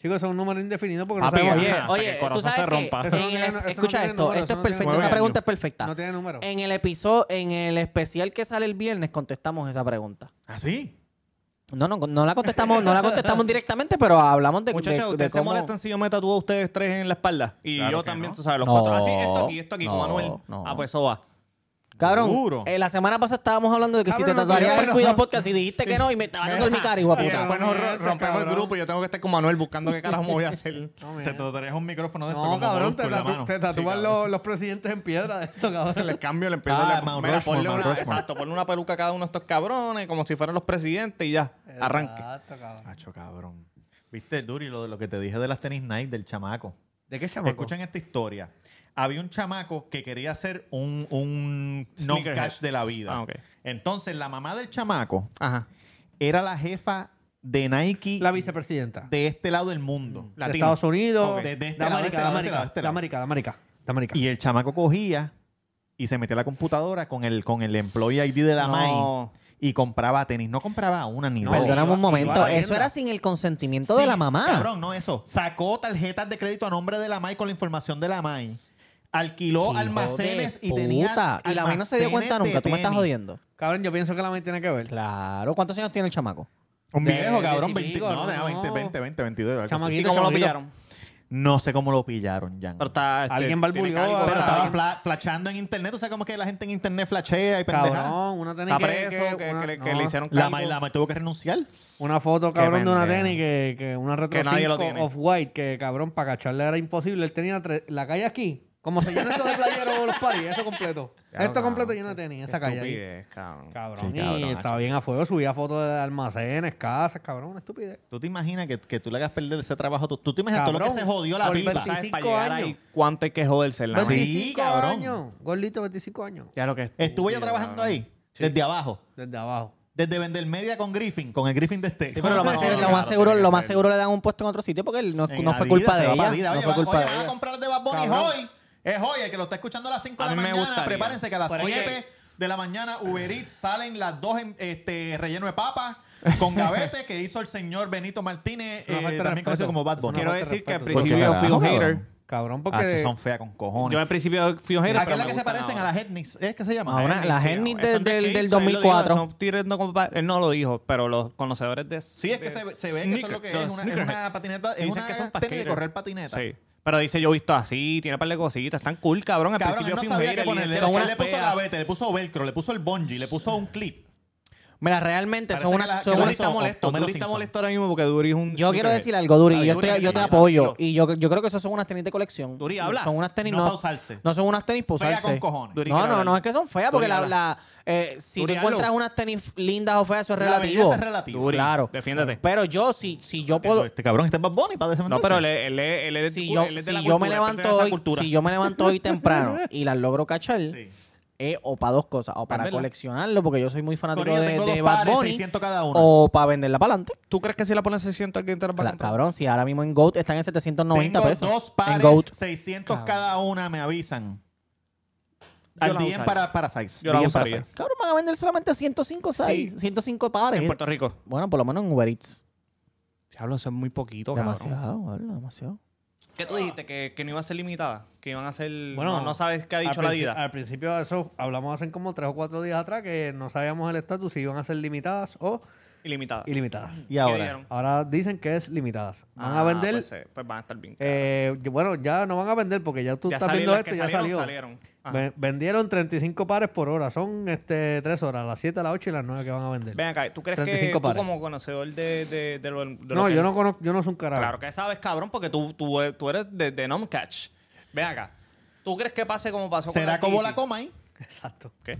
Speaker 9: Chicos, eso es un número indefinido porque
Speaker 8: Papi,
Speaker 9: no sabemos.
Speaker 8: oye,
Speaker 9: nada.
Speaker 8: que el corazón se rompa.
Speaker 7: en
Speaker 9: Eso no
Speaker 7: el-
Speaker 9: tiene- eso no
Speaker 7: escucha
Speaker 9: tiene
Speaker 7: esto,
Speaker 9: número,
Speaker 7: esto
Speaker 9: eso
Speaker 7: es
Speaker 9: no
Speaker 7: perfecto,
Speaker 9: tiene
Speaker 7: esa pregunta
Speaker 9: número.
Speaker 7: es perfecta.
Speaker 9: No tiene número.
Speaker 7: En el episodio, en el especial que sale el viernes contestamos esa pregunta.
Speaker 3: ¿Ah, sí?
Speaker 7: No, no, no la contestamos, no la contestamos directamente, pero hablamos de, de-
Speaker 8: Muchachos,
Speaker 7: de
Speaker 8: ¿ustedes se
Speaker 7: cómo-
Speaker 8: molestan si yo me tatúo a ustedes tres en la espalda? Y
Speaker 3: Claro
Speaker 8: yo
Speaker 3: que
Speaker 8: también,
Speaker 3: no.
Speaker 8: tú sabes, los
Speaker 7: No,
Speaker 8: cuatro. Así, esto aquí, esto aquí,
Speaker 7: no,
Speaker 8: con Manuel.
Speaker 7: no.
Speaker 8: Ah, pues eso va.
Speaker 7: Cabrón,
Speaker 3: Seguro.
Speaker 7: eh, la semana pasada estábamos hablando de que si
Speaker 9: Cabrón,
Speaker 7: te
Speaker 9: no,
Speaker 7: tatuarías
Speaker 9: pero-
Speaker 7: el cuidado podcast y dijiste que no y me estaba dando en mi cara, hijo de
Speaker 8: Mira,
Speaker 7: puta.
Speaker 8: bueno, ro-
Speaker 9: mierda,
Speaker 8: rompemos el
Speaker 9: cabrón.
Speaker 8: grupo y yo tengo que estar con Manuel buscando qué carajo me voy a hacer.
Speaker 9: No,
Speaker 3: Te
Speaker 9: mira.
Speaker 3: tratarías un micrófono de esto.
Speaker 9: No,
Speaker 3: como
Speaker 9: cabrón,
Speaker 3: Molusco
Speaker 9: te,
Speaker 3: en la
Speaker 9: tatu-
Speaker 3: mano.
Speaker 9: te tatúan los, los presidentes en piedra de eso, cabrón.
Speaker 8: Les cambio, le empiezo
Speaker 3: Ah,
Speaker 8: a
Speaker 3: Mount
Speaker 8: Mira,
Speaker 3: Rushmore,
Speaker 8: ponle
Speaker 3: Mount
Speaker 8: una,
Speaker 3: Rushmore.
Speaker 8: exacto, ponle una peluca a cada uno de estos cabrones, como si fueran los presidentes y ya. Arranque.
Speaker 9: Exacto, cabrón.
Speaker 3: Acho, cabrón. Viste, Duri, lo, lo que te dije de las tenis night del chamaco.
Speaker 9: ¿De qué chamaco?
Speaker 3: Escuchen esta historia. Había un chamaco que quería hacer un, un
Speaker 8: Sneakerhead.
Speaker 3: non-cash de la vida.
Speaker 8: Ah, ok.
Speaker 3: Entonces, la mamá del chamaco
Speaker 8: Ajá.
Speaker 3: era la jefa de Nike
Speaker 9: La vicepresidenta.
Speaker 3: de este lado del
Speaker 8: Mm,
Speaker 3: mundo.
Speaker 9: De Estados Unidos.
Speaker 3: Ok. De- de este
Speaker 9: de
Speaker 3: lado,
Speaker 9: América,
Speaker 3: de este
Speaker 9: de
Speaker 3: lado, de este
Speaker 9: América,
Speaker 3: lado, de este
Speaker 9: de
Speaker 3: lado.
Speaker 9: América, de América, de América.
Speaker 3: Y el chamaco cogía y se metía a la computadora con el, con el employee ID de la
Speaker 8: No.
Speaker 3: MAI y compraba tenis. No compraba una ni dos.
Speaker 7: Perdóname un momento.
Speaker 3: Iba a la
Speaker 7: Eso
Speaker 3: tienda.
Speaker 7: era sin el consentimiento de
Speaker 3: Sí,
Speaker 7: la mamá.
Speaker 3: Cabrón, no eso. Sacó tarjetas de crédito a nombre de la MAI con la información de la MAI. Alquiló
Speaker 7: Hijo
Speaker 3: almacenes
Speaker 7: de
Speaker 3: y tenía.
Speaker 7: puta. Y la mamá no se dio cuenta
Speaker 3: almacenes de
Speaker 7: nunca. Tú me estás
Speaker 3: tenis.
Speaker 7: jodiendo.
Speaker 9: Cabrón, yo pienso que la mente tiene que ver.
Speaker 7: Claro. ¿Cuántos años tiene el chamaco?
Speaker 3: Un
Speaker 9: De-
Speaker 3: viejo, cabrón. 20,
Speaker 9: 25,
Speaker 3: no, tenía
Speaker 9: no.
Speaker 3: 20, 20, 20, 22. algo así.
Speaker 9: Chamaquito,
Speaker 8: ¿Y cómo lo
Speaker 9: chamaquito.
Speaker 8: pillaron?
Speaker 3: No sé cómo lo pillaron, Jan.
Speaker 8: Pero
Speaker 3: Pero,
Speaker 8: está, este,
Speaker 9: Alguien barbuleó,
Speaker 8: tiene algo,
Speaker 9: pero
Speaker 8: está-
Speaker 3: estaba fla- flashando en internet. O sea, como que la gente en internet flashea y pendeja.
Speaker 9: Cabrón, una tenis
Speaker 8: está
Speaker 9: que-
Speaker 8: preso, que, ah,
Speaker 9: una-
Speaker 8: que le- que
Speaker 9: no.
Speaker 8: le hicieron
Speaker 3: La
Speaker 8: cargo.
Speaker 3: MAI, la MAI tuvo que renunciar.
Speaker 9: Una foto,
Speaker 8: Qué
Speaker 9: cabrón, de una
Speaker 8: pendejo.
Speaker 9: tenis que, que una retro
Speaker 8: Que nadie lo
Speaker 9: 5
Speaker 8: tiene.
Speaker 9: off-white que, cabrón, para cacharle era imposible. Él tenía tre- la calle aquí. Como se llena esto de playero los paris, eso completo.
Speaker 8: Claro,
Speaker 9: esto completo
Speaker 8: cabrón.
Speaker 9: llena de tenis,
Speaker 8: Qué
Speaker 9: esa calle ahí.
Speaker 8: estupidez, cabrón.
Speaker 9: Cabrón,
Speaker 3: Sí, cabrón,
Speaker 9: y
Speaker 3: macho.
Speaker 9: estaba bien a fuego, subía fotos de almacenes, casas, cabrón, una estupidez.
Speaker 3: ¿Tú te imaginas que, que tú le hagas perder ese trabajo? ¿Tú, tú te imaginas todo lo que
Speaker 9: Cabrón,
Speaker 3: se jodió la
Speaker 9: por
Speaker 3: pipa?
Speaker 9: 25
Speaker 8: ¿Sabes? Para llegar
Speaker 9: años.
Speaker 8: ahí, ¿cuánto hay que joderse en la
Speaker 3: Sí,
Speaker 9: 25
Speaker 3: cabrón.
Speaker 9: años, gordito, 25 años.
Speaker 8: Ya lo que estuvo
Speaker 3: Estuve yo trabajando ahí, desde abajo.
Speaker 9: Desde abajo.
Speaker 3: Desde vender media con Griffin, con el Griffin de este.
Speaker 8: Sí, pero lo más
Speaker 7: Sí,
Speaker 8: seguro-
Speaker 7: lo
Speaker 8: claro,
Speaker 7: más seguro,
Speaker 8: tiene
Speaker 7: lo
Speaker 8: que
Speaker 7: más
Speaker 8: ser.
Speaker 7: seguro le dan un puesto en otro sitio porque él no,
Speaker 3: En
Speaker 7: no fue
Speaker 3: Adidas,
Speaker 7: culpa
Speaker 3: se
Speaker 7: de
Speaker 3: va para
Speaker 7: ella.
Speaker 3: Adidas.
Speaker 7: no
Speaker 3: Oye,
Speaker 7: fue
Speaker 3: va-
Speaker 7: culpa
Speaker 3: oye,
Speaker 7: de
Speaker 3: van a
Speaker 7: ella.
Speaker 3: comprar el de Bad Bunny
Speaker 9: Cabrón.
Speaker 3: hoy. Es hoy, el que lo está escuchando a las 5
Speaker 8: A
Speaker 3: de la
Speaker 8: mí me
Speaker 3: mañana.
Speaker 8: gustaría.
Speaker 3: Prepárense que a las
Speaker 8: Pero es
Speaker 3: 7 de la mañana Uber Eats salen las dos en, este, relleno de papas con gavete que hizo el señor Benito Martínez,
Speaker 9: Es una
Speaker 3: eh,
Speaker 9: falta de
Speaker 3: también conocido
Speaker 9: respeto.
Speaker 3: como Bad
Speaker 9: Es una
Speaker 3: Bunny.
Speaker 8: Quiero
Speaker 9: falta de
Speaker 8: decir que al
Speaker 9: respeto.
Speaker 8: principio yo fui un
Speaker 3: Porque,
Speaker 8: hater.
Speaker 3: cabrón.
Speaker 9: Cabrón,
Speaker 3: Ah,
Speaker 9: porque...
Speaker 3: son feas con cojones.
Speaker 8: Yo al principio fui un hater. pero
Speaker 3: Aquella
Speaker 8: me
Speaker 3: que se
Speaker 8: gustan
Speaker 3: parecen
Speaker 8: ahora.
Speaker 3: a la Hetnix. ¿Es que se llama?
Speaker 7: Ahora,
Speaker 8: Henry,
Speaker 7: la
Speaker 8: sí,
Speaker 7: Henry
Speaker 8: no,
Speaker 7: del-
Speaker 8: eso es de
Speaker 7: del-
Speaker 8: Case,
Speaker 7: del
Speaker 8: él lo dijo,
Speaker 7: 2004.
Speaker 8: son tigres no compa- él no lo dijo, pero los conocedores de.
Speaker 3: Sí, es que se, ve- se ve que eso es lo que es. Una, es una patineta, es
Speaker 8: Dicen
Speaker 3: una
Speaker 8: que son
Speaker 3: tenis de
Speaker 8: skaters.
Speaker 3: correr patineta.
Speaker 8: Sí. Pero dice, yo he visto así, tiene un par de cositas, están cool, cabrón. Al
Speaker 3: Cabrón, él
Speaker 8: principio
Speaker 3: no
Speaker 8: fui un
Speaker 3: sabía qué
Speaker 8: hater. y
Speaker 3: ponerle.
Speaker 8: dije,
Speaker 3: Él
Speaker 8: "Son
Speaker 3: le
Speaker 8: unas
Speaker 3: puso
Speaker 8: feas".
Speaker 3: gavete, le puso velcro, le puso el bungee, le puso un clip.
Speaker 7: Mira, realmente
Speaker 3: Parece
Speaker 7: son
Speaker 3: que
Speaker 7: una.
Speaker 3: la- que
Speaker 7: son
Speaker 3: la
Speaker 7: una-
Speaker 8: Duri
Speaker 3: hizo
Speaker 8: está molesto,
Speaker 3: Homero
Speaker 8: Duri está
Speaker 3: Simpson.
Speaker 8: molesto ahora mismo porque Duri es un.
Speaker 7: yo quiero
Speaker 8: sneakerhead.
Speaker 7: decir algo, Duri.
Speaker 8: Ay,
Speaker 7: Yo,
Speaker 8: Duri,
Speaker 7: estoy- yo te
Speaker 8: tranquilo.
Speaker 7: apoyo. Y yo, yo creo que eso son unas tenis de colección.
Speaker 8: Duri, habla.
Speaker 7: Son unas tenis.
Speaker 3: No
Speaker 7: No,
Speaker 3: para usarse.
Speaker 7: no son unas tenis para
Speaker 3: Fea
Speaker 7: usarse.
Speaker 3: con cojones.
Speaker 8: Duri,
Speaker 7: No,
Speaker 8: quiero
Speaker 7: no, no,
Speaker 8: hablar.
Speaker 7: es que son feas porque
Speaker 8: Duri,
Speaker 7: la,
Speaker 8: habla.
Speaker 7: la- eh, si
Speaker 8: Duri,
Speaker 7: tú encuentras
Speaker 8: hazlo.
Speaker 7: unas tenis lindas o feas, eso es
Speaker 3: La
Speaker 7: relativo.
Speaker 3: belleza es relativa.
Speaker 8: Duri,
Speaker 7: Claro.
Speaker 8: Defiéndete.
Speaker 7: Pero yo, si, si yo puedo.
Speaker 3: Este cabrón, este es Bad Bunny para
Speaker 8: No, pero él, él, él, él,
Speaker 7: Si
Speaker 8: él
Speaker 7: yo,
Speaker 8: es de
Speaker 7: si
Speaker 8: la
Speaker 7: yo me
Speaker 8: cultura, él pertenece
Speaker 7: levanto
Speaker 8: a esa
Speaker 7: hoy,
Speaker 8: cultura.
Speaker 7: si yo me levanto hoy temprano y las logro cachar,
Speaker 3: Sí.
Speaker 7: eh, o para dos cosas, o para
Speaker 8: Véndela.
Speaker 7: coleccionarlo, porque yo soy muy fanático
Speaker 3: Pues Corillo,
Speaker 7: de,
Speaker 3: tengo
Speaker 7: de
Speaker 3: dos
Speaker 7: Bad
Speaker 3: pares,
Speaker 7: Bunny,
Speaker 3: 600 cada uno.
Speaker 7: o para venderla para adelante.
Speaker 8: ¿Tú crees que si la pones 600 alguien te la va a
Speaker 7: Cla-
Speaker 8: comprar?
Speaker 7: Cabrón, si ahora mismo en Goat están en 790
Speaker 3: Tengo
Speaker 7: pesos.
Speaker 3: dos
Speaker 7: En
Speaker 3: pares,
Speaker 7: Goat.
Speaker 3: 600 cada una, me avisan.
Speaker 8: Yo
Speaker 3: Al
Speaker 8: la
Speaker 3: DM
Speaker 8: usaría.
Speaker 3: para, para size.
Speaker 8: Yo la
Speaker 3: DM para
Speaker 8: usaría.
Speaker 3: size.
Speaker 7: Cabrón, van a vender solamente 105, seis- 105 pares.
Speaker 8: En Puerto Rico.
Speaker 7: Bueno, por lo menos en Uber Eats.
Speaker 8: Diablo, eso es muy
Speaker 3: Oh,
Speaker 8: poquito, cabrón.
Speaker 7: Demasiado, habla, demasiado.
Speaker 8: ¿Qué tú dijiste? ¿Que, que no iba a ser limitada? ¿Que iban a ser...?
Speaker 9: Bueno,
Speaker 8: no, no sabes qué ha dicho
Speaker 9: al
Speaker 8: la
Speaker 9: princi-
Speaker 8: DIDA.
Speaker 9: Al principio de eso hablamos hace como tres o cuatro días atrás que no sabíamos el estatus si iban a ser limitadas o
Speaker 8: Ilimitada.
Speaker 9: ilimitadas.
Speaker 3: Y
Speaker 8: ¿Qué
Speaker 3: ahora.
Speaker 8: dijeron?
Speaker 9: Ahora dicen que es limitadas. Van
Speaker 8: Ah,
Speaker 9: a vender.
Speaker 8: Pues, eh, pues van a estar bien. caras.
Speaker 9: eh, y bueno, ya no van a vender porque ya tú
Speaker 8: ya
Speaker 9: estás
Speaker 8: salieron
Speaker 9: viendo
Speaker 8: las que
Speaker 9: esto y ya
Speaker 8: salieron,
Speaker 9: salió.
Speaker 8: salieron. Ajá.
Speaker 9: Ve- vendieron 35 pares por hora. Son este tres horas, las 7, las 8 y las 9 que van a vender.
Speaker 8: Ven acá, ¿tú crees que
Speaker 9: 35
Speaker 8: tú
Speaker 9: pares.
Speaker 8: como conocedor de, de, de lo, de lo
Speaker 9: no,
Speaker 8: que-
Speaker 9: yo no conozco, yo no soy un carajo.
Speaker 8: Claro que sabes, cabrón, porque tú, tú, eh, tú eres de, de Nomcatch. Ven acá. ¿Tú crees que pase como pasó
Speaker 3: ¿Será
Speaker 8: con
Speaker 3: como la
Speaker 8: Yeezy?
Speaker 3: coma ahí?
Speaker 9: Exacto.
Speaker 8: ¿Qué?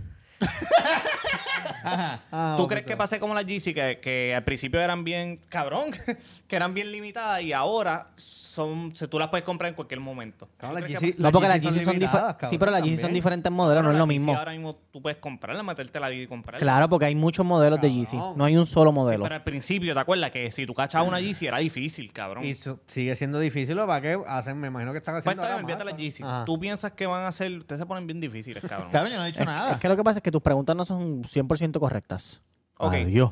Speaker 9: Ah,
Speaker 8: ¿Tú
Speaker 9: ok,
Speaker 8: crees que
Speaker 9: claro.
Speaker 8: pasé como las GC que, que al principio eran bien cabrón, que eran bien limitadas y ahora son se- tú las puedes comprar en cualquier momento? ¿Tú
Speaker 9: Cabrón, las
Speaker 8: crees
Speaker 9: GC
Speaker 8: que
Speaker 7: No, porque las
Speaker 9: GC son
Speaker 7: GC son
Speaker 9: limitadas,
Speaker 7: diferentes. Sí,
Speaker 9: cabrón,
Speaker 7: pero las GC son
Speaker 9: también.
Speaker 7: diferentes
Speaker 8: pasa-
Speaker 7: modelos, no es
Speaker 8: Las
Speaker 7: lo
Speaker 8: GC
Speaker 7: mismo.
Speaker 8: Ahora mismo tú puedes comprarla, meterte la y comprarla.
Speaker 7: Claro, porque hay muchos modelos de GC.
Speaker 9: Cabrón.
Speaker 7: No hay un solo
Speaker 8: Sí,
Speaker 7: modelo.
Speaker 8: pero al principio, ¿te acuerdas que si tú cachabas una GC era difícil, cabrón?
Speaker 9: Y su- sigue siendo difícil, ¿o ¿para qué hacen? Me imagino que están
Speaker 8: Pues
Speaker 9: haciendo.
Speaker 8: está bien,
Speaker 9: ahora
Speaker 8: olvídate
Speaker 9: más,
Speaker 8: las GC.
Speaker 9: Ajá.
Speaker 8: Tú piensas que van a ser... Ustedes se ponen bien difíciles, cabrón.
Speaker 3: Cabrón, yo no he dicho nada.
Speaker 7: Es que lo que pasa es que tus preguntas no son 100% correctas.
Speaker 8: Ok.
Speaker 3: Adiós.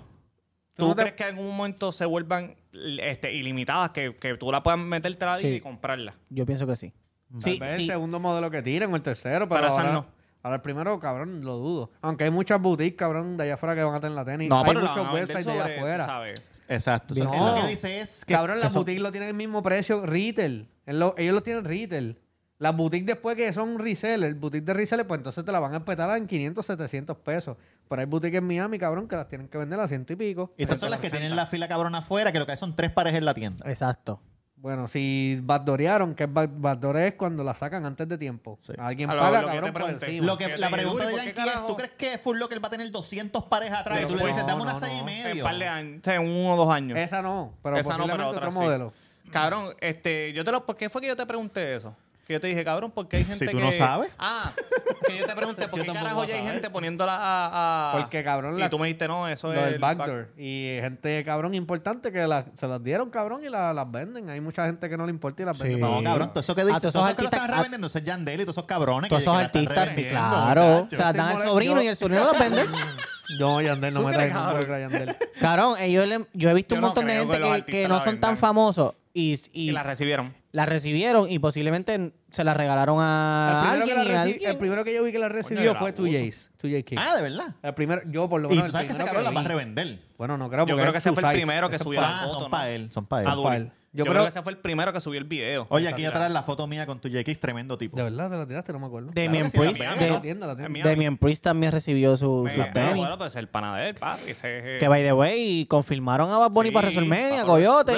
Speaker 8: ¿Tú,
Speaker 9: ¿Tú no te-
Speaker 8: crees que en algún momento se vuelvan este, ilimitadas, que, que tú la puedas meterte la
Speaker 7: Sí.
Speaker 8: y comprarla?
Speaker 7: Yo pienso que sí.
Speaker 9: Tal
Speaker 7: Sí,
Speaker 9: vez el
Speaker 7: sí.
Speaker 9: segundo modelo que tiren o el tercero, pero,
Speaker 8: Pero esas
Speaker 9: ahora,
Speaker 8: no.
Speaker 9: ahora el primero, cabrón, lo dudo. Aunque hay muchas boutiques, cabrón, de allá afuera que van a tener la tenis. hay
Speaker 8: la
Speaker 9: muchos
Speaker 8: van a vender
Speaker 9: websites de allá
Speaker 8: sobre, tú
Speaker 9: afuera.
Speaker 8: sabes.
Speaker 3: Exacto.
Speaker 7: No.
Speaker 3: Lo que dice es que.
Speaker 9: Cabrón,
Speaker 3: que
Speaker 9: las
Speaker 3: son-
Speaker 9: boutiques lo tienen el mismo precio retail. En lo- ellos lo tienen retail. Las boutiques después que son resellers, boutiques de resellers, pues entonces te la van a empetar en 500, 700 pesos. Pero hay boutiques en Miami, cabrón, que las tienen que vender a ciento y pico.
Speaker 3: Estas son las que tienen la fila cabrón afuera, que lo que hay son tres pares en la tienda.
Speaker 7: Exacto.
Speaker 9: Bueno, si backdorearon, que back- backdorear es cuando la sacan antes de tiempo.
Speaker 3: Sí.
Speaker 9: Alguien
Speaker 8: A lo-
Speaker 9: paga,
Speaker 8: lo que yo te
Speaker 9: cabrón, por
Speaker 8: pregunté.
Speaker 9: encima.
Speaker 3: Lo que,
Speaker 8: que
Speaker 3: la
Speaker 8: te-
Speaker 3: pregunta de
Speaker 8: Uy, ¿por qué
Speaker 3: Yankee es, ¿tú
Speaker 8: carajo?
Speaker 3: crees que Full Locker va a tener 200 pares atrás? y tú le
Speaker 9: pues,
Speaker 3: dices, dame
Speaker 9: no,
Speaker 3: una
Speaker 9: no,
Speaker 3: 6 y
Speaker 9: no.
Speaker 8: En
Speaker 3: medio.
Speaker 8: par de años, en uno o dos años.
Speaker 9: Esa no, pero
Speaker 8: Esa no,
Speaker 9: posiblemente
Speaker 8: pero otra
Speaker 9: otro
Speaker 8: sí.
Speaker 9: modelo.
Speaker 8: Cabrón, este, yo te lo, ¿por qué fue que yo te pregunté eso? Que yo te dije, cabrón, ¿por qué hay gente
Speaker 3: Si
Speaker 8: que...
Speaker 3: tú no sabes.
Speaker 8: Ah, que yo te pregunté, ¿por
Speaker 9: Yo
Speaker 8: qué
Speaker 9: tampoco
Speaker 8: carajo
Speaker 9: voy a
Speaker 8: ya hay
Speaker 9: saber.
Speaker 8: gente poniéndola a... a-
Speaker 9: Porque, cabrón,
Speaker 8: Y
Speaker 9: la-
Speaker 8: tú me dijiste, no, eso
Speaker 9: Lo
Speaker 8: es...
Speaker 9: del
Speaker 8: el
Speaker 9: backdoor. Y gente, cabrón, importante que la- se las dieron, cabrón, y la- las venden. Hay mucha gente que no le importa y las vende.
Speaker 7: Sí.
Speaker 9: para
Speaker 3: No,
Speaker 9: otro.
Speaker 3: cabrón, todo eso que
Speaker 7: A
Speaker 3: dicen,
Speaker 7: todos
Speaker 3: todos
Speaker 7: esos
Speaker 3: esos que lo están
Speaker 7: artistas-
Speaker 3: revendiendo, esos Yandel y todos esos cabrones.
Speaker 7: Todos
Speaker 3: que-
Speaker 7: esos
Speaker 3: que la están
Speaker 7: artistas, sí,
Speaker 3: revendiendo, Este
Speaker 7: claro. Se
Speaker 3: muchachos.
Speaker 7: las dan al
Speaker 9: Yo-
Speaker 7: sobrino y el sobrino las vende.
Speaker 9: No, Yandel, no
Speaker 8: ¿Tú
Speaker 9: me
Speaker 8: crees,
Speaker 9: traigas no me
Speaker 8: cabrón?
Speaker 9: traigas, Yandel.
Speaker 7: Cabrón, ellos le- yo he visto
Speaker 8: Yo
Speaker 7: un
Speaker 8: no
Speaker 7: montón de
Speaker 8: creo
Speaker 7: gente
Speaker 8: que los
Speaker 7: que,
Speaker 8: artistas
Speaker 7: que no
Speaker 8: la
Speaker 7: son tan
Speaker 8: vendan.
Speaker 7: famosos y, y,
Speaker 8: Y la recibieron.
Speaker 7: la recibieron y posiblemente se la regalaron a
Speaker 9: El primero, que
Speaker 7: alguien.
Speaker 9: la
Speaker 7: y
Speaker 9: reci-
Speaker 7: alguien-
Speaker 9: el primero que yo vi que la recibió
Speaker 8: era
Speaker 9: fue 2J's. 2J Kick.
Speaker 3: Ah, de verdad.
Speaker 9: El primero, yo por lo
Speaker 3: Y
Speaker 9: menos.
Speaker 3: tú
Speaker 9: el
Speaker 3: sabes que ese cabrón
Speaker 9: primero
Speaker 3: las va a
Speaker 9: vi.
Speaker 3: revender.
Speaker 9: Bueno, no creo.
Speaker 8: Yo
Speaker 9: porque
Speaker 8: creo que
Speaker 9: es
Speaker 8: ese fue el
Speaker 9: Two Sides.
Speaker 8: primero que
Speaker 9: Ese
Speaker 8: subió la
Speaker 3: Ah,
Speaker 8: foto.
Speaker 3: son
Speaker 8: ¿no?
Speaker 3: para él, son para él.
Speaker 8: A Duri.
Speaker 9: pa' él.
Speaker 8: Yo, creo que ese fue el primero que subió el video.
Speaker 3: Oye, aquí atrás la foto mía con tu JX, tremendo tipo.
Speaker 9: De verdad, te la tiraste, no me acuerdo.
Speaker 3: Claro
Speaker 7: Damien
Speaker 3: que
Speaker 7: Priest,
Speaker 3: sí, la
Speaker 7: de-
Speaker 9: la tienda, la tienda.
Speaker 8: Mira,
Speaker 7: Damien Priest también recibió su,
Speaker 8: me-
Speaker 7: sus
Speaker 8: me-
Speaker 7: tenis.
Speaker 8: Bueno, pues el pana de él, papi. Ese,
Speaker 7: Que by the way, confirmaron a Bad Bunny para WrestleMania, Coyote.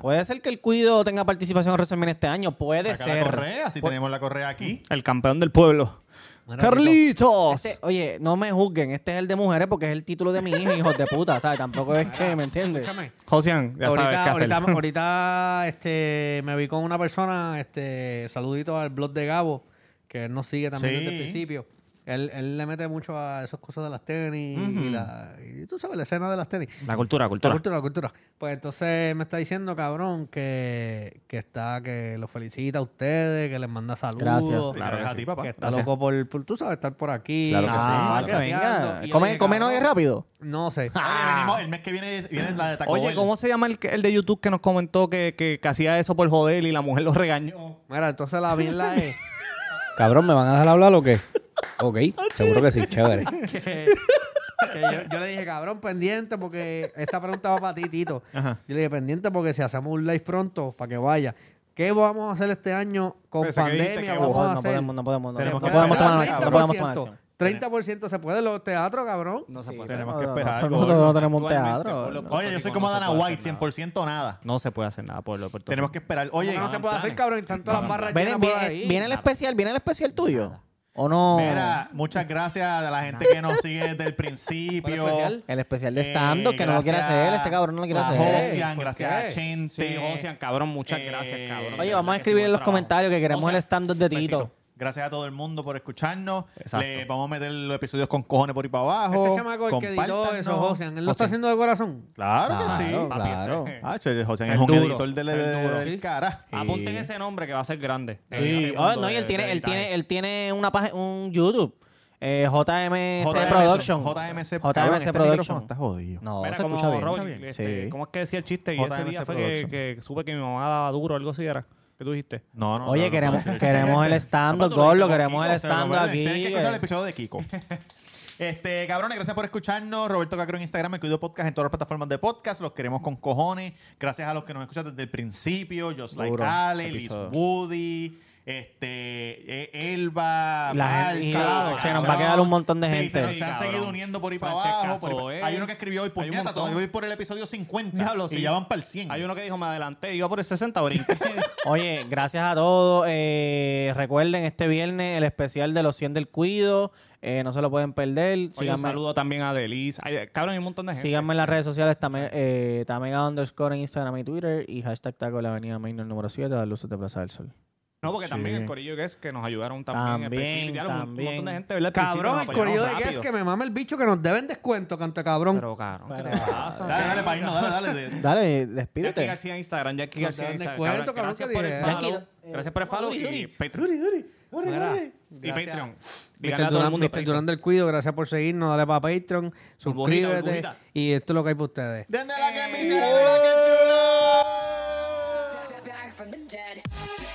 Speaker 7: Puede ser que el Cuido tenga participación en WrestleMania este año. Puede
Speaker 3: Saca la
Speaker 7: ser.
Speaker 3: correa, si tenemos la correa aquí.
Speaker 8: El campeón del pueblo.
Speaker 9: Mira,
Speaker 7: ¡Carlitos! Este- oye, no me juzguen. Este es el de mujeres porque es el título de mi hija, hijos de puta. ¿Sabes? Tampoco es que, ¿me entiendes?
Speaker 9: Escúchame.
Speaker 8: Josian, ya sabes
Speaker 9: ahorita,
Speaker 8: qué hacer.
Speaker 9: ahorita, ahorita, este, me vi con una persona, este, saludito al blog de Gabo, que él nos sigue también
Speaker 3: Sí.
Speaker 9: desde el principio. Él, él le mete mucho a esas cosas de las tenis y, la, y tú sabes, la escena de las tenis.
Speaker 8: La cultura,
Speaker 9: La
Speaker 8: cultura.
Speaker 9: cultura, la cultura. Pues entonces me está diciendo, cabrón, que, que está, que los felicita a ustedes, que les manda saludos.
Speaker 7: Gracias.
Speaker 3: Claro que sí.
Speaker 9: que está
Speaker 3: Gracias.
Speaker 9: loco por, por, tú sabes, estar por aquí.
Speaker 3: Claro que sí,
Speaker 7: Ah,
Speaker 3: claro
Speaker 7: que
Speaker 3: que
Speaker 7: venga.
Speaker 9: chateando. Y yo
Speaker 7: Come,
Speaker 9: dije,
Speaker 7: come no es
Speaker 9: cabrón,
Speaker 7: rápido.
Speaker 9: No sé.
Speaker 3: Oye, venimos, el mes que viene viene la de Taco
Speaker 8: Oye,
Speaker 3: Bell.
Speaker 8: ¿cómo se llama el, que- el de YouTube que nos comentó que, que, que hacía eso por joder y la mujer lo regañó?
Speaker 9: Mira, entonces la mierda es...
Speaker 7: Cabrón, ¿me van a dejar hablar o qué?
Speaker 9: Ok, seguro que Ah, sí, chévere. yo, yo le dije, cabrón, pendiente, porque esta pregunta va para ti, Tito.
Speaker 3: Ajá.
Speaker 9: Yo le dije, pendiente, porque si hacemos un live pronto, para que vaya. ¿qué vamos a hacer este año con
Speaker 8: Pensé que dijiste
Speaker 9: pandemia?
Speaker 8: que
Speaker 9: Vamos a
Speaker 7: No
Speaker 9: hacer?
Speaker 7: podemos, no podemos, no
Speaker 9: Se
Speaker 3: Tenemos
Speaker 7: podemos.
Speaker 3: que
Speaker 7: No podemos
Speaker 9: puede hacer
Speaker 7: tomar acción. No podemos tomar acción.
Speaker 9: 30% se puede en los teatros, cabrón.
Speaker 8: No se puede hacer.
Speaker 3: Tenemos que
Speaker 7: No, no,
Speaker 3: esperar
Speaker 7: Nosotros
Speaker 3: algo.
Speaker 7: no tenemos un
Speaker 8: Actualmente,
Speaker 7: teatro.
Speaker 8: por lo-
Speaker 3: Oye, yo soy como Dana White, 100% nada.
Speaker 8: No se puede hacer nada por lo
Speaker 3: Tenemos que esperar. Oye,
Speaker 9: ¿Cómo que no se puede hacer, cabrón, y tanto las barras
Speaker 7: Viene,
Speaker 9: llenas por
Speaker 7: viene-
Speaker 9: ahí?
Speaker 7: viene el especial, viene el especial tuyo. ¿O no?
Speaker 3: Mira, muchas gracias a la gente que nos sigue desde el principio.
Speaker 9: especial?
Speaker 7: El especial de
Speaker 3: Eh,
Speaker 7: stand-up, que no lo quiere
Speaker 3: gracias
Speaker 7: hacer, este cabrón no lo quiere
Speaker 3: a
Speaker 7: hacer.
Speaker 3: Josian,
Speaker 9: ¿Por
Speaker 3: gracias
Speaker 9: qué?
Speaker 3: a Chente.
Speaker 8: Sí, Josian, cabrón, muchas
Speaker 3: Eh,
Speaker 8: gracias, cabrón.
Speaker 7: Oye, vamos a escribir en los comentarios que queremos el stand-up de Tito.
Speaker 3: Gracias a todo el mundo por escucharnos.
Speaker 8: Exacto.
Speaker 3: Le vamos a meter los episodios con cojones por ahí para abajo.
Speaker 9: Este chamaco el que editó
Speaker 3: Compártanos.
Speaker 9: eso, Josian, él lo está
Speaker 3: Josian.
Speaker 9: haciendo de corazón.
Speaker 3: Claro que
Speaker 7: Claro,
Speaker 3: sí.
Speaker 7: claro.
Speaker 3: Ah, che, Josian
Speaker 8: Ser
Speaker 3: es un
Speaker 8: duro,
Speaker 3: editor del,
Speaker 8: ser
Speaker 3: del-
Speaker 8: duro,
Speaker 3: del
Speaker 8: sí.
Speaker 3: cara.
Speaker 9: Ah, pues,
Speaker 8: Apunten ese nombre que va a ser grande.
Speaker 7: Sí.
Speaker 8: Ese
Speaker 7: Oh,
Speaker 8: mundo
Speaker 7: no, y
Speaker 8: de-
Speaker 7: él tiene,
Speaker 8: de
Speaker 7: él
Speaker 8: editaje.
Speaker 7: tiene, él tiene una página, un YouTube, eh, JMC,
Speaker 3: JMC
Speaker 7: Production.
Speaker 3: JMC, cabrón,
Speaker 7: JMC
Speaker 3: este micrófono
Speaker 7: Production.
Speaker 3: está jodido.
Speaker 7: No,
Speaker 8: Mira,
Speaker 7: se
Speaker 8: como
Speaker 7: escucha bien.
Speaker 8: Robert,
Speaker 7: Está bien.
Speaker 8: este,
Speaker 7: Sí.
Speaker 8: ¿Cómo es que decía el chiste? Y
Speaker 3: JMC
Speaker 8: ese día fue que, que supe que mi mamá daba duro o algo así era. ¿Qué tú dijiste?
Speaker 3: No, no,
Speaker 7: Oye,
Speaker 3: no, no,
Speaker 7: queremos,
Speaker 3: no, no,
Speaker 7: queremos el
Speaker 3: Papá,
Speaker 7: stand-up,
Speaker 3: tú lo dijiste
Speaker 7: Gorlo,
Speaker 3: con
Speaker 7: queremos
Speaker 3: Kiko,
Speaker 7: el
Speaker 3: o sea, lo
Speaker 7: stand-up
Speaker 3: pueden-
Speaker 7: aquí.
Speaker 3: Tienen que escuchar el
Speaker 7: eh.
Speaker 3: episodio de Kiko. Este, cabrones, gracias por escucharnos. Roberto Cacro en Instagram, el Cuido Podcast en todas las plataformas de podcast. Los queremos con cojones. Gracias a los que nos escuchan desde el principio. Just Like
Speaker 7: Duro,
Speaker 3: Ale, Liz
Speaker 7: episodio.
Speaker 3: Woody, este, eh, Elba,
Speaker 7: La gente- y la- se nos va a quedar un montón de
Speaker 3: Sí,
Speaker 7: gente.
Speaker 3: Se, nos- se han
Speaker 8: Sí, cabrón.
Speaker 3: seguido uniendo por ahí para
Speaker 8: Francesca
Speaker 3: abajo. por ahí para-
Speaker 8: Zoé.
Speaker 3: Hay uno que escribió hoy,
Speaker 8: Hay un
Speaker 3: puñeta,
Speaker 8: montón.
Speaker 3: todavía voy por el episodio 50.
Speaker 8: Diablo,
Speaker 3: y
Speaker 8: sí.
Speaker 3: ya van para el 100.
Speaker 8: Hay uno que dijo, me adelanté, iba por el 60, brinqué.
Speaker 7: Oye, gracias a todos. Eh, recuerden este viernes el especial de los 100 del Cuido. Eh, no se lo pueden perder.
Speaker 8: Oye, un
Speaker 7: Síganme,
Speaker 8: saludo también a Delis. Ay, Cabrón, hay un montón de gente.
Speaker 7: síganme en las redes sociales. También, eh, Tamega underscore en Instagram y Twitter. Y hashtag taco de la avenida Maynor número 7 a las luces de Plaza del Sol.
Speaker 8: No, porque también
Speaker 7: Sí.
Speaker 8: el corillo que es que nos ayudaron también.
Speaker 7: También,
Speaker 8: específicamente, un-
Speaker 7: también.
Speaker 8: Un montón de gente, ¿verdad? Al
Speaker 9: Cabrón, el
Speaker 8: principio nos
Speaker 9: corillo de
Speaker 8: apoyaron
Speaker 9: que es que
Speaker 8: rápido.
Speaker 9: me mama el bicho que nos deben descuento, canto de cabrón.
Speaker 8: Pero, cabrón, ¿qué te pasa?
Speaker 3: Dale, dale, para irnos, dale, dale. de-
Speaker 7: Dale,
Speaker 8: Jackie
Speaker 7: despídete.
Speaker 8: García en Instagram, Jackie
Speaker 9: Nos
Speaker 8: García en
Speaker 9: dan de
Speaker 8: Instagram.
Speaker 9: cuento, cabrón,
Speaker 8: gracias
Speaker 9: que
Speaker 8: por el
Speaker 9: diré.
Speaker 8: follow. Gracias por el follow y Patreon.
Speaker 9: Mira,
Speaker 8: Y
Speaker 9: gracias.
Speaker 8: Patreon. Díganle
Speaker 9: Mr.
Speaker 8: a todo el
Speaker 9: Durán,
Speaker 8: mundo
Speaker 9: Mr. Durán del Cuido, gracias por seguirnos, dale para Patreon,
Speaker 8: Burbujita,
Speaker 9: suscríbete
Speaker 8: burbujita.
Speaker 9: y esto es lo que hay para ustedes.
Speaker 3: Denle la camisa, denle la camisa.
Speaker 11: back from the dead.